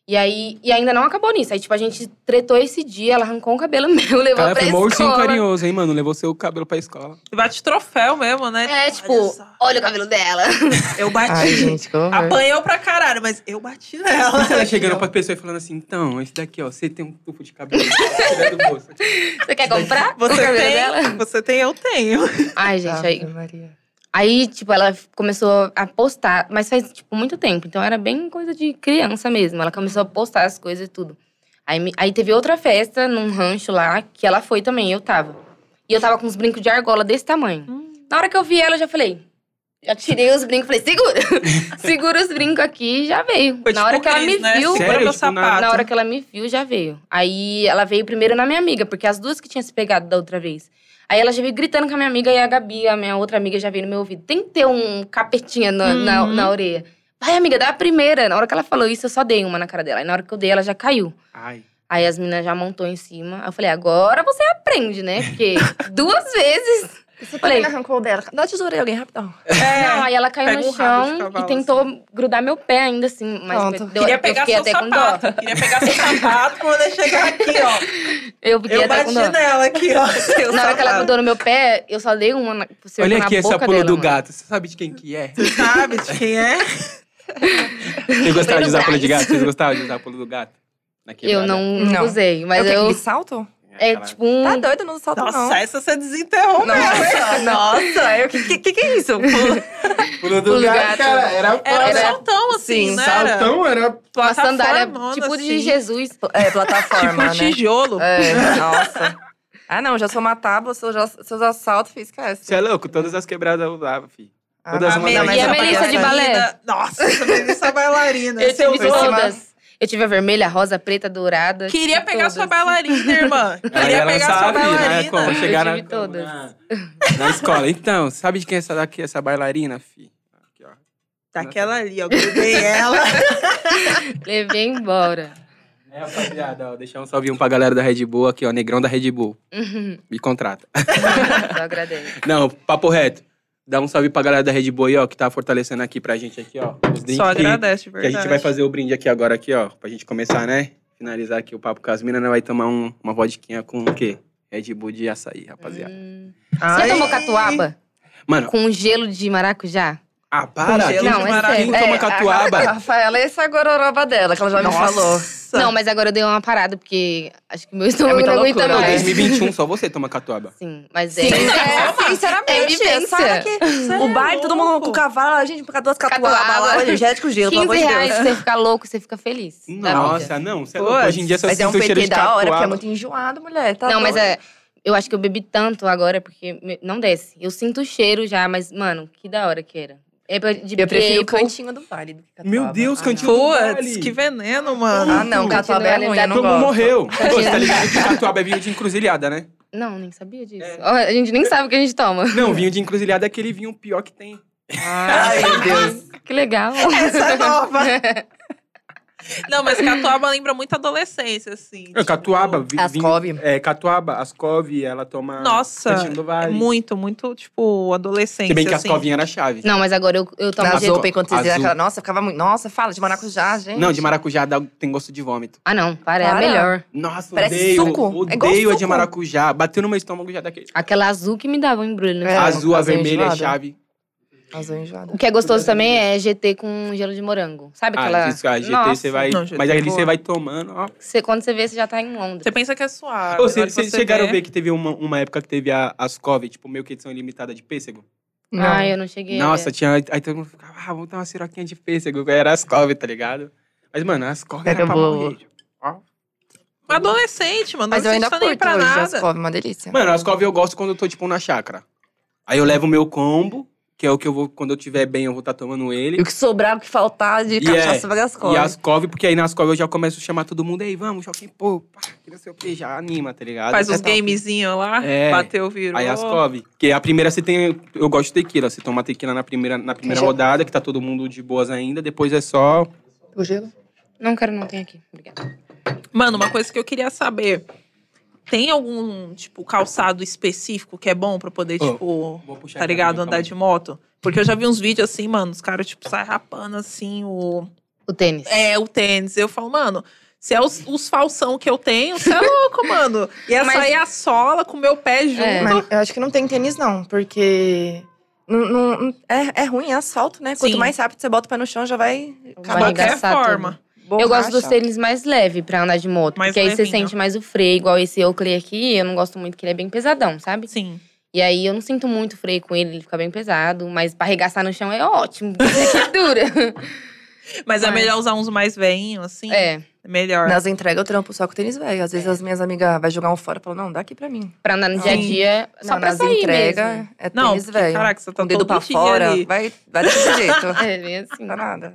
E aí, e ainda não acabou nisso. Aí, tipo, a gente tretou esse dia, ela arrancou um cabelo meu, levou
Cara,
pra
foi mortinho
escola.
carinhoso, hein, mano? Levou seu cabelo pra escola.
Bate troféu mesmo, né?
É, tipo,
só.
olha o cabelo dela.
Eu bati.
Ai, gente, que horror.
Apanhou pra caralho, mas eu bati nela.
Você tá chegando pra pessoa e falando assim, então, esse daqui, ó, você tem um tufo de cabelo. tira do bolso.
Você quer comprar o
Você
cabelo
tem,
dela? Tá.
você tem, eu tenho.
Ai, gente, aí,
Ave Maria.
Aí, tipo, ela começou a postar, mas faz, tipo, muito tempo. Então era bem coisa de criança mesmo. Ela começou a postar as coisas e tudo. Aí, me- aí teve outra festa num rancho lá, que ela foi também, eu tava. E eu tava com uns brincos de argola desse tamanho.
Hum.
Na hora que eu vi ela, eu já falei. Já tirei os brincos, falei, segura! segura os brincos aqui e já veio.
Foi
na
tipo
hora que ela
Cris,
me
né?
viu.
Segura
Sério?
meu
Tipo, na-
sapato.
Na hora que ela me viu, já veio. Aí ela veio primeiro na minha amiga, porque as duas que tinham se pegado da outra vez. Aí ela já veio gritando com a minha amiga e a Gabi, a minha outra amiga, já veio no meu ouvido. Tem que ter um capetinha na, na,
Uhum.
na orelha. Vai, amiga, dá a primeira. Na hora que ela falou isso, eu só dei uma na cara dela. Aí na hora que eu dei, ela já caiu.
Ai.
Aí as meninas já montou em cima. Aí eu falei, agora você aprende, né? Porque duas vezes.
Você
Falei-
também arrancou o dela. Dá a tesoura aí, alguém, rapidão.
É.
Não, aí ela caiu
pega
no
um rabo de
chão
cavalo, assim."
e tentou grudar meu pé ainda, assim. Mas
Pronto.
deu,
Queria
eu
pegar
fiquei
seu
até com dó.
sapato. Queria pegar seu sapato pra poder chegar aqui, ó.
Eu fiquei
Eu
até com
bati
dó.
nela aqui, ó. Seu
Na hora que ela
sapato.
grudou no meu pé, eu só dei uma na, cerca
Olha
na
aqui essa
boca
pula
dela,
do
mano.
gato. Você sabe de quem que é?
Você sabe de quem é?
Você gostava de
no
usar pulo de
Braz.
gato? Vocês gostavam de usar pulo do gato? Na
Eu
quebrada?
não, não
Não.
usei,
É o
mas
quê?
eu.
Aquele salto?
É
Aquela-
tipo um.
Tá doido, não salto,
Nossa,
não.
essa você desenterrou mesmo, hein? ó.
Nossa, eu- que, que, que é isso?
Pulo
Pulo
do
do gato.
gato, cara, era
Era um
Era-
saltão, assim,
Sim,
né?
Saltão era.
uma
plataforma,
sandália
mano,
tipo de
assim.
Jesus.
É, plataforma,
Era um
né?
tijolo.
É, nossa. Ah, não, já sou uma tábua, seus, seus assaltos, fiz esquece.
Você é louco? Todas as quebradas eu usava, fi.
Ah,
Todas
não,
as
não,
mulheres.
mas
E a
essa
Melissa
parte
de
é-
balé?
Nossa, essa Melissa é bailarina.
Eu tive
por cima-
todas. Tipo, Eu tive a vermelha, a rosa, a preta, a dourada.
Queria
tive
pegar
todas.
sua bailarina, irmã.
Aí
Queria
ela
pegar sua
sabe,
bailarina.
né? Como chegar na,
tive todas.
na, na escola. Então, sabe de quem é essa daqui, essa bailarina, fi? Aqui, ó.
Daquela Tá ali, ó. Grudei ela.
Levei embora.
É, rapaziada, ó, deixar um salvinho pra galera da Red Bull aqui, ó. Negrão da Red Bull.
Uhum.
Me contrata.
Só agradeço.
Não, papo reto. Dá um salve pra galera da Red Bull aí, ó, que tá fortalecendo aqui pra gente aqui, ó. Os drinks
Só
que-
agradece, de
Que a
verdade.
gente vai fazer o brinde aqui agora, aqui, ó. Pra gente começar, né? Finalizar aqui o papo com as minas, né? Vai tomar um- uma vodquinha com o quê? Red Bull de açaí, rapaziada.
Hum.
Ai.
Você tomou catuaba
Mano,
com gelo de maracujá?
ah, para!
gelo
Quem,
Não, é sério.
quem toma
É, A
catuaba?
Rafaela é essa gororoba dela, que ela já me falou.
Nossa.
Não, mas agora eu dei uma parada, porque acho
É
que meu estômago
muita
não aguenta
loucura,
Não,
é.
mais.
2021 só você toma catuaba.
Sim, mas é.
Sim, é,
É
sinceramente.
vivência.
sai daqui. o baile, todo mundo
louco.
com o cavalo, a gente por causa duas catuabas
Catuaba.
lá, o energético, gelo, pelo
15
amor de
reais,
Deus.
você fica louco, você fica feliz. da vida.
Nossa, não, você é louco.
Putz,
Hoje em dia, se eu
Mas
sinto
é um
o cheiro
PT
de
da hora, porque é
catuaba...
muito enjoado, mulher. Tá
não, mas
doido.
é, eu acho que eu bebi tanto agora, porque me- não desce. Eu sinto o cheiro já, mas, mano, que da hora que era. É pra- de
Eu prefiro o
porque-
cantinho do baile do que catuaba.
Meu Deus,
Ah,
cantinho do
Putz,
vale.
que veneno, mano.
Ah, não, catuaba é
Cantinho do
ruim,
Vale,
eu não
Todo mundo
gosto.
morreu. Pô, você tá ligado que catuaba é vinho de encruzilhada, né?
Não, nem sabia disso.
É.
Ó, A gente nem sabe o que a gente toma.
Não, vinho de encruzilhada é aquele vinho pior que tem.
Ai, meu Deus.
Que legal.
Essa é nova. Não, mas catuaba lembra muito adolescência, assim.
É,
tipo,
Catuaba, vi- vinho...
Ascov.
É, catuaba, ascove, ela toma...
Nossa,
Cantinho do
é
vale.
muito, muito, tipo, adolescência.
Se bem que as
assim.
covinhas era chave.
Não, mas agora eu, eu tomo
Não,
de...
Azul.
open, quando vocês viram
Azul.
aquela... Nossa, ficava muito... Nossa, fala de maracujá, gente.
Não, de maracujá dá- tem gosto de vômito.
Ah, não, para, é a
Para.
melhor.
Nossa,
Parece
odeio.
suco. É igual
Odeio a de
suco.
maracujá. Bateu no meu estômago já daquele.
Aquela azul que me dava um embrulho. Né?
É,
Azul, a
azul
vermelha, é
enjoado.
chave.
Azul enjoado.
O que é gostoso também é GT com gelo de morango. Sabe
Ah,
aquela...
isso,
é
a GT
Nossa.
você vai.
Não, GT
mas ali
boa.
você vai tomando, ó.
Você, quando você vê, você já tá em Londres.
Você pensa que é suave.
Ô,
na hora
Vocês
que
vocês
você
chegaram a
vê-
ver que teve uma, uma época que teve a, as Cove, tipo, meio que edição limitada de pêssego?
Ah, eu não
É.
cheguei a
Nossa,
ver.
tinha. Aí todo mundo ficava, ah, vamos dar uma siroquinha de pêssego. Aí Era as Cove, tá ligado? Mas, mano, as Cove era
Pega
pra
boa.
morrer. tipo. Ó.
Adolescente, mano.
Mas eu ainda
adolescente tá nem pra
curto hoje,
nada.
as cove, uma delícia.
Mano, as cove eu gosto quando eu tô, tipo, na chácara. Aí eu levo o meu combo, que é o que eu vou, quando eu tiver bem, eu vou estar tomando ele.
E o que sobrar, o que faltar de
E
é.
cachaça, vai as
E
cove.
as cove, porque aí nas cove eu já começo a chamar todo mundo, aí vamos, Joaquim, pô, pá, que não sei o que, já anima, tá ligado?
Faz uns
Tá.
gamezinhos lá,
É.
bateu, virou.
Aí as cove. Porque a primeira você tem, eu gosto de tequila, você toma tequila na primeira, na primeira
Já-
rodada, que tá todo mundo de boas ainda, depois é só...
O gelo?
Não quero, não. Tem aqui. Obrigada.
Mano, uma coisa que eu queria saber. Tem algum, tipo, calçado específico que é bom pra poder,
Ô,
tipo,
Vou puxar
tá
aqui,
ligado?
calma
Andar
aí.
de moto? Porque eu já vi uns vídeos assim, mano, os caras, tipo, saem rapando assim o.
O tênis.
É, o tênis. Eu falo, mano, se é os, os falsão que eu tenho, você é louco, mano. E essa
Mas-
aí é a sola com o meu pé junto.
É.
Mas eu acho que não tem tênis, não, porque. Não, não- é, é ruim, é asfalto, né? Quanto
Sim.
mais rápido você bota o pé no chão, já vai.
De
Vai
qualquer
engraçar tudo.
forma.
Eu gosto dos tênis mais leve pra andar de moto.
Mais
porque aí você
levinho.
sente mais o freio, igual esse Oakley aqui. Eu não gosto muito, que ele é bem pesadão, sabe?
Sim.
E aí eu não sinto muito freio com ele, ele fica bem pesado. Mas pra arregaçar no chão é ótimo, porque dura.
Mas é
Mas-
melhor usar uns mais veinhos, assim.
É,
Melhor.
Nas entregas eu trampo só com tênis velho. Às vezes as minhas amigas vão jogar um fora e falam, não, dá aqui pra mim.
pra andar no dia a dia, só
não,
pra
nas
sair
entrega
mesmo.
é
Não,
tênis
porque,
velho.
caraca, você tá
Com o dedo
todo
pra
dia
fora,
ali.
vai, vai desse jeito. Não
É, bem assim.
dá nada.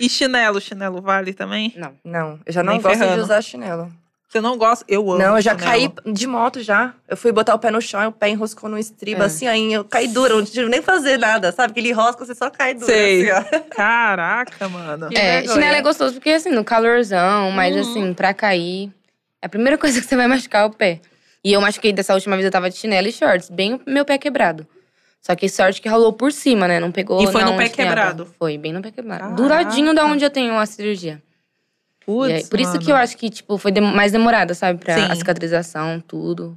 E chinelo, chinelo vale também?
Não.
Não, eu já não
Nem
gosto de
ferrando.
usar chinelo.
Você não gosta? Eu amo.
não, eu já
chinelo.
caí de moto já. Eu fui botar o pé no chão e o pé enroscou no estribo,
É.
assim, aí eu caí dura, eu não tive nem fazer nada, sabe? Que ele enrosca, você só cai dura.
Sei.
assim, ó.
Caraca, mano.
Que
É,
vergonha.
chinelo é gostoso porque, assim, no calorzão, mas,
Uhum.
assim, pra cair, é a primeira coisa que você vai machucar é o pé. E eu machuquei dessa última vez, eu tava de chinelo e shorts, bem o meu pé quebrado. Só que sorte que rolou por cima, né? Não pegou.
E foi
na
no pé
onde tem a
quebrado?
bola. Foi, bem no pé quebrado.
Caraca.
Duradinho da onde eu tenho a cirurgia.
Putz,
E aí, por isso
mano.
que eu acho que, tipo, foi dem- mais demorada, sabe? Pra
Sim.
a cicatrização, tudo.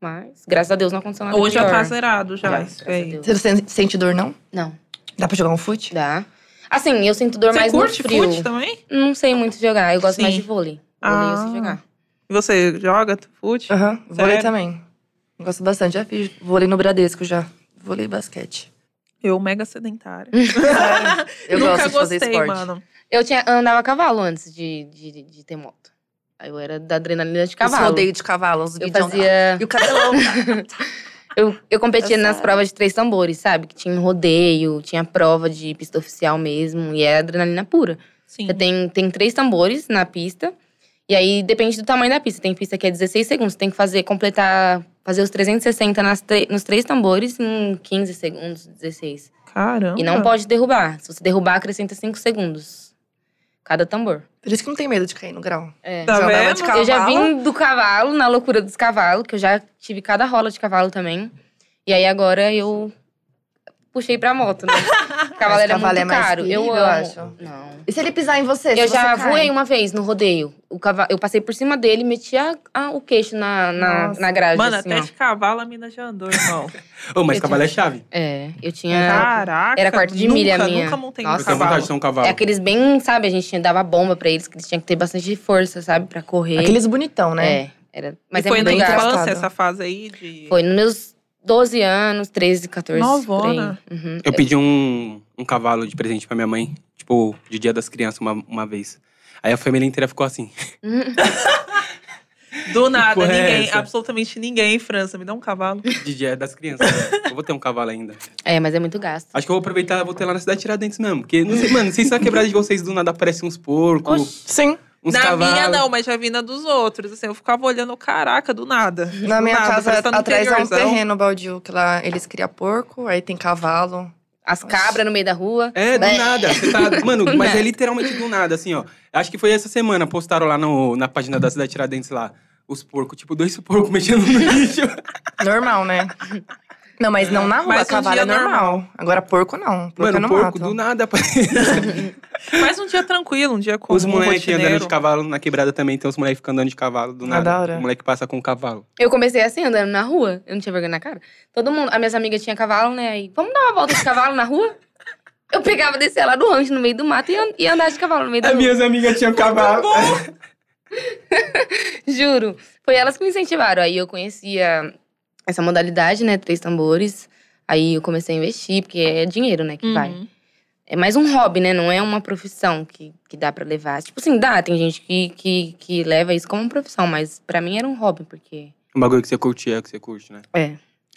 Mas, graças a Deus, não aconteceu nada.
Hoje já
pior.
tá zerado já.
Já,
é isso
graças a
aí.
Deus.
Você não sen- sente dor, não?
Não,
Dá pra jogar um fute?
dá. Assim, eu sinto dor
Você
mais
curte
no frio.
fute também?
Não sei muito jogar, eu gosto mais
Sim.
de vôlei. Vôlei eu
Ah.
sei jogar.
E você joga fute?
Aham, vôlei
Sério?
também. Gosto bastante, já fiz vôlei no Bradesco já. Vôlei e basquete.
Eu, mega sedentária.
Eu
Nunca
gosto de fazer
gostei,
esporte.
mano.
Eu tinha, andava a cavalo antes de, de, de- de ter moto. Aí eu era da adrenalina de
Os
cavalo.
rodeios de cavalo, os
Eu
vidão.
fazia.
E o é cabelão.
Eu, eu competia
Eu
nas
sei.
provas de três tambores, sabe? Que tinha um rodeio, tinha prova de pista oficial mesmo. E é adrenalina pura.
Sim.
Você tem, tem três tambores na pista. E aí depende do tamanho da pista. Tem pista que é 16 segundos, tem que fazer, completar, fazer os 360 nas tre- nos três tambores em 15 segundos, 16.
Caramba.
E não pode derrubar. Se você derrubar, acrescenta 5 segundos. Cada tambor.
Por isso que não tem medo de cair no grau.
É.
Tá
Já andava
vendo?
de cavalo.
Eu já
um
vim do cavalo, na loucura dos cavalos, que eu já tive cada rola de cavalo também. E aí agora eu puxei pra moto, né? cavalo
Mas
era
cavalo
muito
é mais
caro. eu
perigo,
amo.
eu acho.
Não.
E se ele pisar em você?
eu
se você
já
cai?
voei uma vez no rodeio. O cavalo, eu passei por cima dele, meti a- a- o queixo na, na,
Nossa.
na grade.
Mano,
assim,
até
ó.
de cavalo a mina já andou, irmão.
Ô, mas
Eu
cavalo é chave.
É, eu tinha.
Caraca.
Era quarto de
nunca,
milha minha.
Nunca montei
Nossa.
um
Eu tenho vontade de
cavalo.
ser um
É
cavalo.
aqueles bem, sabe, a gente dava bomba pra eles, que eles tinham que ter bastante força, sabe, pra
um-
correr.
Aqueles bonitão, né?
É, era. Mas
e
é
foi
muito
na
legal.
infância
gastado.
essa fase aí de.
Foi nos meus 12 anos, 13, 14. por aí.
Novona.
Uhum.
Eu pedi um, um cavalo de presente pra minha mãe, tipo, de dia das crianças, uma, uma vez. Aí a família inteira ficou assim.
Do nada,
porra é
ninguém,
essa?
absolutamente ninguém em França. Me dá um cavalo.
De dia das crianças. eu vou ter um cavalo ainda.
É, mas é muito gasto.
Acho que eu vou aproveitar, vou ter lá na cidade Tiradentes mesmo. Porque, não sei, mano, vocês na quebrada de vocês do nada aparecem uns porcos,
Oxi.
Sim.
uns
na
cavalos.
minha não, mas já vi na dos outros. Assim, eu ficava olhando, caraca, do nada.
Na
Do
minha
nada,
casa,
parece que tá no
atrás é um
interiorzão.
terreno baldio que lá eles criam porco, aí tem cavalo.
As cabras no meio da rua. Né?
É, do
Bé.
nada. Você tá, mano, mas
nada.
é literalmente do nada, assim, ó. Acho que foi essa semana, postaram lá no, na página da cidade Tiradentes lá. Os porcos, tipo, dois porcos mexendo no lixo.
Normal, né? Não, mas não na rua,
Mas um
cavalo
dia
é normal. Agora porco não, porco eu
Mano,
não
porco
mato.
do nada aparece.
Mas um dia tranquilo, um dia com
Os
um
moleques andando
rotineiro.
de cavalo na quebrada também, tem os moleques ficando andando de cavalo do
Ah,
nada.
da hora.
O moleque passa com o cavalo.
Eu comecei assim, andando na rua. Eu não tinha vergonha na cara. Todo mundo. As minhas amigas tinham cavalo, né? Aí, vamos dar uma volta de cavalo na rua? Eu pegava, descia lá do rancho, no meio do mato, e an- ia andar de cavalo no meio da
As
rua.
minhas amigas tinham cavalo.
Juro. Foi elas que me incentivaram. Aí eu conhecia essa modalidade, né? Três tambores. Aí eu comecei a investir, porque é dinheiro, né? Que
Uhum.
vai. É mais um hobby, né? Não é uma profissão que, que dá pra levar. Tipo assim, dá. Tem gente que, que, que leva isso como uma profissão, mas pra mim era um hobby, porque.
Um bagulho que você curtia, que você curte, né?
É.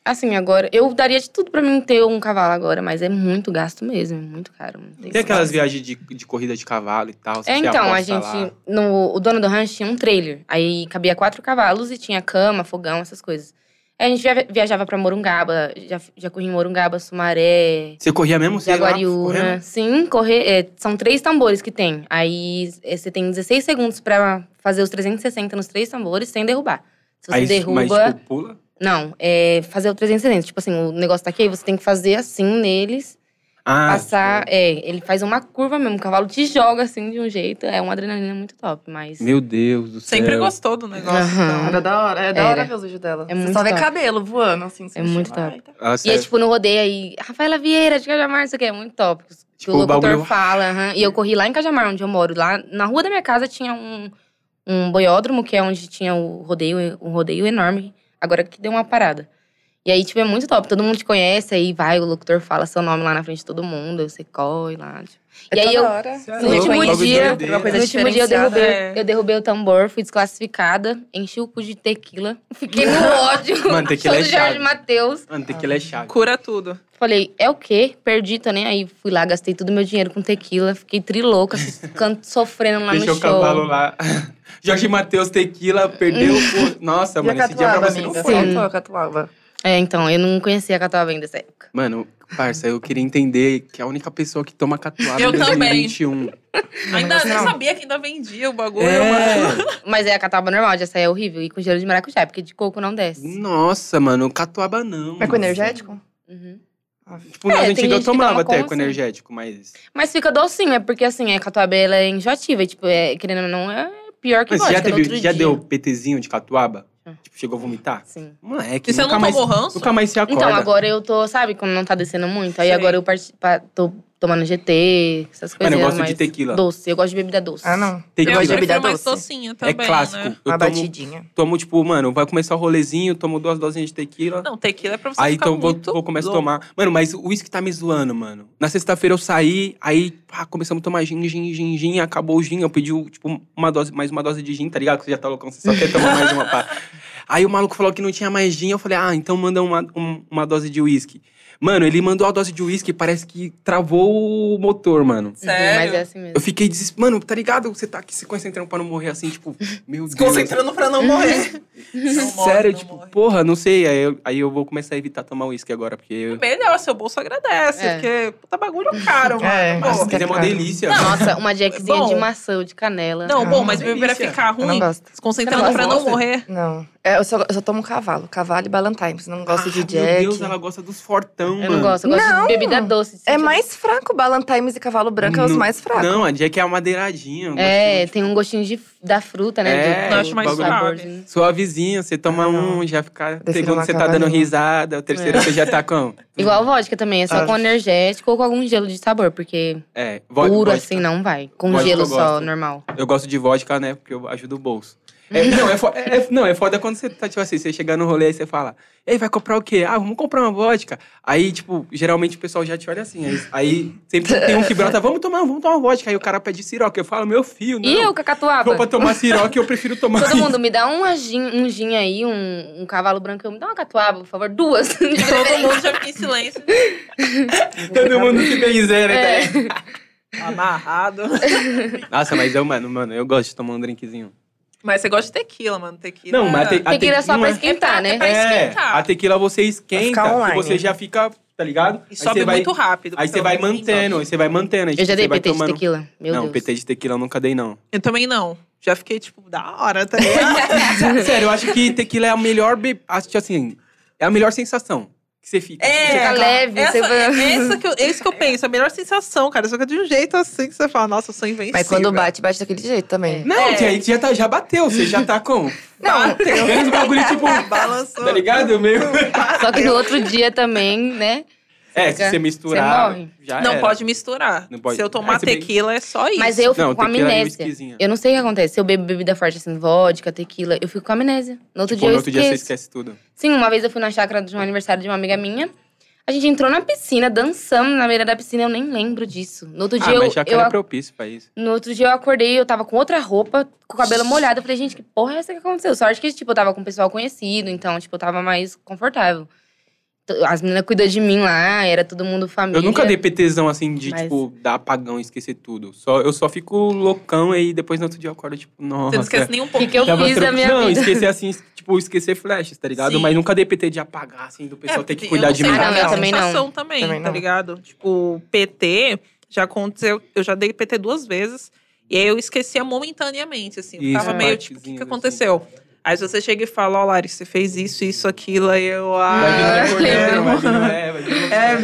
Assim, agora, eu daria de tudo pra mim ter um cavalo agora, mas é muito gasto mesmo, é muito caro. não tem
Tem aquelas
espaço.
viagens de, de corrida de cavalo e tal. você
É, então, a
aposta
gente.
lá.
No, o dono do rancho tinha um trailer. Aí cabia quatro cavalos e tinha cama, fogão, essas coisas. Aí a gente via- viajava pra Morungaba, já, já corri em Morungaba, Sumaré,
Você corria mesmo? Você ia lá correndo?
Jaguariúna. Sim, correr. é, são três tambores que tem. Aí é, você tem 16 segundos pra fazer os 360 nos três tambores sem derrubar. Se você
Aí,
derruba.
Mas, tipo, pula.
Não, é fazer o 360. Tipo assim, o negócio tá aqui, aí você tem que fazer assim neles,
Ah,
passar. É, ele faz uma curva mesmo, o cavalo te joga assim de um jeito. É uma adrenalina muito top, mas.
é. Meu Deus do céu.
Sempre gostou do negócio.
Aham.
Era da hora, é da hora
Era.
ver os vídeos dela.
É
Você
muito
só vê
top.
cabelo voando, assim. você
É
mexer
muito
lá,
top.
e tá.
Ela
E é
sério.
tipo no rodeio aí, Rafaela Vieira de Cajamar, isso aqui é muito top. Que
Tipo,
o
o
locutor
bagulho-
fala. aham. E eu corri lá em Cajamar, onde eu moro. Lá na rua da minha casa tinha um, um boiódromo, que é onde tinha o rodeio, um rodeio enorme. Agora que deu uma parada. E aí, tipo, é muito top. Todo mundo te conhece, aí vai, o locutor fala seu nome lá na frente de todo mundo, você corre lá. tipo.
É
e aí
toda
eu.
hora.
Você é
No
louco,
último
hein? Bagulho
dia,
doideira.
uma coisa
no último dia eu
diferenciada,
derrubei,
é.
eu derrubei o tambor, fui desclassificada, enchi o cu de tequila, fiquei no ódio.
Mano, tequila é
Show do Jorge
chave.
Matheus.
Mano, tem que ler chave.
então, Cura tudo.
Falei, é o quê? Perdi, tô nem aí. Fui lá, gastei todo meu dinheiro com tequila. Fiquei trilouca, ficando- sofrendo lá
Deixou
no
o
show.
cavalo lá. Jorge Matheus, tequila, perdeu o... Nossa,
E a
mano, esse dia é pra
catuaba,
você
amiga?
não
Você
foi.
Sim.
contou a catuaba?
É, então, eu não conhecia a Catuaba ainda dessa época.
Mano, parça, eu queria entender que a única pessoa que toma catuaba
Eu
em
também.
2021.
Ainda
mas
nem
não.
sabia que ainda vendia o bagulho. mano.
um É.
Mas é a Catuaba normal, de açaí é horrível. E com gelo de maracujá, porque de coco não
Hum.
desce.
Nossa, mano, catuaba não.
É com energético?
Uhum.
Tipo, na
É, tem
antiga
gente
eu
que
tomava
toma
até
com,
com
assim.
energético, mas. tipo
Mas fica docinho, é porque assim, a Catuaba ela é enjoativa. E, tipo, é, querendo ou não, é pior que
Mas você assim,
vodka
já,
tipo
no outro
teve, já
dia.
deu PTzinho de catuaba?
Hum.
Ah.
Tipo, chegou a vomitar?
Sim.
Moleque,
E você
nunca
não
mais,
tomou ranço?
nunca mais se acorda.
Então, agora eu tô, sabe, quando não tá descendo muito. Aí
Sei.
agora eu parti- pa- tô tomando GT, essas coisas.
Mano, eu gosto de
mais
tequila.
Doce, eu gosto de bebida doce.
Ah, não.
Tequila
Eu
gosto de bebida
prefiro mais
doce.
docinho
é
também,
clássico.
né?
Eu
Uma
tomo,
batidinha.
tomo, tipo, mano, vai começar o rolezinho, tomo duas dosinhas de tequila.
Não, tequila é pra você
Aí
ficar
então vou,
muito
vou começar a
louco.
tomar. Mano, mas o uísque tá me zoando, mano. Na sexta-feira eu saí, aí pá, começamos a tomar gin, gin, gin, gin. Acabou o gin, eu pedi, tipo, uma dose, mais uma dose de gin, tá ligado? Que você já tá loucão, você só quer tomar mais uma pá. Aí o maluco falou que não tinha mais gin. Eu falei, ah, então manda uma, um- uma dose de uísque. Mano, ele mandou a dose de uísque e parece que travou o motor, mano.
Sério?
Mas é assim mesmo.
Eu fiquei desesperado. Mano, tá ligado? Você tá aqui se concentrando pra não morrer assim, tipo, meu
Se
Deus.
concentrando pra não morrer. Não morre,
Sério,
não
tipo,
morre.
porra, não sei. Aí eu, aí eu vou começar a evitar tomar uísque agora, porque. Eu...
Melhor, seu bolso agradece,
É.
porque puta bagulho caro, mano.
É,
Pô.
mas-
Mas é uma
cara.
delícia.
Nossa, uma jackzinha
Bom.
de maçã ou de canela.
Não,
Ah,
bom, mas meu
é delícia. É
bebê vai ficar
Eu não
ruim.
gosto.
Se concentrando
Ela
pra não
gosta?
morrer.
Não. É, eu, só, eu só tomo cavalo. Cavalo e Ballantines. Não gosto
Ah,
de Jack.
Meu Deus, ela gosta dos fortão,
Eu
mano.
não gosto, eu gosto de
Não.
bebida doce. assim, tipo, de
É
sentido.
mais fraco. Ballantines e cavalo branco é os
Não-
mais fracos.
Não, a Jack é amadeiradinha. um
Tá. É,
gostinho,
tem um gostinho de, da fruta, né?
É,
do- assim.
eu acho mais
do
suave.
saborzinho.
tipo, Suavezinha, você toma
Ah, não.
um, já fica.
Prefiro
Segundo,
uma
você tá dando
cavalinha.
risada. O terceiro,
É.
você já tá com.
Igual vodka também, é só
Ah.
com energético ou com algum gelo de sabor, porque
É, vo-
puro
vodka.
assim não vai. Com
Vodka eu
gelo só,
gosto.
normal.
Eu gosto de vodka, né? Porque eu ajudo o bolso. É, não, é fo- é- é- não, é foda quando você tá, tipo assim, você chegar no rolê e você fala, ei, vai comprar o quê? Ah, vamos comprar uma vodka. Aí, tipo, geralmente o pessoal já te olha assim. Aí, aí sempre tem um que brota, vamos tomar, vamos tomar uma vodka. Aí o cara pede siroca. Eu falo, meu filho, não.
E eu,
Vou pra
cacatuaba?
tomar siroca, eu prefiro tomar
Ah, Todo mundo, me dá uma gin, um gin aí, um, um cavalo branco. Eu me dá uma catuaba, por favor. Duas. de
Todo
preferência.
mundo já fica em silêncio.
Todo mundo se benzer, né?
É.
Amarrado.
Nossa, mas eu, mano, mano, eu gosto de tomar um drinkzinho.
Mas você gosta de tequila, mano. Tequila.
Não, mas a, te, É. a
Tequila é só pra esquentar, né?
pra esquentar.
a tequila você
Pra ficar
esquenta e
online.
você já fica, tá ligado?
E
Aí
sobe
você vai-
muito rápido.
Aí você vai
pelo menos.
mantendo, aí você vai mantendo. aí
Eu já
você
dei
vai
PT de
tomando-
tequila. Meu
não,
Deus.
PT de tequila eu nunca dei, não.
Eu também não. Já fiquei, tipo, da hora, tá ligado?
Sério, eu acho que tequila é a melhor... Be... Acho que, assim, é a melhor sensação que você fica.
É,
Fica leve,
essa,
você vai-
essa que eu, é isso que eu penso, a melhor sensação, cara. Só que é de um jeito assim que você fala, nossa, eu sou
é
invencível.
Mas quando bate, bate daquele jeito também.
Não,
É.
que aí já, tá, já bateu, você já tá com...
Não,
Tem uns bagulho, tipo...
Balançou.
Tá ligado? Meio...
Só que no outro dia também, né?
É, se você misturar...
Você morre.
já era.
Não
Tipo,
pode misturar.
Ah, é. Não pode.
Se eu tomar
Aí você bebe-
tequila, é só isso.
Mas eu fico
Não,
com
tequila é
amnésia.
whiskyzinha.
eu não sei o que acontece. Se eu bebo bebida forte, assim, vodka, tequila, eu fico com amnésia. No outro
Pô,
dia
Tipo, no
eu
outro dia
esqueço.
você esquece tudo.
Sim, uma vez eu fui na chácara de um aniversário de uma amiga minha. A gente entrou na piscina, dançamos na beira da piscina, eu nem lembro disso. No outro
Ah,
dia eu,
mas já que
eu
era
ac-
propício pra isso.
no outro dia eu acordei, eu tava com outra roupa, com o cabelo molhado. Eu falei, gente, que porra é essa que aconteceu? Sorte que, tipo, eu tava com o pessoal conhecido, então, tipo, eu tava mais confortável. T- As meninas cuidou de mim lá, era todo mundo família.
Eu nunca dei PTzão assim de,
Mas-
tipo, dar apagão e esquecer tudo. Só, eu só fico loucão e depois no outro dia eu acordo, tipo, nossa.
Você não esquece nem um
O que,
pouco.
que eu
Tava
fiz da
tranquilo.
minha
não,
vida?
esquecer assim, tipo, esquecer flashes, tá ligado?
Sim.
Mas nunca dei PT de apagar, assim, do pessoal ter que cuidar de mim.
Ah, não, eu também não.
sensação também,
Também
tá
não.
ligado? Tipo, PT já aconteceu. Eu já dei PT duas vezes. E aí eu esquecia momentaneamente, assim. Eu
Isso,
ficava meio, tipo, o que,
partezinhas,
que
assim.
aconteceu? Aí você chega e fala, ó, Lari, você fez isso, isso, aquilo, aí eu. Ah,
Vai vir no
Ah,
recordeiro,
eu-
vai vir no- é, vai vir no-
É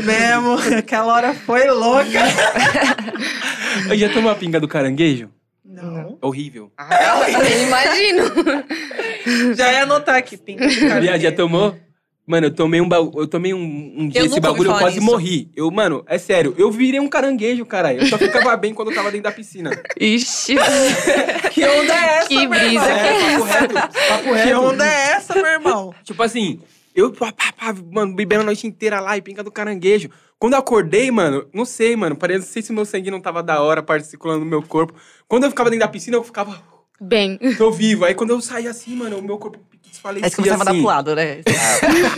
mesmo, aquela hora foi louca.
Eu já tomou a pinga do caranguejo?
Não.
Horrível.
Ah, eu imagino.
Já ia anotar aqui, pinta de
Aliás, já
caranguejo.
tomou? Mano, eu tomei um, ba... eu tomei um, um dia
é. Eu
esse
nunca ouvi
bagulho, eu
falar
quase
disso.
morri. Eu, mano, é sério, eu virei um caranguejo, caralho. Eu só ficava bem quando eu tava dentro da piscina.
Ixi,
Que onda é essa, meu
Que brisa
irmão?
que
É, papo reto, papo reto.
Que onda é essa, meu irmão?
Tipo assim, eu, pá, pá, pá, mano, bebendo a noite inteira lá e pinga do caranguejo. Quando eu acordei, mano, não sei, mano, parece, não sei se meu sangue não tava da hora participando no meu corpo. Quando eu ficava dentro da piscina, eu ficava,
bem.
tô vivo. Aí quando eu saí assim, mano, o meu corpo desfalecia
Aí você começava a dar
assim.
pro
é.
lado, né?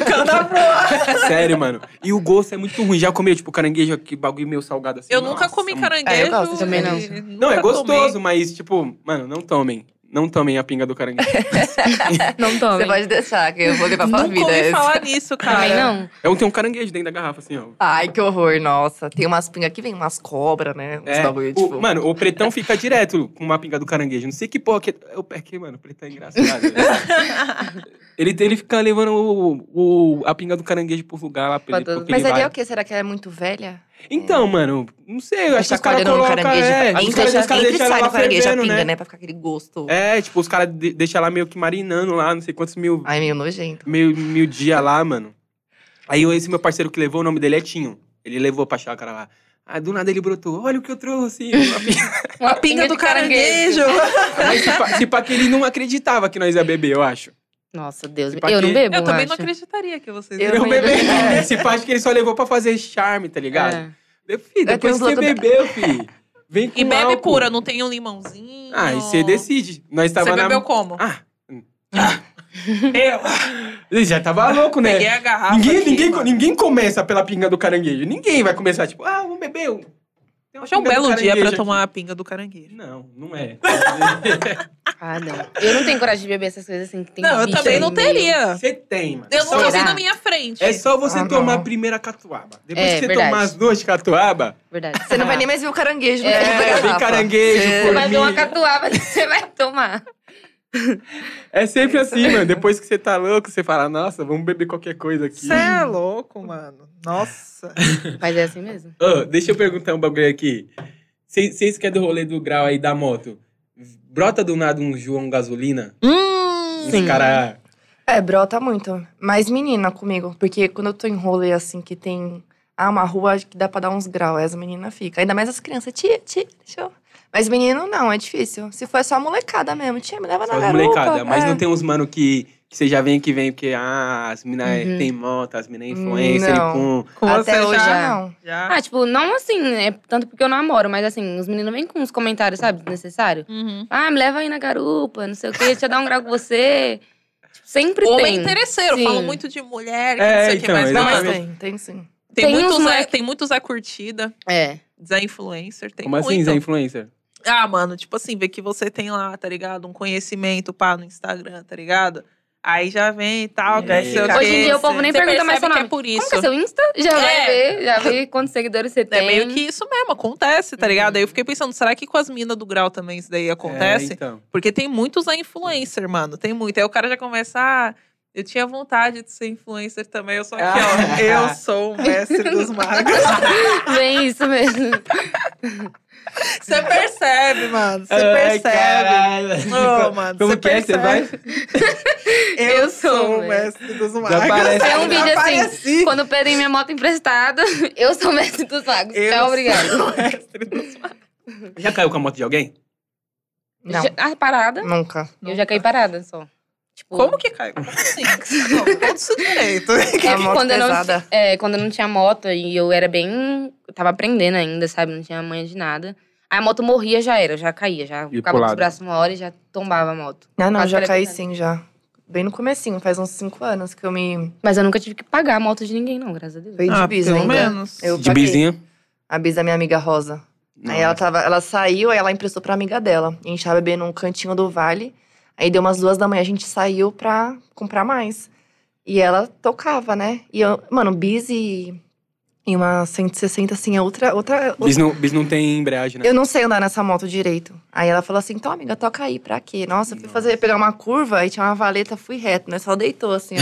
Cada pro
Sério, mano. E o gosto é muito ruim. Já comeu, tipo, caranguejo, que bagulho meio salgado assim.
Eu nunca
Nossa,
comi
mano.
caranguejo.
É, eu gosto
também, não.
e
Não, é
nunca
gostoso,
tomei.
mas, tipo, mano, não tomem. Não tomem a pinga do caranguejo.
Não tome.
Você pode deixar, que eu vou levar pra
Nunca
vida.
ouvi
essa.
falar nisso,
Também
cara.
não.
Eu tenho um caranguejo dentro da garrafa, assim, ó.
Ai, que horror, nossa. Tem umas pingas aqui, vem umas cobras, né? Uns
É,
bagulho,
o-
tipo.
mano, o pretão fica direto com uma pinga do caranguejo. Não sei que porra que. Eu perquei, mano. O pretão é engraçado. velho. ele, ele fica levando o, o- a pinga do caranguejo pro lugar lá pra
Pra
ele,
todos.
porque
Mas
ele
ali
vai.
é o quê? Será que ela é muito velha?
Então, mano, não sei. Eu acho que os caras
escolheram no
colocam.
caranguejo.
É,
Alguém
os caras
deixa-
os caras
entre
deixam ela
sai
lá
do caranguejo a
fervendo,
pinga, né?
né?
Pra ficar aquele gosto.
É, tipo, os caras de, deixam ela meio que marinando lá, não sei quantos mil,
Ai, meio nojento.
mil, mil dias lá, mano. Aí esse meu parceiro que levou, o nome dele é Tinho. Ele levou pra chácara lá. Aí do nada ele brotou. Olha o que eu trouxe. Uma pinga.
Uma
Pinga do caranguejo.
Aí, se pá- se pá que ele não acreditava que nós ia beber, eu acho.
Nossa, Deus.
E
Eu
pra quê?
não bebo,
Eu também não
acho.
acreditaria que vocês...
Eu
Ele é um
não ia
bebê.
beber.
Esse pai acho que ele só levou pra fazer charme, tá ligado?
É.
Eu, Filho,
Vai ter
depois
uns
que você
loucos-
bebeu, filho. Vem com
E bebe
álcool.
pura, não tem um limãozinho.
Ah, e você decide. Nós tava
Você
na...
bebeu como?
Ah.
Eu
Ele já tava louco, né?
peguei a garrafa.
Ninguém,
aqui,
ninguém,
mano.
ninguém começa pela pinga do caranguejo. Ninguém vai começar, tipo, ah, vamos beber. um- tem uma
Hoje é um
pinga do
belo dia pra
caranguejo
tomar a pinga do caranguejo.
aqui. Não, não é.
Ah, não. Eu não tenho coragem de beber essas coisas assim que tem
Não, eu
bicho
também
aí
não
no meio.
teria.
Você tem, mano. É
Eu
Só-
nunca vi
Será?
na minha frente.
É só você
Ah, não.
tomar a primeira catuaba. Depois
É,
que você
verdade.
tomar as duas catuaba,
Verdade.
Você não vai nem mais ver o caranguejo no
É,
fundo da
é, vem
garrafa.
caranguejo,
Você
Você vai ver uma
formiga.
catuaba que você vai tomar.
É sempre assim, mano. Depois que você tá louco, você fala, nossa, vamos beber qualquer coisa aqui.
Você é louco, mano. Nossa.
Mas é assim mesmo.
Ô, deixa eu perguntar um bagulho aqui. Vocês que é do rolê do grau aí da moto, brota do nada um João Gasolina?
Hum.
Esse cara...
É, brota muito. Mas menina comigo, porque quando eu tô em rolê, assim, que tem... Ah, uma rua que dá pra dar uns graus, aí as meninas ficam. Ainda mais as crianças. Tia, tia, deixa eu... Mas menino, não, é difícil. Se for só molecada mesmo. Tia, me leva
Só
na
as
garupa.
molecada, mas
é.
não tem uns mano que, que você já vem que vem, porque ah, as minas
Uhum.
tem moto, as minas é influencer, e
Não.
pum.
Com
Até
você
hoje,
já.
não.
já.
Ah, tipo, não assim, é tanto porque eu namoro, mas assim, os meninos vêm com uns comentários, sabe, desnecessário.
Uhum.
Ah, me leva aí na garupa, não sei o quê, deixa eu dar um grau com você. Tipo, sempre
Homem
tem.
interesseiro,
Sim.
falam muito de mulher, que
É,
não sei o que
então,
mais.
Não, mas
Mano,
exatamente.
tem, tem sim.
tem,
Tem
muitos
uns
a-
moleque-
tem muitos a curtida,
É.
Zé Influencer, tem
Como assim,
muito.
Zé Influencer?
Ah, mano, tipo assim, ver que você tem lá, tá ligado? Um conhecimento pá no Instagram, tá ligado? Aí já vem e tal, que não sei o
Hoje
quê.
É. Hoje em dia o povo nem
Você
pergunta
percebe
mais seu
que
nome.
é por
Como que
isso.
é seu Insta? Já
É.
vai ver, já vê quantos seguidores você tem. Uhum.
É meio que isso mesmo, acontece, tá ligado? Aí eu fiquei pensando, será que com as minas do grau também isso daí acontece?
É, então.
Porque tem muitos a influencer, mano. Tem muito. Aí o cara já começa, ah, eu tinha vontade de ser influencer também. Eu sou aqui, ó.
Ah.
Eu sou o mestre dos magos.
Bem isso mesmo.
Você percebe, mano. Você
Ai,
percebe.
caralho.
Ô, mano,
Como
você
que é? Você vai?
percebe. Eu sou o mestre dos magos.
parece-
é. Tem um vídeo assim,
Apareci.
Quando pedem minha moto emprestada, eu sou o mestre dos magos.
Eu
Tchau, tá, obrigada.
sou o mestre dos magos.
Já caiu com a moto de alguém?
Não,
Já- ah, parada.
nunca.
Eu já caí parada só. Tipo,
Como que cai? Como assim? Não, todo isso direito.
Ah,
É moto
quando eu não-
pesada.
É, quando eu não tinha moto e eu era bem. Eu tava aprendendo ainda, sabe? Não tinha manha de nada. Aí a moto morria, já era, eu já caía, já
pro
ficava com os
lado.
braços uma hora e já tombava a moto.
Ah, não,
Quase
já
parei
caí
pensando.
sim, já. Bem no comecinho, faz uns cinco anos que eu me
Mas eu nunca tive que pagar a moto de ninguém, não, graças a Deus.
fui
Ah,
de bis ainda. Eu
de
paguei
bizinha?
A bis da minha amiga Rosa. Aí ela, tava, ela saiu, aí ela emprestou pra amiga dela. A gente tava bebendo num cantinho do vale. Aí deu umas duas da manhã, a gente saiu pra comprar mais. E ela tocava, né? E eu, mano, bis e, e uma 160, assim, é outra, outra,
Bis não, bis não tem embreagem, né?
eu não sei andar nessa moto direito. Aí ela falou assim: então, amiga, toca aí, pra quê? Nossa, eu fui fazer, pegar uma curva e tinha uma valeta, fui reto, né? Só deitou assim,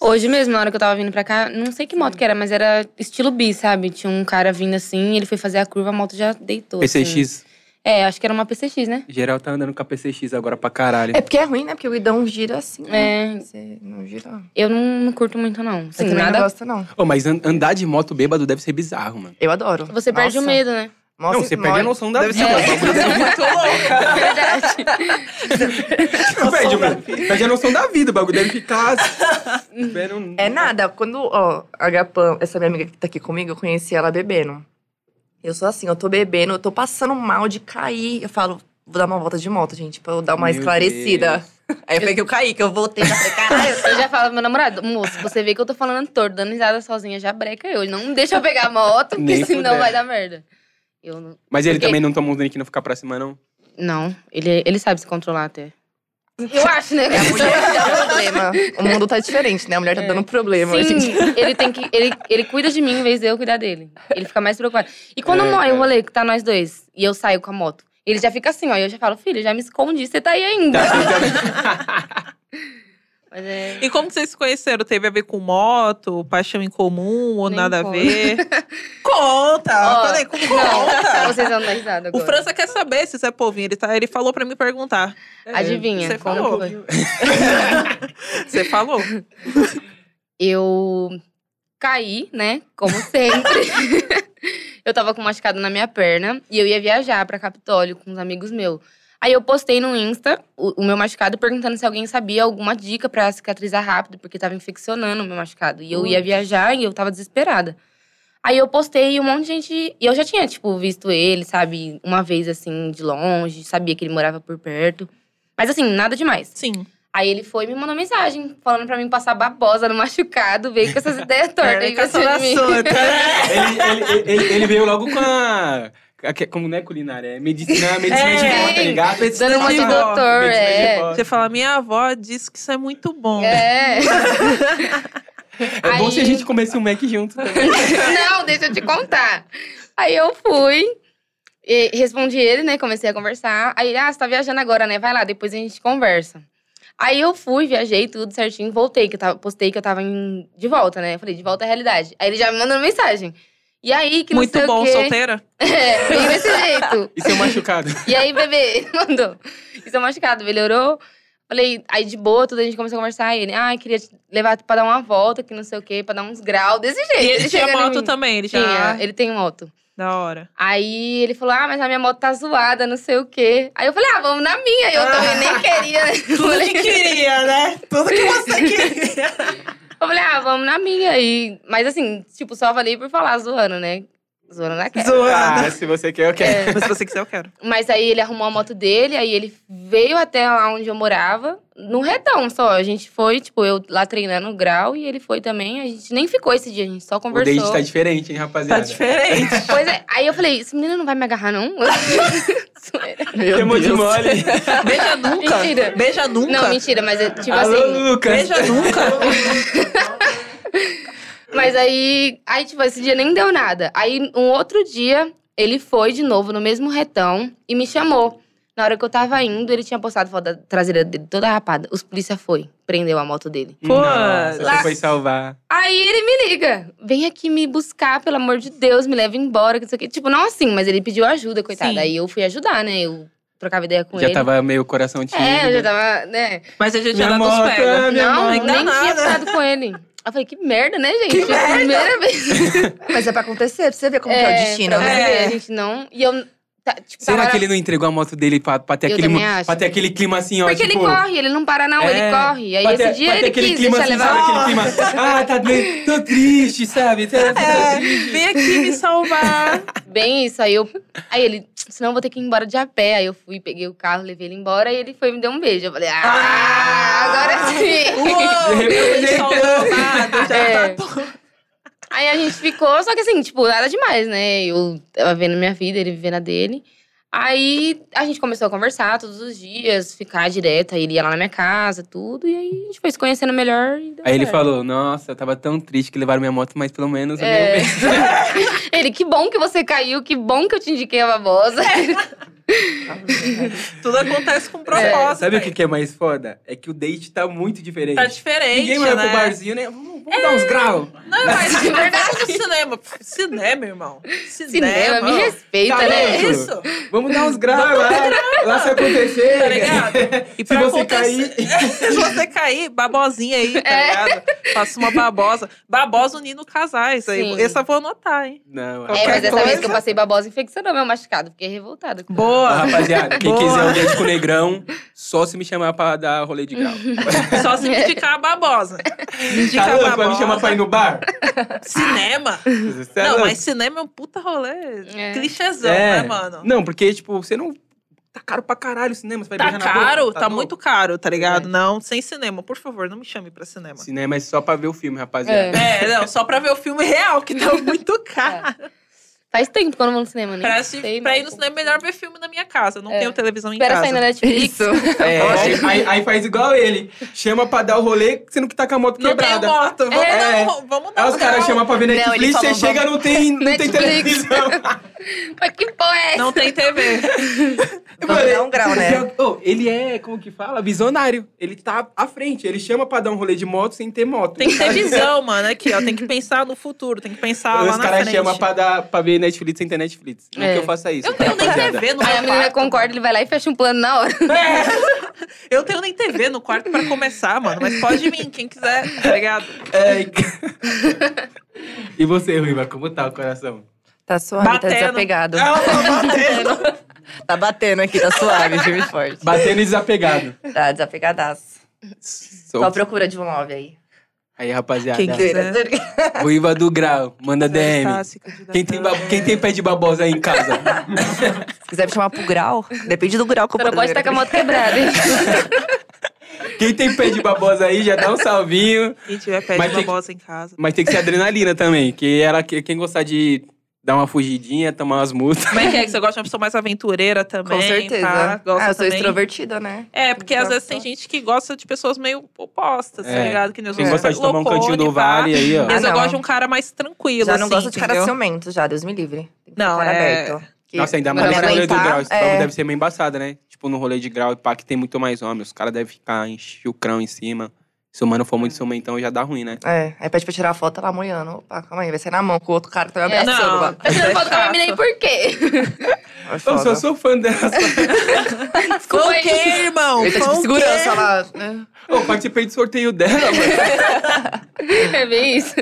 ó.
Hoje mesmo, na hora que eu tava vindo pra cá, não sei que moto que era, mas era estilo bi, sabe? Tinha um cara vindo assim, ele foi fazer a curva, a moto já deitou. assim.
PCX.
É, acho que era uma PCX, né?
Geral tá andando com a PCX agora pra caralho.
é porque é ruim, né? Porque o guidão gira assim. Né?
É,
Você não gira.
eu não, não curto muito, não.
Você
Assim,
também não
nada.
gosta, não.
Ô, mas an- andar de moto bêbado deve ser bizarro, mano.
Eu adoro.
Você perde o
Nossa.
medo, né?
Nossa,
não, você perde a
mó-
noção da
Deve
vida.
ser muito louco.
Verdade.
Não perde, mano. Perde a noção da vida, o bagulho deve ficar. Espera um-
É nada. Quando, ó, a Gapan, essa minha amiga que tá aqui comigo, eu conheci ela bebendo. Eu sou assim, eu tô bebendo, eu tô passando mal de cair. Eu falo, vou dar uma volta de moto, gente, pra eu dar uma
Meu
esclarecida. Aí foi que eu caí, que eu voltei. Eu falei, caralho,
Eu já falo pro meu namorado, moço, você vê que eu tô falando torto, dando risada sozinha, já breca eu. Não deixa eu pegar a moto, porque
Nem
senão
puder.
vai dar merda. Eu não.
Mas ele
Porque-
também não toma um drink e não fica pra cima, não?
Não, ele, ele sabe se controlar até. Eu acho, né?
a mulher dá problema. O mundo tá diferente, né? A mulher tá dando
É
problema. hoje em dia.
Sim, ele tem que. Ele, ele cuida de mim em vez de eu cuidar dele. Ele fica mais preocupado. E quando
É,
morre
cara.
o rolê, que tá nós dois, e eu saio com a moto, ele já fica assim, ó. E eu já falo, filho, já me escondi, você tá aí ainda. Mas é.
E como que vocês se conheceram? Teve a ver com moto, paixão em comum ou
Nem
nada
conta.
a ver? Conta!
Ó,
falei, com-
Não,
conta!
vocês vão dar risada agora.
O França quer saber se isso é polvinho. Ele, tá, ele falou pra me perguntar.
É. Adivinha, um
Você
como
falou.
que foi?
Você falou.
eu caí, né? Como sempre. eu tava com um machucado na minha perna e eu ia viajar pra Capitólio com uns amigos meus. Aí eu postei no Insta o, o meu machucado perguntando se alguém sabia alguma dica pra cicatrizar rápido, porque tava infeccionando o meu machucado. E eu ia viajar e eu tava desesperada. Aí eu postei e um monte de gente. E eu já tinha, tipo, visto ele, sabe, uma vez assim, de longe, sabia que ele morava por perto. Mas assim, nada demais.
Sim.
Aí ele foi e me mandou mensagem, falando pra mim passar babosa no machucado, veio com essas ideias tortas aí pra cima de mim.
Ele, ele- ele- ele veio logo com a. a que- Como não é culinária, é medicina, medicina de
É.
vó, tá ligado? Medicina
Dando uma de
vó,
doutor,
medicina
é.
de vó.
Você fala, minha avó disse que isso é muito bom.
É.
É bom se a
Aí-
gente comesse um Mac junto também.
É. Não, deixa eu te contar. Aí eu fui, e respondi ele, né? Comecei a conversar. Aí ele, ah, você tá viajando agora, né? Vai lá, depois a gente conversa. Aí eu fui, viajei, tudo certinho, voltei, que eu tava, postei que eu tava em- de volta, né? Eu falei, de volta à realidade. Aí ele já me mandou mensagem. E aí, que não sei
muito
o
bom,
quê.
solteira.
É, bem desse jeito.
E seu machucado.
E aí, bebê, ele mandou. Isso é machucado, melhorou. Falei, aí de boa, tudo, a gente começou a conversar. Ele, ah, queria te levar pra dar uma volta, que não sei o quê, pra dar uns graus, desse jeito.
E ele tinha
chegando em
moto
mim.
também, ele já. Ah,
Tinha, ele tem moto.
Da hora.
Aí ele falou: Ah, mas a minha moto tá zoada, não sei o quê. Aí eu falei: Ah, vamos na minha. Eu também nem queria. né? Eu falei,
queria, né? Tudo que você queria.
eu falei: Ah, vamos na minha. E, mas assim, tipo, só falei por falar zoando, né? Zoando na cara.
Ah, se você quer, eu
É.
quero.
Mas se você quiser, é eu quero.
Mas aí ele arrumou a moto dele, aí ele veio até lá onde eu morava, num retão só. A gente foi, tipo, eu lá treinando o grau e ele foi também. A gente nem ficou esse dia, a gente só
O date
conversou.
tá diferente, hein,
Tá
rapaziada?
diferente.
Pois é, aí eu falei: Esse menino não vai me agarrar, não? Zoeira.
Meu
Temor de
Deus.
mole.
Beija nunca.
Mentira.
Beija nunca.
Não, mentira, mas é tipo
Alô,
assim.
Lucas.
Beija nunca.
Mas aí, aí, tipo, esse dia nem deu nada. Aí, um outro dia, ele foi de novo no mesmo retão e me chamou. Na hora que eu tava indo, ele tinha postado foto da traseira dele toda rapada. Os polícia foi, prendeu a moto dele.
Pô,
Nossa,
lá-
você foi salvar.
Aí ele me liga. Vem aqui me buscar, pelo amor de Deus, me leva embora, que não sei o quê. Tipo, não assim, mas ele pediu ajuda, coitado.
Sim.
Aí eu fui ajudar, né? Eu trocava ideia com
Já
ele.
tava meio coração tímido.
É, eu já tava, né?
Mas a gente já
Minha
dá nos
moto,
pega.
é minha
não,
mãe.
nem
Danada.
tinha ficado com ele. Eu falei, que merda, né, gente? Que Primeira vez.
Mas é pra acontecer, pra você ver como que é o destino,
pra
né?
você ver,
É.
a gente não. E eu. tá, tipo,
Será
tava-
que ele não entregou a moto dele pra, pra ter
Eu
aquele
também
mo-
acho.
pra ter aquele clima assim, ó?
Porque ele
tipo,
corre, ele não para, não,
É.
ele corre. Aí
pra
esse
ter-
dia
pra ter
ele
aquele
quis
clima
deixar
assim,
levar.
sabe? Aquele clima. Ah, tá meio- tô triste, sabe? Tá-
É,
tá-
É. Vem aqui me salvar.
Bem isso, aí eu. Aí ele, senão eu vou ter que ir embora de a pé. Aí eu fui, peguei o carro, levei ele embora e ele foi e me deu um beijo. Eu falei, ah, agora sim.
Uou,
repente,
sol dourado, já
É.
tá todo-
Aí a gente ficou, só que assim, tipo, nada demais, né? Eu tava vendo minha vida, ele vivendo a dele. Aí a gente começou a conversar todos os dias, ficar direto. Aí ele ia lá na minha casa, tudo. E aí a gente foi se conhecendo melhor. e deu
Aí ele
certo.
falou, nossa, eu tava tão triste que levaram minha moto, mas pelo menos eu
É.
dei um beijo.
Ele, que bom que você caiu, que bom que eu te indiquei a babosa.
É, Tudo acontece com propósito.
Sabe o
velho.
que, que é mais foda? É que o date tá muito diferente.
Tá diferente,
Ninguém vai
né?
pro barzinho, né? Vamos,
É.
vamos dar uns graus.
Não, mas na verdade do cinema. Cinema, irmão. né,
Cinema, assim, me respeita,
Tá
né?
bom.
É isso,
Vamos dar uns graus lá. Lá se acontecer.
tá ligado?
Se
E pra
você
acontecer-
cair.
Se você cair, babosinha aí, tá
É.
ligado? Faça uma babosa. Babosa unindo casais. Aí.
Sim.
Essa eu vou anotar, hein?
Não,
É, mas
rapaz.
dessa
coisa.
vez que eu passei babosa, infeccionou meu machucado. Fiquei revoltada. com isso.
Ó,
Boa.
rapaziada, quem
Boa.
quiser um date com o Negrão, só se me chamar pra dar rolê de grau. um-
Só se me indicar a babosa. Me
Tá
indicar
louco?
a
Vai me chamar
babosa.
pra ir no bar?
Cinema?
Você é
Não,
louco?
mas cinema é um puta rolê.
É.
Clichêzão,
É.
né, mano?
Não, porque, tipo, você não. Tá caro pra caralho o cinema. Você vai
Tá
beijar na boca,
caro, tá,
louco?
muito caro, tá ligado?
É.
Não, sem cinema. Por favor, não me chame pra cinema.
Cinema é só pra ver o filme, rapaziada.
É, não, só pra ver o filme real, que tá muito caro.
Faz tempo que eu não vou no cinema, né?
Pra, se- pra ir no cinema, é melhor ver filme na minha casa. Eu Não
É.
tenho televisão em
Espera né?
casa.
sair na Netflix.
Isso.
É, aí, aí- aí faz igual ele. Chama pra dar o rolê, sendo que tá com a moto
Não tenho
quebrada.
moto. Vamos,
É.
dar um- vamos dar
Aí
um
os caras
grau.
chamam pra ver
Não,
Netflix,
ele
você
falou,
chega não tem, não tem
Netflix.
televisão.
Mas que porra é essa?
Não tem TV.
Vamos dar um grau, né?
Porque, ô, ele é, como que fala? Visionário. Ele tá à frente. Ele chama pra dar um rolê de moto sem ter moto.
Tem que ter visão, mano. Aqui, ó. Tem que pensar no futuro. Tem que pensar
Aí
lá
os
na
caras
frente.
chamam pra, dar- pra ver Netflix sem ter Netflix. Não
É.
que eu faça isso.
Eu tenho um nem
rapaziada.
TV no
Aí a
meu
menina
quarto. É.
concorda, ele vai lá e fecha um plano na hora.
Eu tenho nem TV no quarto pra começar, mano. Mas pode vir, quem quiser, tá ligado?
É. e você, Ruiva, como tá o coração?
Tá suave, tá
Batendo.
desapegado.
batendo.
Tá batendo aqui, tá suave, firme e forte.
batendo e desapegado.
Tá desapegadaço.
Sou-
Tô à procura de um love aí.
Aí, rapaziada.
Quem quiser. Né?
Ruiva do Grau, manda DM.
Tá, se candidatando.
Quem tem, ba- quem tem pé de babosa aí em casa?
Se quiser me chamar pro grau, depende do grau que eu
né?
tá Você não pode estar com a moto quebrada. hein?
Quem tem pé de babosa aí, já dá um salvinho.
Quem tiver pé
Mas
de
tem que-
babosa em casa.
Mas tem que ser adrenalina também, que ela, que- quem gostar de dar uma fugidinha, tomar umas multas.
Como é que é que você gosta de uma pessoa mais aventureira também?
Com certeza.
pá? Gosta
ah, eu sou
também?
extrovertida, né?
É, porque às
Gosto.
vezes tem gente que gosta de pessoas meio opostas,
É.
tá ligado? Que nem os
Quem
outros
gostar de tomar um
loucone, tá?
cantinho do
pá.
vale aí, ó.
Ah,
Mas eu
não.
gosto de um cara mais tranquilo,
Já não
assim,
gosto de cara
entendeu?
ciumento, já, Deus me livre. Tem que
Não,
ser cara
é-
aberto. Que
Nossa, ainda
pra
mais
me
no rolê do
aguentar,
grau. Esse
é.
bagulho deve ser meio embaçado, né? Tipo, no rolê de grau e pá, que tem muito mais homem. Os caras devem ficar em chucrão em cima. Se o mano for muito ciumentão, já dá ruim, né?
É, aí pede pra tirar a foto, ela molhando. Opa, calma aí, vai sair na mão com o outro cara que tá me
É,
abraçando.
não.
mano.
Eu não vou tomar mina aí por quê?
É
Eu
foda.
só sou fã dela.
Desculpa aí.
irmão?
um
Ele tá
Com o
tipo
quê?
segurança lá. né?
Eu participei do sorteio dela, mano.
É bem isso.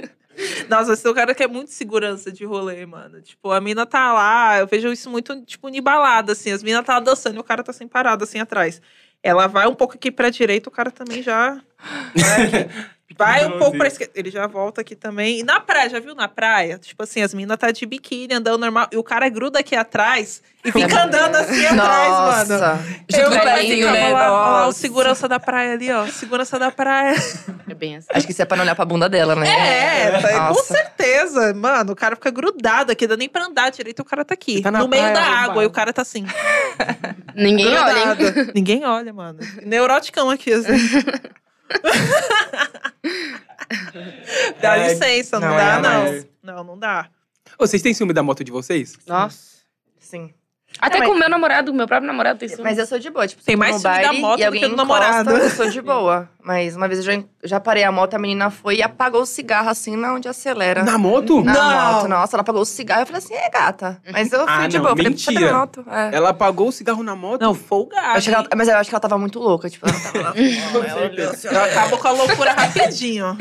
Nossa, esse é o cara que é muito segurança de rolê, mano. Tipo, a mina tá lá, eu vejo isso muito, tipo, em balada, assim. As minas tá dançando e o cara tá sem parado, assim, atrás. Ela vai um pouco aqui pra direita, o cara também já. Vai, aqui. Vai um
Meu
pouco pra
Deus.
esquerda. Ele já volta aqui também. E na praia, já viu na praia? Tipo assim, as minas tá de biquíni, andando normal. E o cara gruda aqui atrás e fica andando assim atrás, mano.
Nossa. Tipo
Eu
do
falei
pezinho,
assim,
né?
olha lá, olha lá, o
Nossa.
segurança da praia ali, ó. Segurança da praia.
É bem assim.
Acho que isso é pra não olhar pra bunda dela, né?
É, tá- com
Nossa.
certeza. Mano, o cara fica grudado aqui, dá nem pra andar direito, o cara tá aqui.
Tá na
no meio
praia,
da
arrombado.
água, e o cara tá assim.
Ninguém olha, hein?
grudado. Ninguém olha, mano. Neuroticão aqui, assim. dá
Ai,
licença, não,
não,
dá,
é,
não.
mas-
Não, não dá.
Ô, vocês têm ciúme da moto de vocês?
Nossa.
Sim.
Até
É, mas-
com o meu namorado, meu próprio namorado tem ciúme.
Mas eu sou de boa. Tipo,
Tem
tô
mais
no
ciúme da
baile
moto
e
do
alguém
que do
encosta,
namorado.
Eu sou de boa. Mas uma vez eu já, já parei a moto, a menina foi e apagou o cigarro assim, na onde acelera.
Na moto?
Na
Não!
moto, nossa, ela apagou o cigarro. Eu falei assim, é gata. Mas eu fui
Ah,
de
não,
boa. Eu falei,
mentira.
cadê a moto? É.
Ela apagou o cigarro na moto?
Não,
Eu
folgado.
achei que ela- mas eu acho que ela tava muito louca, tipo, ela tava lá.
Eu acabo com a loucura rapidinho.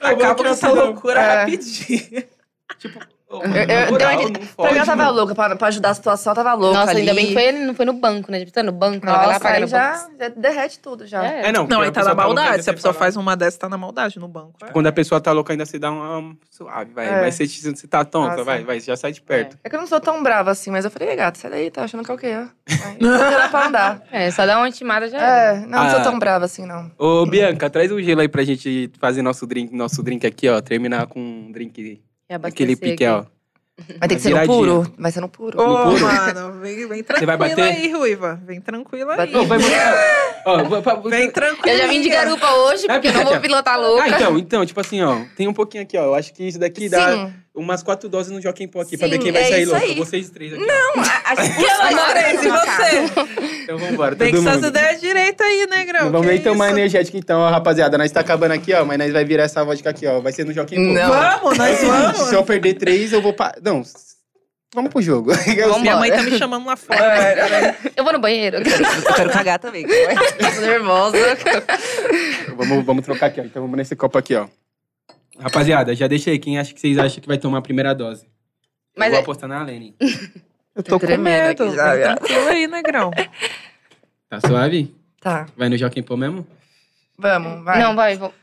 Acabo com essa loucura
É.
rapidinho.
Tipo,
eu- eu- eu- Pra mim, ela tava louca, pra, pra ajudar a situação, ela tava louca.
Nossa,
ali.
ainda bem que foi, não foi no banco, né? Tipo, tá no banco, ela vai lá
Nossa,
pagar
aí
no
já,
banco.
já derrete tudo já.
É.
É, não.
Não,
porque
aí
a
tá na
pessoa louca, ainda
maldade. Se a
você
pessoa
fala.
faz uma dessa, tá na maldade no banco. é.
Quando a pessoa tá louca, ainda se dá uma, uma suave, vai.
É.
Mas você, você tá tonta,
Nossa.
vai, vai, já sai de perto.
É que eu não sou tão brava assim, mas eu falei, "Ei, gata, sai daí, tá achando que é o quê? ó?" Aí, Era pra andar.
É, só dá uma intimada já era.
É, não, não
Ah.
sou tão brava assim, não.
Ô, Bianca, traz um gelo aí pra gente fazer nosso drink, nosso drink aqui, ó. Terminar com um drink
É
aquele pique, ó.
Vai ter que ser no
Viradinha.
puro. Vai ser no puro.
No
Ô,
puro?
mano, vem, vem
Você vai
tranquila
bater?
aí, Ruiva. Vem tranquila aí.
Bate-
Não, vai mostrar. ó, vai- pra-
Vem tranquila.
Eu já vim de garupa hoje,
É,
porque eu não
porque-
vou pilotar
Ah,
louca.
então, então, tipo assim, ó. Tem um pouquinho aqui, ó. Eu acho que isso daqui dá
Sim.
umas quatro doses no Joaquim Pó aqui, pra
Sim,
ver quem vai
é
sair
isso
louco.
aí.
Vocês três aqui. Não.
Acho que
Eu adorei, e você?
Então vambora,
Vem
todo
com suas
mundo.
ideias direito aí, negrão.
Vamos
é
que
nem tomar
isso?
energética então, ó, rapaziada. Nós tá acabando aqui, ó. Mas nós vai virar essa vodka aqui, ó. Vai ser no Joaquim Pó.
Não.
Vamos,
É o
nós
seguinte,
vamos.
se eu perder três, eu vou pa... Não, s- vamos pro jogo. Eu
Vamos
Minha
sei-
mãe tá me chamando lá fora.
Eu vou no banheiro.
Eu quero cagar também. Tô nervosa.
Vamos, vamos trocar aqui, ó. Então vamos nesse copo aqui, ó. Rapaziada, já deixei. Quem acha que vocês acham que vai tomar a primeira dose?
Mas
eu vou
é-
apostar na Lene.
Eu tô com
tremendo
medo.
aqui já,
Vem
já.
tranquila aí, né, negrão.
Tá suave?
Tá,
Vai no Joaquim Pô mesmo?
vamos, vai.
Não, vai,
Tá,
vou.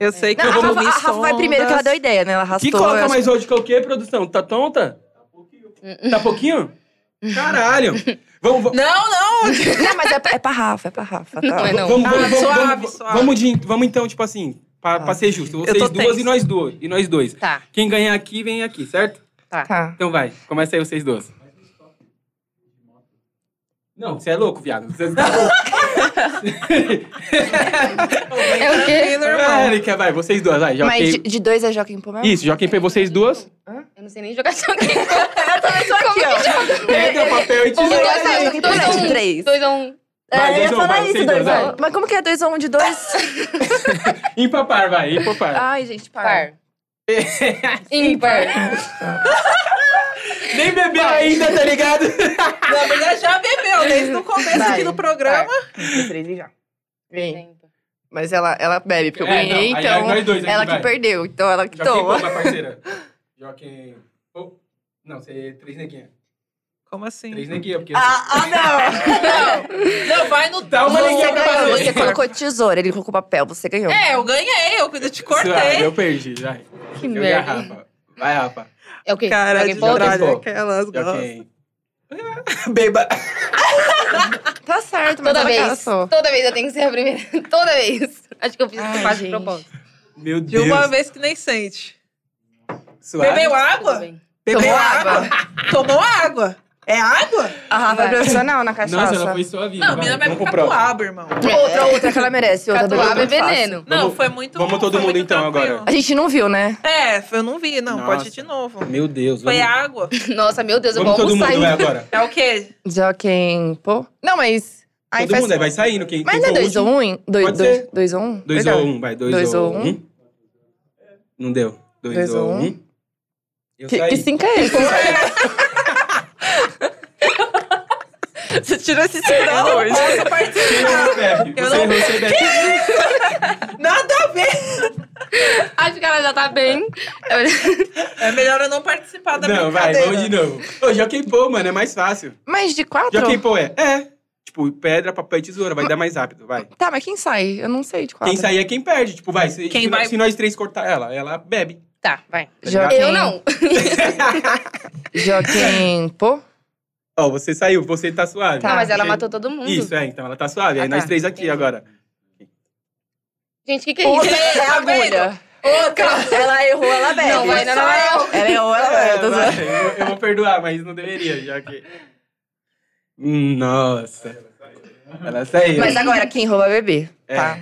Eu sei que
Não,
eu vou
a, Rafa,
me
a Rafa vai primeiro, que ela deu ideia, né? Ela arrastou.
Que coloca
eu-
mais hoje que o quê, produção? Tá tonta? Tá pouquinho? Caralho! Vamos, vamos,
Não, não.
Não, mas é, pra- é pra Rafa, é pra Rafa. Tá.
Não é não.
vamos,
Ah,
vamos,
suave,
vamos,
suave.
vamos de- vamos então, tipo assim, pra, pra ser justo.
tô
Vocês duas
tensa.
e nós duas. E nós dois.
Tá,
Quem ganhar aqui, vem aqui, certo?
tá.
Tá.
Então vai, começa aí vocês duas. Não, você é louco, viado. Você tá louco.
É o quê?
Ah, ele quer, vai, vocês duas, vai.
Mas de,
Joaquim.
de dois é Joaquim Pô mesmo?
Isso, Joaquim P, vocês duas.
Eu não sei nem jogar xadrez. Eu também tô aqui,
Pega o papel e te
Dois,
joga.
dois,
ó. Dois a um.
três.
Dois a um.
Vai,
É, eu
dois a
ia
um,
falar
vai,
isso,
vocês
dois
dois,
a um. Mas como que é dois a um de dois?
Empapar, vai, empapar.
Ai, gente, para.
Par. Ímpar.
Nem bebeu ainda, tá ligado?
Na verdade, já bebeu desde o começo aqui do programa.
Três e já. Vem. Mas ela, ela bebe, porque eu
É, não,
ganhei,
aí
então.
nós dois aqui,
ela que
vai.
perdeu, então ela que
Joaquim,
toma.
pô, minha parceira. Joaquim. pô. Não, você é três neguinha.
Como assim?
Três neguinha, porque.
Não, vai no
Dá uma
Você
neguinha pra
ganhou,
fazer.
você colocou tesoura, ele colocou papel, você ganhou.
É, eu ganhei, eu eu te
Suave,
cortei.
eu perdi, vai.
Que
Eu e a
merda.
Rafa. Vai, Rafa.
É o quê?
Cara,
Alguém
de
falou?
jogar.
verdade,
Pô.
aquelas gostam.
Joaquim. Beba.
Tá certo, mas
Toda
ela
vez.
caçou.
Toda vez eu tenho que ser a primeira. Toda vez. Acho que eu fiz isso
Ai,
quase de
gente.
propósito.
Meu
De
Deus.
uma vez que nem sente.
Suave.
Bebeu
Tudo
água?
bem.
Bebeu
Tomou
água? Tomou água? É água?
A Rafa é
Vai.
profissional na
Nossa,
cachaça.
ela foi sua vida.
Não, a mina
vamos
bebe
pro próximo.
catuaba, irmão.
É.
Outra, outra que ela merece. Outra
Catuaba é
muito fácil.
veneno.
Não,
Vamos-
foi muito.
vamos todo
foi
mundo
muito
então
tranquilo.
agora.
A gente não viu, né?
É, foi- eu não vi, não. Pode
Nossa.
ir de novo.
Meu Deus.
Foi
vamos-
água.
Nossa, meu Deus, eu
Vamos
vou
todo mundo,
almoçar
vai
ainda.
agora.
É o quê?
Joaquim, pô. Não, mas. Aí
todo
faz...
mundo é aí, vai saindo. Quem,
Mas
quem
não é
for o
2
último.
ou 1? Um,
então, Pode
2
ser.
ou 1? Um?
2
Verdade.
ou 1, um, vai. 2
Dois
ou
ou
1.
um.
Um. Não deu. 2
Dois
ou
ou
1.
um.
Um. Eu
Que,
saí.
que cinco é esse? Você tirou esse cinco da
Não,
onde?
posso participar.
Quem errou, bebe.
Eu
Você
não-
errou, você bebe.
Nada a ver.
Acho que ela já tá bem.
É melhor eu não participar da
Não, vai.
brincadeira.
Vamos de novo. Ô, Jockey Pô, mano. É mais fácil.
Mais de quatro?
Jockey Pô é... É. Tipo, pedra, papel e tesoura. Vai dar mais rápido, vai.
Tá, mas quem sai? Eu não sei de quatro.
Quem sair é quem perde. Tipo, vai. Se,
Quem
se,
vai-
se nós três cortar ela, ela bebe.
Tá, vai.
Tá
Já-
ligado?
Eu não.
Joaquim, pô.
Ó, você saiu. Você tá suave.
Tá.
Não, mas ela
Você-
matou todo mundo.
Isso, é. Então ela tá suave. aí
Ah,
nós
tá.
três aqui
Entendi.
agora.
Gente, o que, que é
Outra
isso?
é a agulha. Outra. Ela errou, ela bebe.
Não, é vai, não, não,
é.
não.
Ela errou, ela
É,
bebe. Tô
vai,
zoando.
eu, eu vou perdoar, mas não deveria, já que. Nossa. Ela saiu.
Mas agora, quem rouba bebê,
É.
tá?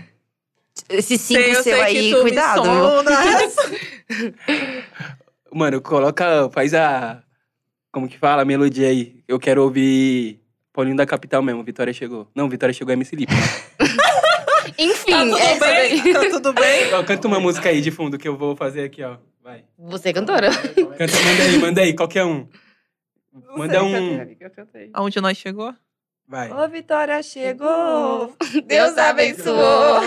Esse
Sei,
cinco
eu
seu
sei
aí,
que tu
cuidado.
Me sondas.
Mano, coloca. Faz a. Como que fala? A melodia aí. Eu quero ouvir. Paulinho da Capital mesmo, Vitória chegou. Não, Vitória chegou é MC Lipe.
Enfim,
tá tudo
é isso aí.
bem? Tá tudo bem?
Ó, Canta uma música aí de fundo que eu vou fazer aqui, ó. Vai.
Você é cantora.
Canta, manda aí, manda aí, qualquer um. Manda um.
Aonde nós chegou?
Vai.
Ô, Vitória chegou.
Deus abençoou.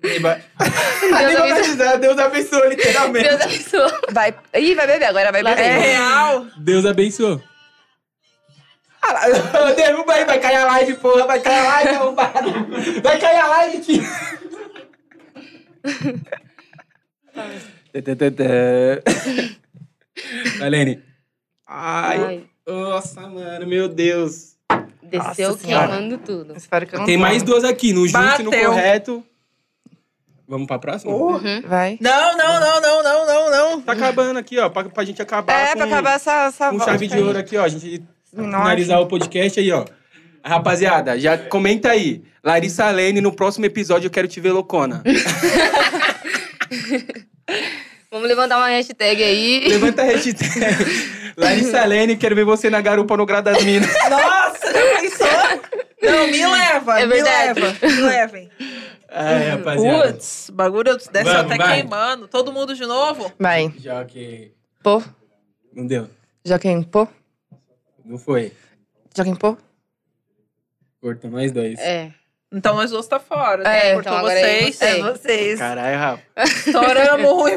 Eba- Nem
Deus
vou
abençoe.
precisar, Deus abençoou, literalmente.
Deus abençoou.
Vai. Ih, vai beber agora, vai
Lá
É
beber.
real?
Deus abençoou. Ah, lá, Derruba aí, vai cair a live, porra, vai cair a live, arrombado. Vai cair a live, tio. Tá. Tã, tã, tã, tã. Valene. Ai,
Ai,
nossa, mano, meu Deus.
desceu
Nossa Senhora.
queimando tudo.
Espero que eu não
Tem mais duas aqui, no justo e no
Bateu.
correto. Vamos pra próxima?
Uhum.
um
Vai.
Não, não, não, não, não, não, não.
Tá acabando aqui, ó, pra, pra gente acabar
É,
com,
pra acabar essa, essa
com chave
vodka
de
aí.
ouro aqui, ó. A gente
Nossa.
finalizar o podcast aí, ó. Rapaziada, já comenta aí. Larissa Lene, no próximo episódio eu quero te ver loucona.
Vamos levantar uma hashtag aí.
Levanta a hashtag. Larissa Lene, quero ver você na garupa no Grau das Minas.
Nossa, já pensou? Não, me leva,
É
me
verdade.
leva, me levem.
Ai, rapaziada.
Putz, bagulho dessa
Vamos,
até
vai.
queimando. Todo mundo de novo?
Vai.
Já que...
Pô.
Não deu.
Joaquim, pô.
Não foi.
Joaquim, pô.
Cortou nós dois.
É.
Então nós dois tá fora, né?
É,
Cortou
então agora é
vocês.
você.
vocês.
Caralho, Rafa.
Estouramos ruim.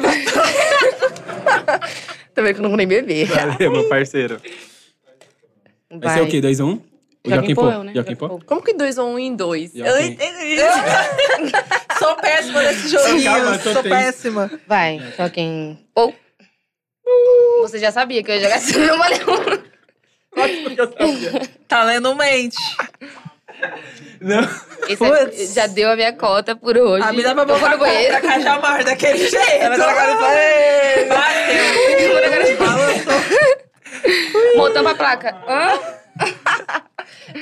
Também que eu não vou nem beber.
Valeu, meu parceiro. Vai, ser o quê? 2 a 1 Um? O Joaquim Pô,
né?
Joaquim Pô.
Como que dois ou um em dois?
Joaquim.
Sou péssima nesse joguinho.
Calma, tô
sou
tenso.
péssima.
Vai, Joaquim Pô. Você já sabia que eu ia jogar assim, não valeu.
Tá lendo mente.
Não.
Esse é- já deu a minha cota por hoje.
A mina vai
Eu vou
botar
no
a cara Ah, pra
banheiro.
Cajamar daquele jeito.
Ela tá agora vai.
Bateu. Balançou.
Voltando pra placa. Hã?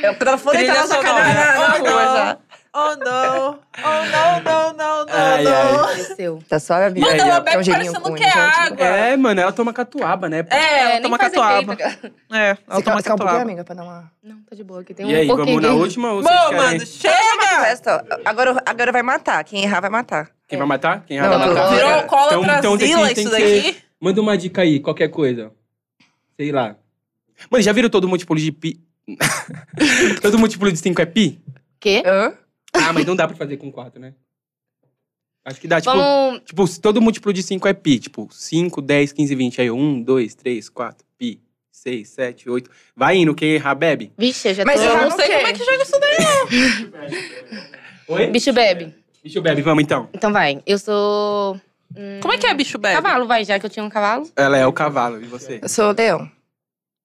Eu telefonei
Trilha
tá na sua
sonora.
cara na- na rua já.
Oh, não. Oh, não, não, não, não,
Ai, um
não.
ai.
Desceu.
Tá suave, amiga.
Mano,
Aí,
ela
ó, tem
bebe
gelinho
parecendo
com
que é
ele, gente.
água.
É, mano, ela toma catuaba, né?
É, ela
nem
toma
faz
catuaba.
efeito.
É, ela toma
Você quer ficar um pouquinho,
catuaba.
amiga, pra dar uma...
Não, tá de boa aqui. Tem
E
um
aí,
pouquinho.
vamos na
aqui.
última ou vocês
Bom,
querem?
mano,
é
chega!
Festa, agora, agora vai matar. Quem errar vai matar.
Quem vai matar? Quem
Não,
vai
não,
matar?
não.
Virou
Então-
alcoólatra
então tem que-
Zila
tem
isso
que ser-
daqui?
Manda uma dica aí, qualquer coisa. Sei lá. Mano, já viram todo múltiplo de pi? todo múltiplo de 5 é pi?
Quê?
Hã?
Ah, mas não dá pra fazer com 4, né? Acho que dá, tipo,
Vamos.
tipo, se todo múltiplo de 5 é pi, tipo, 5, 10, 15, 20, aí 1, 2, 3, 4, pi, 6, 7, 8. Vai indo, quem errar bebe.
Vixe, eu já
Mas
tô.
Eu
errar
um
não
no
sei
quê?
como é que joga isso daí.
Oi?
Bicho bebe.
Bicho bebe, vamos então.
Então vai. Eu sou. hum,
Como é que é bicho bebe?
Cavalo, vai, já que eu tinha um cavalo.
Ela é o cavalo, e você?
Eu sou o leão.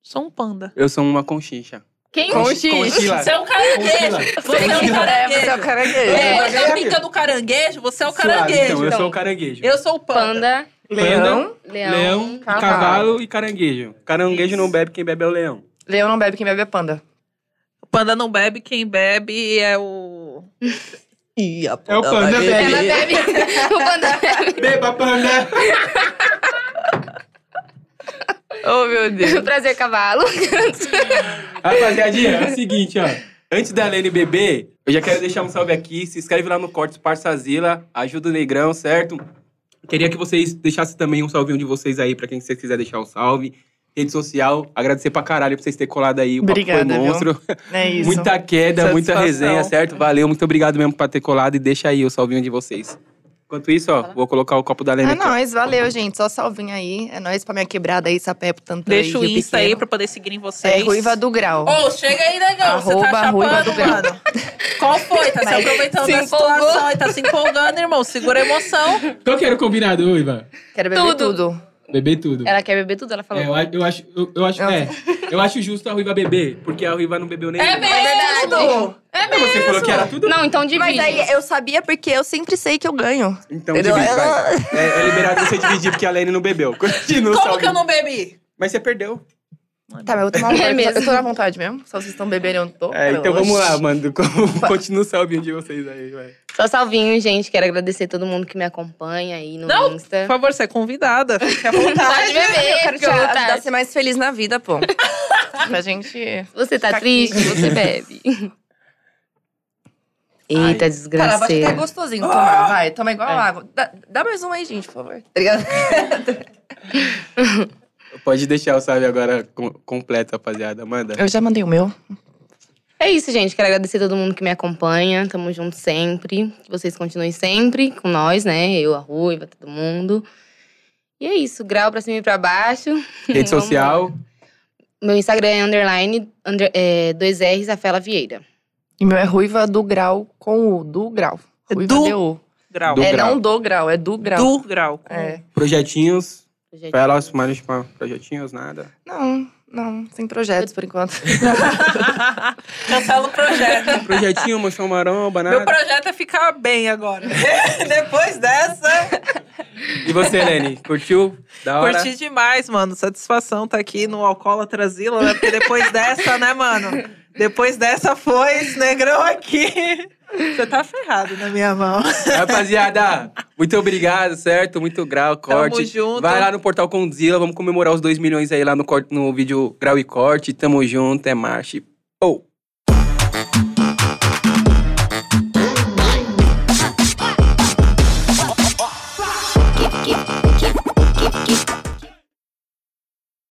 Sou um panda.
Eu sou uma conchincha.
Quem?
Conchi- Conchila.
Você é um caranguejo. Você é um
Você é o
caranguejo.
caranguejo.
É, você tá brincando caranguejo, você é o caranguejo.
Então, eu sou o
então.
caranguejo.
Eu sou o panda.
Panda,
Leão.
leão,
Leão,
cavalo.
cavalo. e caranguejo. Caranguejo não bebe, quem bebe é o leão.
Leão não bebe, quem bebe é panda.
O panda não bebe, quem bebe é o.
Ih, a
É o panda
vai beber.
Ela bebe. o panda bebe.
Beba, panda!
Oh, meu Deus.
Prazer, cavalo.
Rapaziadinha, é o seguinte, ó. Antes da Lene beber, eu já quero deixar um salve aqui. Se inscreve lá no Cortes Parçazila, ajuda o Negrão, certo? Queria que vocês deixassem também um salvinho de vocês aí, pra quem vocês quiser deixar o salve. Rede social, agradecer pra caralho pra vocês terem colado aí. O papo
Obrigada,
foi
viu?
monstro.
É isso.
Muita queda, muita
Satisfação.
resenha, certo? Valeu, muito obrigado mesmo por ter colado e deixa aí o salvinho de vocês. Enquanto isso, ó, vou colocar o copo da Lene
É
aqui. ó.
nóis, valeu, gente. Só salvinho aí. É nóis pra minha quebrada aí, sapé, tanto
Deixa o Insta aí pra poder seguirem vocês.
É Ruiva do Grau.
Ô, chega aí, negão. Você tá
Arroba
chapando,
Ruiva do Grau.
mano. Qual foi? Tá se aproveitando
se
da
empolgou.
situação e tá se empolgando, irmão. Segura a emoção.
Qual que era o combinado, Iva?
Quero beber
Tudo.
tudo.
Beber tudo.
Ela quer beber tudo, ela falou.
É, eu, a- eu acho, eu, eu acho, é, eu acho justo a Ruiva beber, porque a Ruiva não bebeu nem.
É mesmo!
É Você falou que era tudo.
Não, então divide.
Mas aí é- eu sabia porque eu sempre sei que eu ganho.
Então
Entendeu?
divide, vai.
Ela-
É, é liberado você dividir, porque a Lene não bebeu. Continua o
Como
salve.
que eu não bebi?
Mas você perdeu.
Tá, mas eu vou tomar um
É
pouco,
mesmo.
Eu tô na vontade mesmo. Só vocês estão bebendo, eu não tô.
É, então
Oxi.
vamos lá, mano. Co- Continua o salvinho de vocês aí, vai.
Só salvinho, gente. Quero agradecer todo mundo que me acompanha aí no
Não. Por
Insta.
favor, você é convidada. Fique à vontade.
Pode beber,
Tá, Eu quero te
fica à
ajudar a
vontade.
ser mais feliz na vida, pô. pra gente.
Você tá
Fica aqui.
triste, você bebe.
Tá,
Eita,
Cara, acho que é
desgraceira.
gostosinho tomar. Vai, toma igual água. Dá, dá mais um aí, gente, por favor. É. Obrigada.
Pode deixar o salve agora com- completo, rapaziada. Manda.
Eu já mandei o meu.
É isso, gente. Quero agradecer todo mundo que me acompanha. Tamo junto sempre. Que vocês continuem sempre com nós, né? Eu, a Ruiva, todo mundo. E é isso. Grau pra cima e pra baixo.
Rede
Vamos
social.
Meu Instagram é underline, under, é, dois R's, Rafaela Vieira.
E meu é ruiva do grau com o do grau.
É
Ruiva
do-
DU.
Grau.
Do
é
grau.
não do grau, é do grau.
Do grau.
É.
Projetinhos.
Projetinho.
Vai lá, mais pra projetinhos, nada.
Não, não, sem projetos por enquanto.
Cancela o projeto.
Projetinho, moção maromba,
Meu
nada.
projeto é ficar bem agora. Depois dessa.
E você, Lene? Curtiu? Da hora?
Curti demais, mano. Satisfação tá aqui no Alcoólatra Zila, né? Porque depois dessa, né, mano? Depois dessa foi esse negrão aqui. Você tá ferrado na minha mão.
Rapaziada, muito obrigado, certo? Muito grau, corte.
junto.
Vai lá no Portal Condzilla, vamos comemorar os 2 milhões aí lá no, corte, no vídeo Grau e Corte. Tamo junto, é marcha. e Pou!